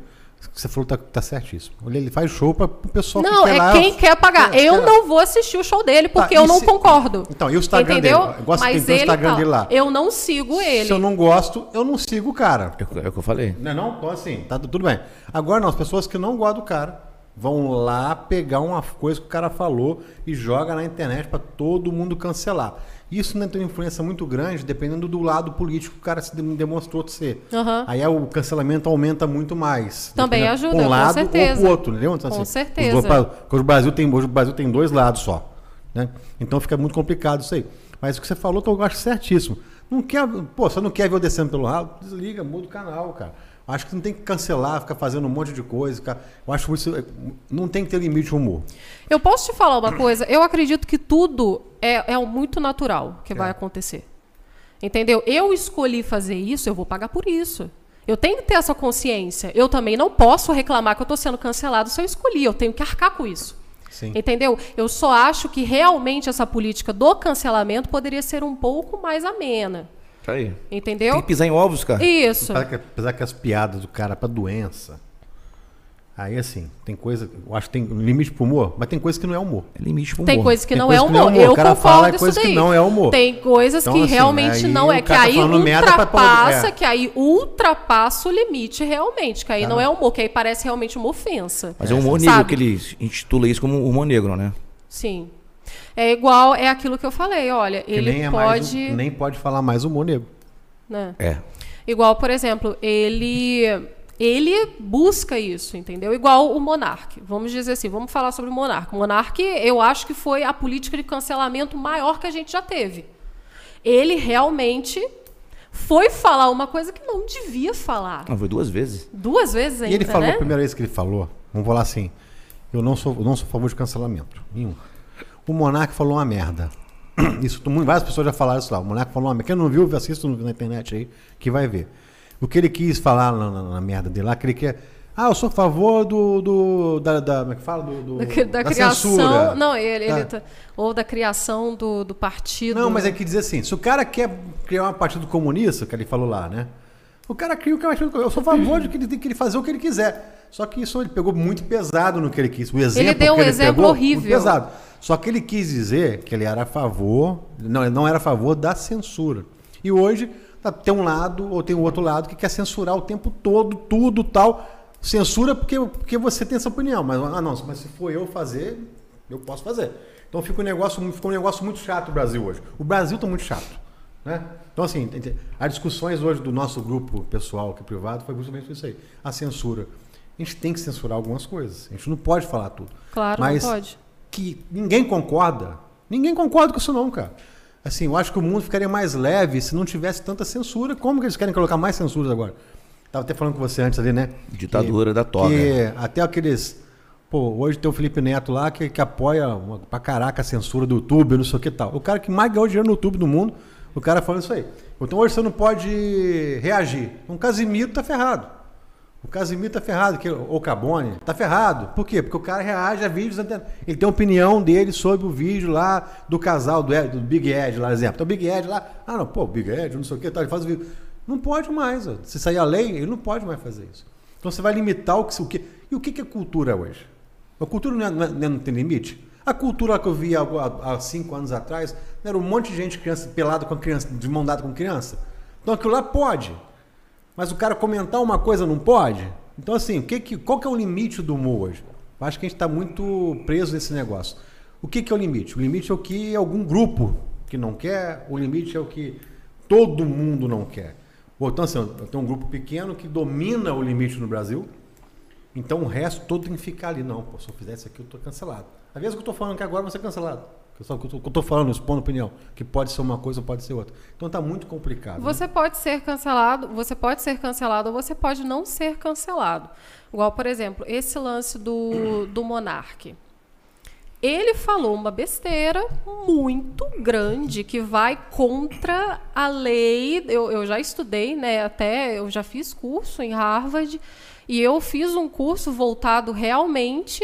[SPEAKER 2] O que você falou tá, tá certíssimo. Ele ele faz show para o pessoal
[SPEAKER 3] Não,
[SPEAKER 2] quer lá-
[SPEAKER 3] é quem quer pagar.
[SPEAKER 2] quer-
[SPEAKER 3] eu
[SPEAKER 2] quer lá.
[SPEAKER 3] não vou assistir o show dele porque
[SPEAKER 2] Tá,
[SPEAKER 3] eu
[SPEAKER 2] e
[SPEAKER 3] não
[SPEAKER 2] se-
[SPEAKER 3] concordo.
[SPEAKER 2] Então, e o Instagram dele? Eu gosto de
[SPEAKER 3] Mas
[SPEAKER 2] pintar o
[SPEAKER 3] ele
[SPEAKER 2] Instagram
[SPEAKER 3] tá-
[SPEAKER 2] dele lá.
[SPEAKER 3] Eu não sigo ele.
[SPEAKER 2] Se eu não gosto, eu não sigo o cara.
[SPEAKER 1] É o que- é o que eu falei.
[SPEAKER 2] Não é não? Então assim, tá tu- tudo bem. Agora não, as pessoas que não gostam do cara vão lá pegar uma coisa que o cara falou e joga na internet pra todo mundo cancelar. Isso não tem uma influência muito grande, dependendo do lado político que o cara se dem- demonstrou ser.
[SPEAKER 3] Aham.
[SPEAKER 2] Aí é, o cancelamento aumenta muito mais.
[SPEAKER 3] Também
[SPEAKER 2] dependendo-
[SPEAKER 3] ajuda,
[SPEAKER 2] pra um
[SPEAKER 3] com
[SPEAKER 2] lado ou
[SPEAKER 3] certeza.
[SPEAKER 2] pro outro, entendeu? Então,
[SPEAKER 3] Com
[SPEAKER 2] os
[SPEAKER 3] certeza.
[SPEAKER 2] dois pa- porque o Brasil tem hoje o Brasil tem dois lados só, né? Então fica muito complicado isso aí. Mas o que você falou, eu acho certíssimo. Não quer, pô, você não quer ver o descendo pelo ralo? Desliga, muda o canal, cara. Acho que não tem que cancelar, ficar fazendo um monte de coisa, cara. Eu acho que isso é- não tem que ter limite de humor.
[SPEAKER 3] Eu posso te falar uma coisa? Eu acredito que tudo é, é muito natural que
[SPEAKER 2] É.
[SPEAKER 3] vai acontecer. Entendeu? Eu escolhi fazer isso, eu vou pagar por isso. Eu tenho que ter essa consciência. Eu também não posso reclamar que eu estou sendo cancelado se eu escolhi. Eu tenho que arcar com isso.
[SPEAKER 2] Sim.
[SPEAKER 3] Entendeu? Eu só acho que realmente essa política do cancelamento poderia ser um pouco mais amena.
[SPEAKER 1] Tá aí.
[SPEAKER 3] Entendeu?
[SPEAKER 1] Tem que pisar em ovos, cara.
[SPEAKER 3] Isso.
[SPEAKER 2] Apesar que, apesar que as piadas do cara é pra doença. Aí assim, tem coisa, eu acho que tem limite pro humor, mas tem coisa que não é humor.
[SPEAKER 1] É limite pro humor.
[SPEAKER 3] Tem coisa que
[SPEAKER 2] Tem
[SPEAKER 3] não é
[SPEAKER 2] coisa que
[SPEAKER 3] humor.
[SPEAKER 2] não é humor.
[SPEAKER 3] Eu
[SPEAKER 2] O cara
[SPEAKER 3] concordo
[SPEAKER 2] fala
[SPEAKER 3] isso
[SPEAKER 2] coisa que
[SPEAKER 3] daí.
[SPEAKER 2] não é humor.
[SPEAKER 3] Tem coisas
[SPEAKER 2] Então,
[SPEAKER 3] que
[SPEAKER 2] assim,
[SPEAKER 3] realmente
[SPEAKER 2] aí
[SPEAKER 3] não é.
[SPEAKER 2] o
[SPEAKER 3] Que
[SPEAKER 2] cara tá
[SPEAKER 3] aí
[SPEAKER 2] falando merda pra poder-
[SPEAKER 3] ultrapassa,
[SPEAKER 2] é. Tá.
[SPEAKER 3] que aí ultrapassa o limite realmente. Que aí não é humor, que aí parece realmente uma ofensa.
[SPEAKER 1] Mas é um humor
[SPEAKER 3] sabe?
[SPEAKER 1] negro que eles intitula isso como humor negro, né?
[SPEAKER 3] Sim. É igual, é aquilo que eu falei, olha,
[SPEAKER 2] que
[SPEAKER 3] ele
[SPEAKER 2] nem, é mais,
[SPEAKER 3] pode.
[SPEAKER 2] um- nem pode falar mais humor negro.
[SPEAKER 3] né?
[SPEAKER 1] É.
[SPEAKER 3] Igual, por exemplo, ele ele busca isso, entendeu? Igual o Monark. Vamos dizer assim, vamos falar sobre o Monark. O Monark, eu acho que foi a política de cancelamento maior que a gente já teve. Ele realmente foi falar uma coisa que não devia falar.
[SPEAKER 1] Não, foi duas vezes.
[SPEAKER 3] Duas vezes ainda,
[SPEAKER 2] E ele falou,
[SPEAKER 3] né?
[SPEAKER 2] a primeira vez que ele falou, vamos falar assim, eu não sou, eu não sou a favor de cancelamento, nenhum. O Monark falou uma merda. Isso, tu- várias pessoas já falaram isso lá. O Monark falou uma merda. Quem não viu, assista no- na internet aí, que vai ver. O que ele quis falar na, na- na merda dele lá, que ele quer... Ah, eu sou a favor do... do da, da- como é que fala? Do, do-
[SPEAKER 3] Da, cri- da criação.
[SPEAKER 2] censura.
[SPEAKER 3] Não, ele, ele
[SPEAKER 2] Tá.
[SPEAKER 3] tá- ou da criação do, do partido.
[SPEAKER 2] Não, mas é que dizer assim, se o cara quer criar um partido comunista, que ele falou lá, né? O cara cria o que partido comunista. Eu sou a favor de que ele tem que ele fazer o que ele quiser. Só que isso ele pegou muito pesado no que ele quis. O exemplo
[SPEAKER 3] deu um
[SPEAKER 2] que ele
[SPEAKER 3] exemplo
[SPEAKER 2] pegou,
[SPEAKER 3] horrível.
[SPEAKER 2] Muito pesado. Só que ele quis dizer que ele era a favor, não, ele não era a favor da censura. E hoje tá- tem um lado ou tem o outro lado que quer censurar o tempo todo, tudo tal. Censura porque, porque você tem essa opinião. Mas, ah, não, mas se for eu fazer, eu posso fazer. Então fica um negócio, ficou um negócio muito chato o Brasil hoje. O Brasil tá muito chato. Né? Então, assim, tem- tem- as discussões hoje do nosso grupo pessoal, que é privado, foi justamente isso aí. A censura. A gente tem que censurar algumas coisas. A gente não pode falar tudo.
[SPEAKER 3] Claro, não
[SPEAKER 2] mas
[SPEAKER 3] pode.
[SPEAKER 2] que ninguém concorda. Ninguém concorda com isso não, cara. Assim, eu acho que o mundo ficaria mais leve se não tivesse tanta censura. Como que eles querem colocar mais censuras agora? Tava até falando com você antes ali, né?
[SPEAKER 1] Ditadura da toga.
[SPEAKER 2] Que até aqueles... Pô, hoje tem o Felipe Neto lá que, que apoia uma, pra caraca a censura do YouTube, não sei o que e tal. O cara que mais ganhou dinheiro no YouTube do mundo, o cara falando isso aí. Então hoje você não pode reagir. Um Casimiro tá ferrado. O Casimiro tá ferrado, que, ou o Cabone, tá ferrado. Por quê? Porque o cara reage a vídeos. ante- Ele tem a opinião dele sobre o vídeo lá do casal do, Ed- do Big Ed, lá, exemplo. Então, o Big Ed lá, ah, não, pô, Big Ed, não sei o que, tal, ele faz o vídeo. Não pode mais, ó. se sair a lei, ele não pode mais fazer isso. Então você vai limitar o que. se- O que e o que, que é cultura hoje? A cultura não, é- não, é- não tem limite? A cultura que eu vi há, há- há cinco anos atrás, não era um monte de gente criança, pelada com criança, de mão dada com criança. Então aquilo lá pode. Mas o cara comentar uma coisa não pode? Então, assim, o que que, qual que é o limite do humor hoje? Eu acho que a gente está muito preso nesse negócio. O que, que é o limite? O limite é o que algum grupo que não quer, o limite é o que todo mundo não quer. Ou então, assim, tem um grupo pequeno que domina o limite no Brasil, então o resto todo tem que ficar ali. Não, pô, se eu fizer isso aqui, eu tô cancelado. Às vezes o que eu tô falando aqui agora vai ser cancelado. Eu só que eu tô, que eu tô falando, expondo opinião, que pode ser uma coisa, pode ser outra. Então tá muito complicado. né?
[SPEAKER 3] Você pode ser cancelado, você pode ser cancelado ou você pode não ser cancelado. Igual, por exemplo, esse lance do, do Monark. Ele falou uma besteira muito grande que vai contra a lei. Eu, eu já estudei, né? Até eu já fiz curso em Harvard e eu fiz um curso voltado realmente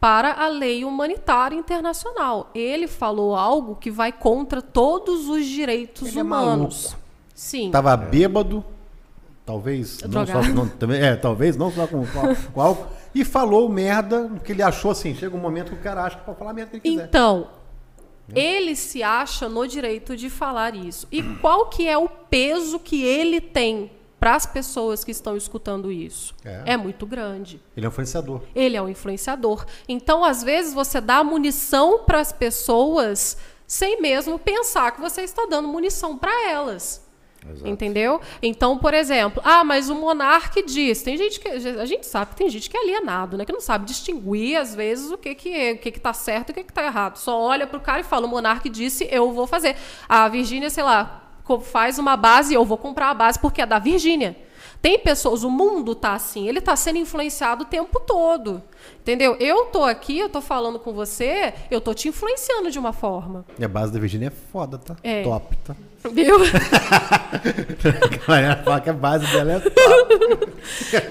[SPEAKER 3] para a lei humanitária internacional. Ele falou algo que vai contra todos os direitos
[SPEAKER 2] Ele é
[SPEAKER 3] humanos.
[SPEAKER 2] maluco.
[SPEAKER 3] Sim.
[SPEAKER 2] Tava bêbado, talvez não só,
[SPEAKER 3] Tá Drogado.
[SPEAKER 2] não, também, é, talvez não só com, com- com álcool, e falou merda, porque ele achou assim, chega um momento que o cara acha que pode falar merda que ele quiser.
[SPEAKER 3] Então, ele se acha no direito de falar isso. E
[SPEAKER 2] Hum.
[SPEAKER 3] qual que é o peso que ele tem para as pessoas que estão escutando isso?
[SPEAKER 2] É.
[SPEAKER 3] é muito grande.
[SPEAKER 2] Ele é um influenciador.
[SPEAKER 3] Ele é um influenciador. Então, às vezes, você dá munição para as pessoas sem mesmo pensar que você está dando munição para elas. Entendeu? Então, por exemplo, ah, mas o monarca diz, tem gente que a gente sabe que tem gente que é alienado, né, que não sabe distinguir às vezes o que que é, o que que tá certo e o que que tá errado. Só olha pro cara e fala, o monarca disse, eu vou fazer. A Virgínia, sei lá, co- faz uma base, eu vou comprar a base porque é da Virgínia. Tem pessoas, o mundo tá assim, ele tá sendo influenciado o tempo todo. Entendeu? Eu tô aqui, eu tô falando com você, eu tô te influenciando de uma forma.
[SPEAKER 2] E a base da Virgínia é foda, tá?
[SPEAKER 3] É.
[SPEAKER 2] Top, tá?
[SPEAKER 3] Viu?
[SPEAKER 2] A galera fala que a base dela é top.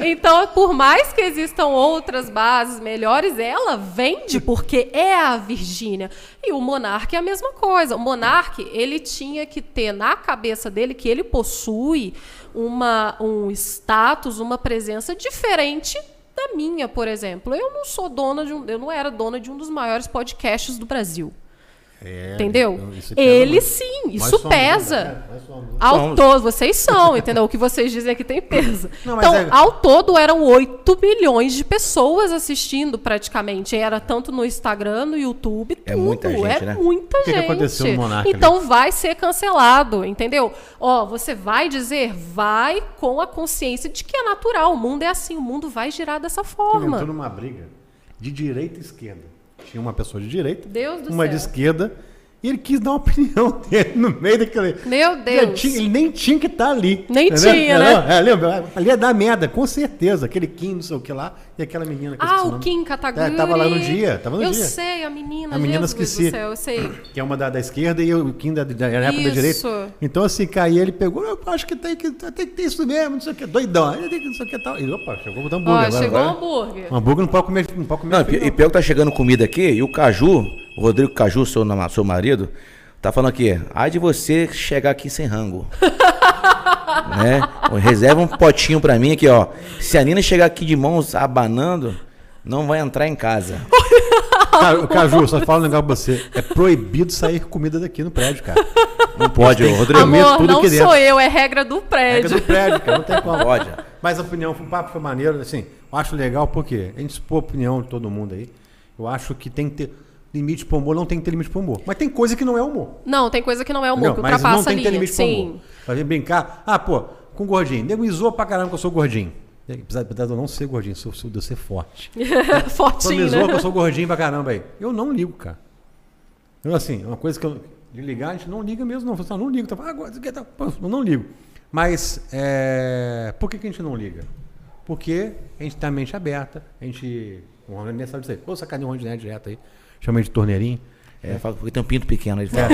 [SPEAKER 3] Então, por mais que existam outras bases melhores, ela vende porque é a Virgínia. E o Monark é a mesma coisa. O Monark, ele tinha que ter na cabeça dele que ele possui uma, um status, uma presença diferente da minha, por exemplo. Eu não sou dona de um, eu não era dona de um dos maiores podcasts do Brasil.
[SPEAKER 2] É,
[SPEAKER 3] Entendeu?
[SPEAKER 2] então isso pesa
[SPEAKER 3] Ele
[SPEAKER 2] muito.
[SPEAKER 3] sim,
[SPEAKER 2] Nós
[SPEAKER 3] isso
[SPEAKER 2] somos,
[SPEAKER 3] pesa.
[SPEAKER 2] né? Nós somos, né?
[SPEAKER 1] Somos.
[SPEAKER 3] Ao todo, vocês são, entendeu? O que vocês dizem aqui tem peso.
[SPEAKER 2] Não, mas
[SPEAKER 3] então,
[SPEAKER 2] é-
[SPEAKER 3] ao todo eram 8 milhões de pessoas assistindo praticamente. Era tanto no Instagram, no YouTube, tudo.
[SPEAKER 1] É muita gente,
[SPEAKER 3] é
[SPEAKER 1] né?
[SPEAKER 3] muita
[SPEAKER 2] O que que
[SPEAKER 3] gente.
[SPEAKER 2] aconteceu no Monarca,
[SPEAKER 3] então vai ser cancelado, entendeu? Ó, você vai dizer, vai com a consciência de que é natural, o mundo é assim, o mundo vai girar dessa
[SPEAKER 2] Ele entrou
[SPEAKER 3] forma.
[SPEAKER 2] numa briga de direita e esquerda. Tinha uma pessoa de direita,
[SPEAKER 3] Deus do
[SPEAKER 2] uma
[SPEAKER 3] céu.
[SPEAKER 2] de esquerda, e ele quis dar uma opinião dele no meio daquele.
[SPEAKER 3] Meu
[SPEAKER 2] Ele
[SPEAKER 3] Deus.
[SPEAKER 2] tinha- ele nem tinha que estar ali.
[SPEAKER 3] Nem
[SPEAKER 2] Entendeu?
[SPEAKER 3] tinha,
[SPEAKER 2] Não,
[SPEAKER 3] né?
[SPEAKER 2] é, lembra? Ali ia dar merda, com certeza. Aquele Kim, não sei o que lá, e aquela menina que eu
[SPEAKER 3] Ah,
[SPEAKER 2] esqueci
[SPEAKER 3] o
[SPEAKER 2] nome,
[SPEAKER 3] Kim Kataguiri.
[SPEAKER 2] É, tava lá no dia, tava no
[SPEAKER 3] eu
[SPEAKER 2] dia.
[SPEAKER 3] Eu sei, a menina,
[SPEAKER 2] A menina
[SPEAKER 3] Jesus
[SPEAKER 2] esqueci.
[SPEAKER 3] do céu, eu sei.
[SPEAKER 2] que é uma da, da esquerda e o Kim da, da, era época da
[SPEAKER 3] Isso.
[SPEAKER 2] direita. Então, assim, cara, e ele pegou, eu acho que tem que, tem que ter isso mesmo, não sei o que, doidão. Ele tem que não sei o que tal. E, opa, chegou o hambúrguer
[SPEAKER 3] Ó,
[SPEAKER 2] agora.
[SPEAKER 3] chegou um o
[SPEAKER 2] agora.
[SPEAKER 3] hambúrguer.
[SPEAKER 2] O hambúrguer não pode comer, não pode comer.
[SPEAKER 1] Não, e
[SPEAKER 2] frio,
[SPEAKER 1] pi- e pior que tá chegando comida aqui, e o Caju, o Rodrigo Caju, seu, nama- seu marido, tá falando aqui, ai de você chegar aqui sem rango. né? Reserva um potinho pra mim aqui, ó. Se a Nina chegar aqui de mãos abanando, não vai entrar em casa.
[SPEAKER 2] Ca- Caju, só fala um negócio pra você. É proibido sair comida daqui no prédio, cara.
[SPEAKER 1] Não pode, ô, Rodrigo.
[SPEAKER 2] Amor.
[SPEAKER 3] Amor,
[SPEAKER 2] tudo
[SPEAKER 3] não
[SPEAKER 2] aqui dentro.
[SPEAKER 3] sou eu, é regra do
[SPEAKER 2] Regra
[SPEAKER 3] prédio.
[SPEAKER 2] do prédio, cara. Não tem como.
[SPEAKER 1] Pode.
[SPEAKER 2] Mas a opinião, o papo foi maneiro, assim, eu acho legal porque a gente expôs a opinião de todo mundo aí. Eu acho que tem que ter limite pro humor, não tem que ter limite pro humor. Mas tem coisa que não é humor.
[SPEAKER 3] Não, tem coisa que não é humor, que
[SPEAKER 2] Entendeu? Mas
[SPEAKER 3] ultrapassa
[SPEAKER 2] não tem
[SPEAKER 3] a
[SPEAKER 2] que ter
[SPEAKER 3] linha.
[SPEAKER 2] limite pro humor.
[SPEAKER 3] Sim.
[SPEAKER 2] Pra vir brincar, ah, pô, com gordinho. Nego me zoa pra caramba que eu sou gordinho. Apesar apesar de eu não ser gordinho, sou, sou de eu ser forte. Só me
[SPEAKER 3] Fortinho,
[SPEAKER 2] zoa que eu
[SPEAKER 3] né?
[SPEAKER 2] sou gordinho pra caramba aí. Eu não ligo, cara. Eu, assim, é uma coisa que eu. De ligar, a gente não liga mesmo, não. Você fala, não ligo. Tá, ah, agora, isso aqui tá- pô, eu não ligo. Mas, é, por que, que a gente não liga? Porque a gente tem a mente aberta, a gente. um O Ronald Nerd sabe disso aí. Pô, sacaneou o Ronald Nerd direto aí. Chama ele de torneirinho.
[SPEAKER 1] É, fala, porque tem um pinto pequeno. Ele fala.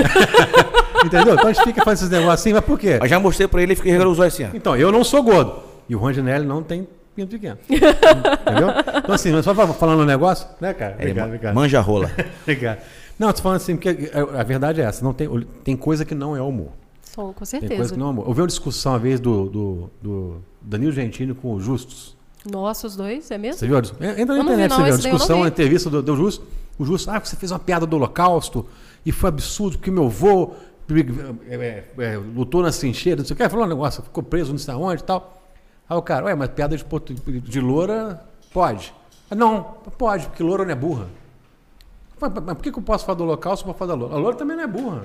[SPEAKER 2] Entendeu? Então a gente fica fazendo esses negócios assim, mas por quê?
[SPEAKER 1] Eu já mostrei pra ele, ele fica regalando os olhos assim, ó.
[SPEAKER 2] Então, eu não sou gordo. E o Rondinelli não tem pinto pequeno. Entendeu? Então, assim, mas só fa- falando um negócio, né, cara?
[SPEAKER 1] É,
[SPEAKER 2] Obrigado,
[SPEAKER 1] ma-
[SPEAKER 2] obrigado.
[SPEAKER 1] manja rola.
[SPEAKER 2] Obrigado. Não, tô falando assim, porque a a verdade é essa. Não tem, tem coisa que não é humor.
[SPEAKER 3] Som, com
[SPEAKER 2] Tem coisa
[SPEAKER 3] certeza.
[SPEAKER 2] que não é humor. Houve uma discussão uma vez do, do, do Danilo Gentili com o Justus.
[SPEAKER 3] Nossa, os dois, é mesmo?
[SPEAKER 2] Você viu? a dis- Entra na
[SPEAKER 3] Eu não vi,
[SPEAKER 2] internet,
[SPEAKER 3] não,
[SPEAKER 2] você viu a
[SPEAKER 3] esse daí eu não
[SPEAKER 2] discussão,
[SPEAKER 3] vi.
[SPEAKER 2] a entrevista do, do Justo. O Justo, ah, você fez uma piada do Holocausto e foi absurdo, porque meu avô é, é, é, lutou nas trincheiras, não sei o que, falou um negócio, ficou preso não sei aonde e tal. Aí o cara, ué, mas piada de, portu- de loura pode. "Ah, Não, pode, porque loura não é burra. Mas, mas- mas por que, que eu posso falar do Holocausto para falar da loura? A loura também não é burra.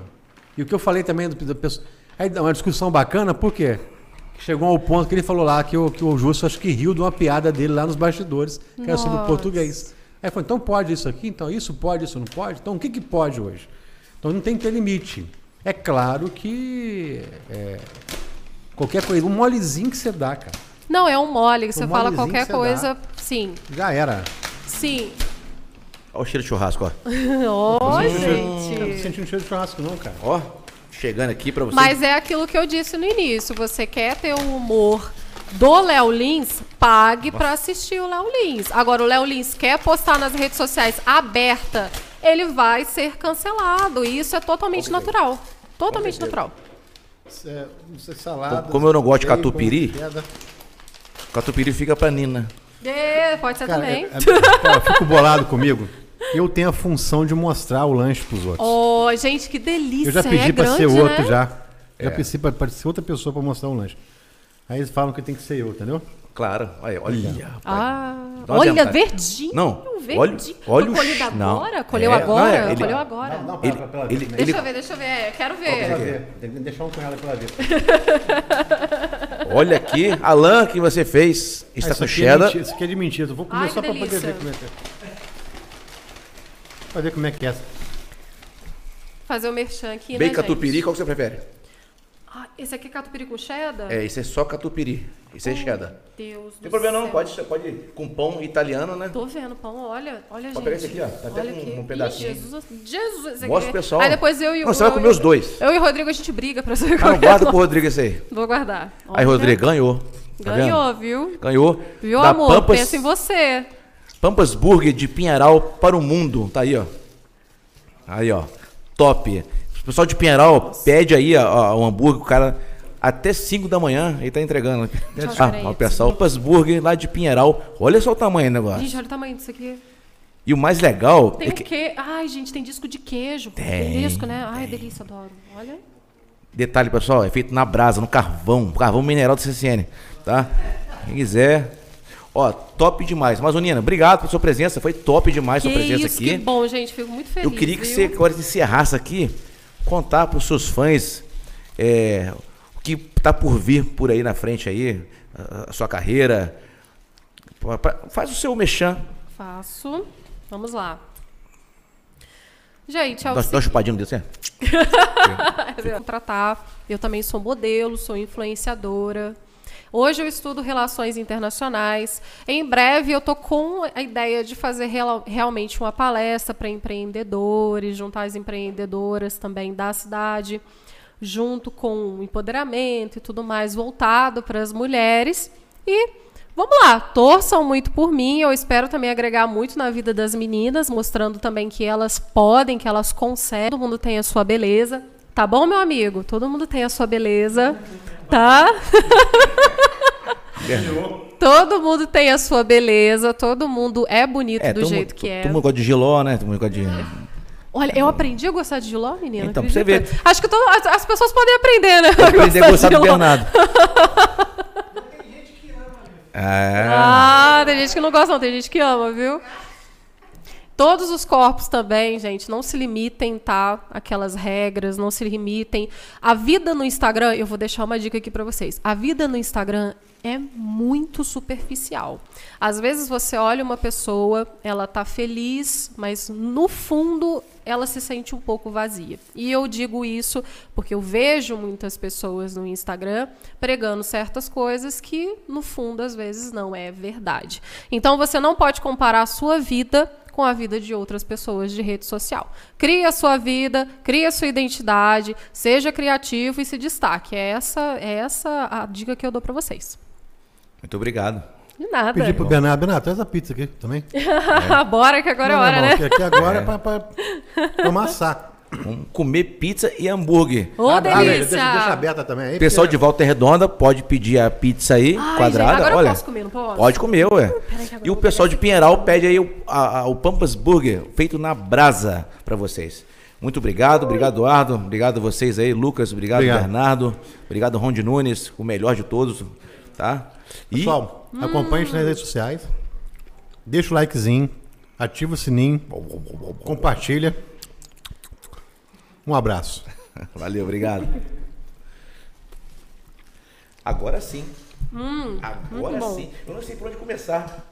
[SPEAKER 2] E o que eu falei também do, da pessoa. Aí dá uma discussão bacana, por quê? Chegou ao ponto que ele falou lá que o, que o Justo acho que riu de uma piada dele lá nos bastidores, que era sobre o
[SPEAKER 3] Nossa.
[SPEAKER 2] português. Aí falou, então pode isso aqui, então isso pode, isso não pode? Então o que, que pode hoje? Então não tem que ter limite. É claro que é, qualquer coisa, um molezinho que você dá, cara,
[SPEAKER 3] Não, é um mole, que
[SPEAKER 2] Um
[SPEAKER 3] você fala
[SPEAKER 2] molezinho
[SPEAKER 3] qualquer
[SPEAKER 2] que você
[SPEAKER 3] coisa. Sim,
[SPEAKER 2] já era.
[SPEAKER 3] sim.
[SPEAKER 1] Olha o cheiro de churrasco, ó.
[SPEAKER 3] Ó,
[SPEAKER 2] Eu não tô
[SPEAKER 3] gente.
[SPEAKER 2] sentindo cheiro de churrasco não, cara.
[SPEAKER 1] Ó, chegando aqui pra você.
[SPEAKER 3] Mas é aquilo que eu disse no início. Você quer ter o humor do Léo Lins, pague pra assistir o Léo Lins. Agora, o Léo Lins quer postar nas redes sociais aberta, ele vai ser cancelado. E isso é totalmente natural. Totalmente natural.
[SPEAKER 2] É, não sei, salada, é
[SPEAKER 1] Como eu não gosto de
[SPEAKER 2] bacon,
[SPEAKER 1] catupiry,
[SPEAKER 2] pedra.
[SPEAKER 1] Catupiry fica pra Nina.
[SPEAKER 3] É, pode ser
[SPEAKER 2] Cara,
[SPEAKER 3] também.
[SPEAKER 2] é- é- cara, eu fico bolado comigo. Eu tenho a função de mostrar o lanche pros outros.
[SPEAKER 3] Ó, gente, que delícia.
[SPEAKER 2] eu já pedi
[SPEAKER 3] é
[SPEAKER 2] pra
[SPEAKER 3] grande,
[SPEAKER 2] ser outro
[SPEAKER 3] né?
[SPEAKER 2] já. Já pedi pra, pra ser outra pessoa pra mostrar o lanche. Aí eles falam que tem que ser eu, entendeu?
[SPEAKER 1] Claro. Aí, olha, rapaz.
[SPEAKER 3] Ah,
[SPEAKER 1] Dá uma
[SPEAKER 3] olha,
[SPEAKER 1] adiantada.
[SPEAKER 3] verdinho.
[SPEAKER 1] Não,
[SPEAKER 3] verdinho.
[SPEAKER 1] olha- olha o
[SPEAKER 3] Foi colhido
[SPEAKER 1] ch- não.
[SPEAKER 3] agora? Colheu
[SPEAKER 1] É,
[SPEAKER 3] agora?
[SPEAKER 1] não, é, ele-
[SPEAKER 3] Colheu agora.
[SPEAKER 1] Ele, ele,
[SPEAKER 3] Deixa
[SPEAKER 1] ele-
[SPEAKER 3] eu ver, deixa eu ver. É, Quero ver.
[SPEAKER 2] Tem que deixar um punhado pra ela ver.
[SPEAKER 1] olha aqui, a lã que você fez está com tá cheddar.
[SPEAKER 2] isso aqui é de mentira. Eu vou comer
[SPEAKER 3] Ai,
[SPEAKER 2] só
[SPEAKER 3] que
[SPEAKER 2] pra poder
[SPEAKER 3] delícia.
[SPEAKER 2] ver como é que é. Pra ver como é que é essa.
[SPEAKER 3] Tá Fazer o merchan aqui,
[SPEAKER 1] Bem
[SPEAKER 3] né,
[SPEAKER 1] catupiry,
[SPEAKER 3] gente?
[SPEAKER 1] qual que você prefere?
[SPEAKER 3] Ah, esse aqui é catupiry com cheddar?
[SPEAKER 1] É, isso é só catupiry. Isso é cheddar. Não
[SPEAKER 3] Deus do
[SPEAKER 1] tem problema não,
[SPEAKER 3] céu.
[SPEAKER 1] pode, pode ir com pão italiano, né?
[SPEAKER 3] Tô vendo, pão, olha, olha,
[SPEAKER 1] Pode
[SPEAKER 3] gente.
[SPEAKER 1] pegar esse aqui, ó. Tá até
[SPEAKER 3] olha
[SPEAKER 1] com
[SPEAKER 3] aqui.
[SPEAKER 1] um pedacinho.
[SPEAKER 3] Ih, Jesus, Jesus. esse aqui
[SPEAKER 1] Mostra
[SPEAKER 3] é-
[SPEAKER 1] o pessoal.
[SPEAKER 3] Aí depois eu e o...
[SPEAKER 1] Não, você vai
[SPEAKER 3] eu
[SPEAKER 1] comer
[SPEAKER 3] e-
[SPEAKER 1] os dois.
[SPEAKER 3] Eu e o Rodrigo, a gente briga pra saber
[SPEAKER 1] Ah,
[SPEAKER 3] qual
[SPEAKER 1] não,
[SPEAKER 3] que é.
[SPEAKER 1] guarda pro Rodrigo esse aí.
[SPEAKER 3] Vou guardar.
[SPEAKER 1] Aí,
[SPEAKER 3] Olha.
[SPEAKER 1] Rodrigo, ganhou. Tá vendo?
[SPEAKER 3] Ganhou, viu?
[SPEAKER 1] Ganhou.
[SPEAKER 3] Viu,
[SPEAKER 1] da
[SPEAKER 3] amor?
[SPEAKER 1] Pampas,
[SPEAKER 3] Pensa em você.
[SPEAKER 1] Pampas Burger de Pinheiral para o mundo. Tá aí, ó. Aí, ó. Top. O pessoal de Pinheiral pede aí ó, ó, o hambúrguer, o cara, até 5 da manhã, ele tá entregando.
[SPEAKER 3] Deixa eu
[SPEAKER 1] Ah,
[SPEAKER 3] ver
[SPEAKER 1] ó,
[SPEAKER 3] aí.
[SPEAKER 1] o pessoal, Pampas Burger lá de Pinheiral. Olha só o tamanho do negócio.
[SPEAKER 3] Gente, olha o tamanho disso aqui.
[SPEAKER 1] E o mais legal
[SPEAKER 3] Tem
[SPEAKER 1] Ah. é
[SPEAKER 3] o
[SPEAKER 1] que,
[SPEAKER 3] que... Ai, gente, tem disco de queijo. Tem.
[SPEAKER 1] Tem,
[SPEAKER 3] disco, né? Ai, delícia, adoro. Olha.
[SPEAKER 1] detalhe, pessoal, é feito na brasa, no carvão, carvão mineral do CCN, tá? Quem quiser. Ó, top demais. Mas, ô, Nina, obrigado pela sua presença. Foi top demais sua
[SPEAKER 3] que
[SPEAKER 1] presença
[SPEAKER 3] isso,
[SPEAKER 1] aqui.
[SPEAKER 3] que bom, gente. Fico muito feliz.
[SPEAKER 1] Eu queria que
[SPEAKER 3] viu?
[SPEAKER 1] você agora encerrasse aqui, contar para os seus fãs é, o que tá por vir por aí na frente aí, a, a sua carreira. Pra- pra- faz o seu mexã.
[SPEAKER 3] Faço. Vamos lá. Gente,
[SPEAKER 1] Dá,
[SPEAKER 3] é o
[SPEAKER 1] dá uma
[SPEAKER 3] seguinte,
[SPEAKER 1] chupadinha no dedo, assim.
[SPEAKER 3] eu contratar. Eu também sou modelo, sou influenciadora. Hoje eu estudo relações internacionais. Em breve eu tô com a ideia de fazer real- realmente uma palestra para empreendedores, juntar as empreendedoras também da cidade, junto com o empoderamento e tudo mais voltado para as mulheres. E Vamos lá, torçam muito por mim. Eu espero também agregar muito na vida das meninas, mostrando também que elas podem, que elas conseguem. Todo mundo tem a sua beleza. Tá bom, meu amigo? Todo mundo tem a sua beleza, tá? todo mundo tem a sua beleza, todo mundo é bonito do
[SPEAKER 1] todo
[SPEAKER 3] jeito
[SPEAKER 1] mundo-
[SPEAKER 3] que é.
[SPEAKER 1] Todo mundo gosta de giló, né? Todo mundo gosta de.
[SPEAKER 3] Olha, eu aprendi a gostar de giló, menina.
[SPEAKER 1] Então, pra
[SPEAKER 3] acredita?
[SPEAKER 1] você ver.
[SPEAKER 3] Acho que todo- as, as pessoas podem aprender, né?
[SPEAKER 1] Aprender a gostar
[SPEAKER 3] de
[SPEAKER 1] do
[SPEAKER 3] giló.
[SPEAKER 1] Bernardo. É.
[SPEAKER 3] Ah, tem gente que não gosta, não, tem gente que ama, viu? Todos os corpos também, gente, não se limitem, tá? Aquelas regras, não se limitem. A vida no Instagram, eu vou deixar uma dica aqui pra vocês. A vida no Instagram é muito superficial. Às vezes você olha uma pessoa, ela tá feliz, mas no fundo ela se sente um pouco vazia. E eu digo isso porque eu vejo muitas pessoas no Instagram pregando certas coisas que no fundo às vezes não é verdade. Então você não pode comparar a sua vida com a vida de outras pessoas de rede social. Crie a sua vida, crie a sua identidade, seja criativo e se destaque. É essa, é essa a dica que eu dou para vocês.
[SPEAKER 1] Muito obrigado.
[SPEAKER 3] De nada.
[SPEAKER 2] Pedi pro Bernardo, Bernardo, traz a pizza aqui também.
[SPEAKER 3] Bora que agora
[SPEAKER 2] Não,
[SPEAKER 3] é
[SPEAKER 2] não,
[SPEAKER 3] hora, né?
[SPEAKER 2] porque Aqui agora é pra, pra, pra amassar.
[SPEAKER 1] Vamos comer pizza e hambúrguer.
[SPEAKER 3] Ô,
[SPEAKER 2] Ah, velho,
[SPEAKER 3] delícia!
[SPEAKER 2] deixa, deixa aberta também. Aí,
[SPEAKER 1] Pessoal de
[SPEAKER 2] porque-
[SPEAKER 1] Volta Redonda pode pedir a pizza aí,
[SPEAKER 3] Ai,
[SPEAKER 1] quadrada.
[SPEAKER 3] gente, agora eu
[SPEAKER 1] Olha,
[SPEAKER 3] posso comer, não posso?
[SPEAKER 1] Pode comer, ué.
[SPEAKER 3] peraí que
[SPEAKER 1] E
[SPEAKER 3] agora eu
[SPEAKER 1] o
[SPEAKER 3] vou
[SPEAKER 1] pessoal de Pinheiral pede aí o, a- a- o Pampas Burger, feito na brasa, pra vocês. Muito obrigado, obrigado, Eduardo. Obrigado a vocês aí, Lucas. Obrigado,
[SPEAKER 2] Obrigado.
[SPEAKER 1] Bernardo. Obrigado, Rondi Nunes, o melhor de todos, tá? E
[SPEAKER 2] Pessoal, acompanhe nas redes sociais. Deixa o likezinho. Ativa o sininho. Compartilha. Um abraço.
[SPEAKER 1] Valeu, obrigado. Agora sim. Agora
[SPEAKER 3] muito bom. Hum,
[SPEAKER 1] sim. Eu não sei por onde começar.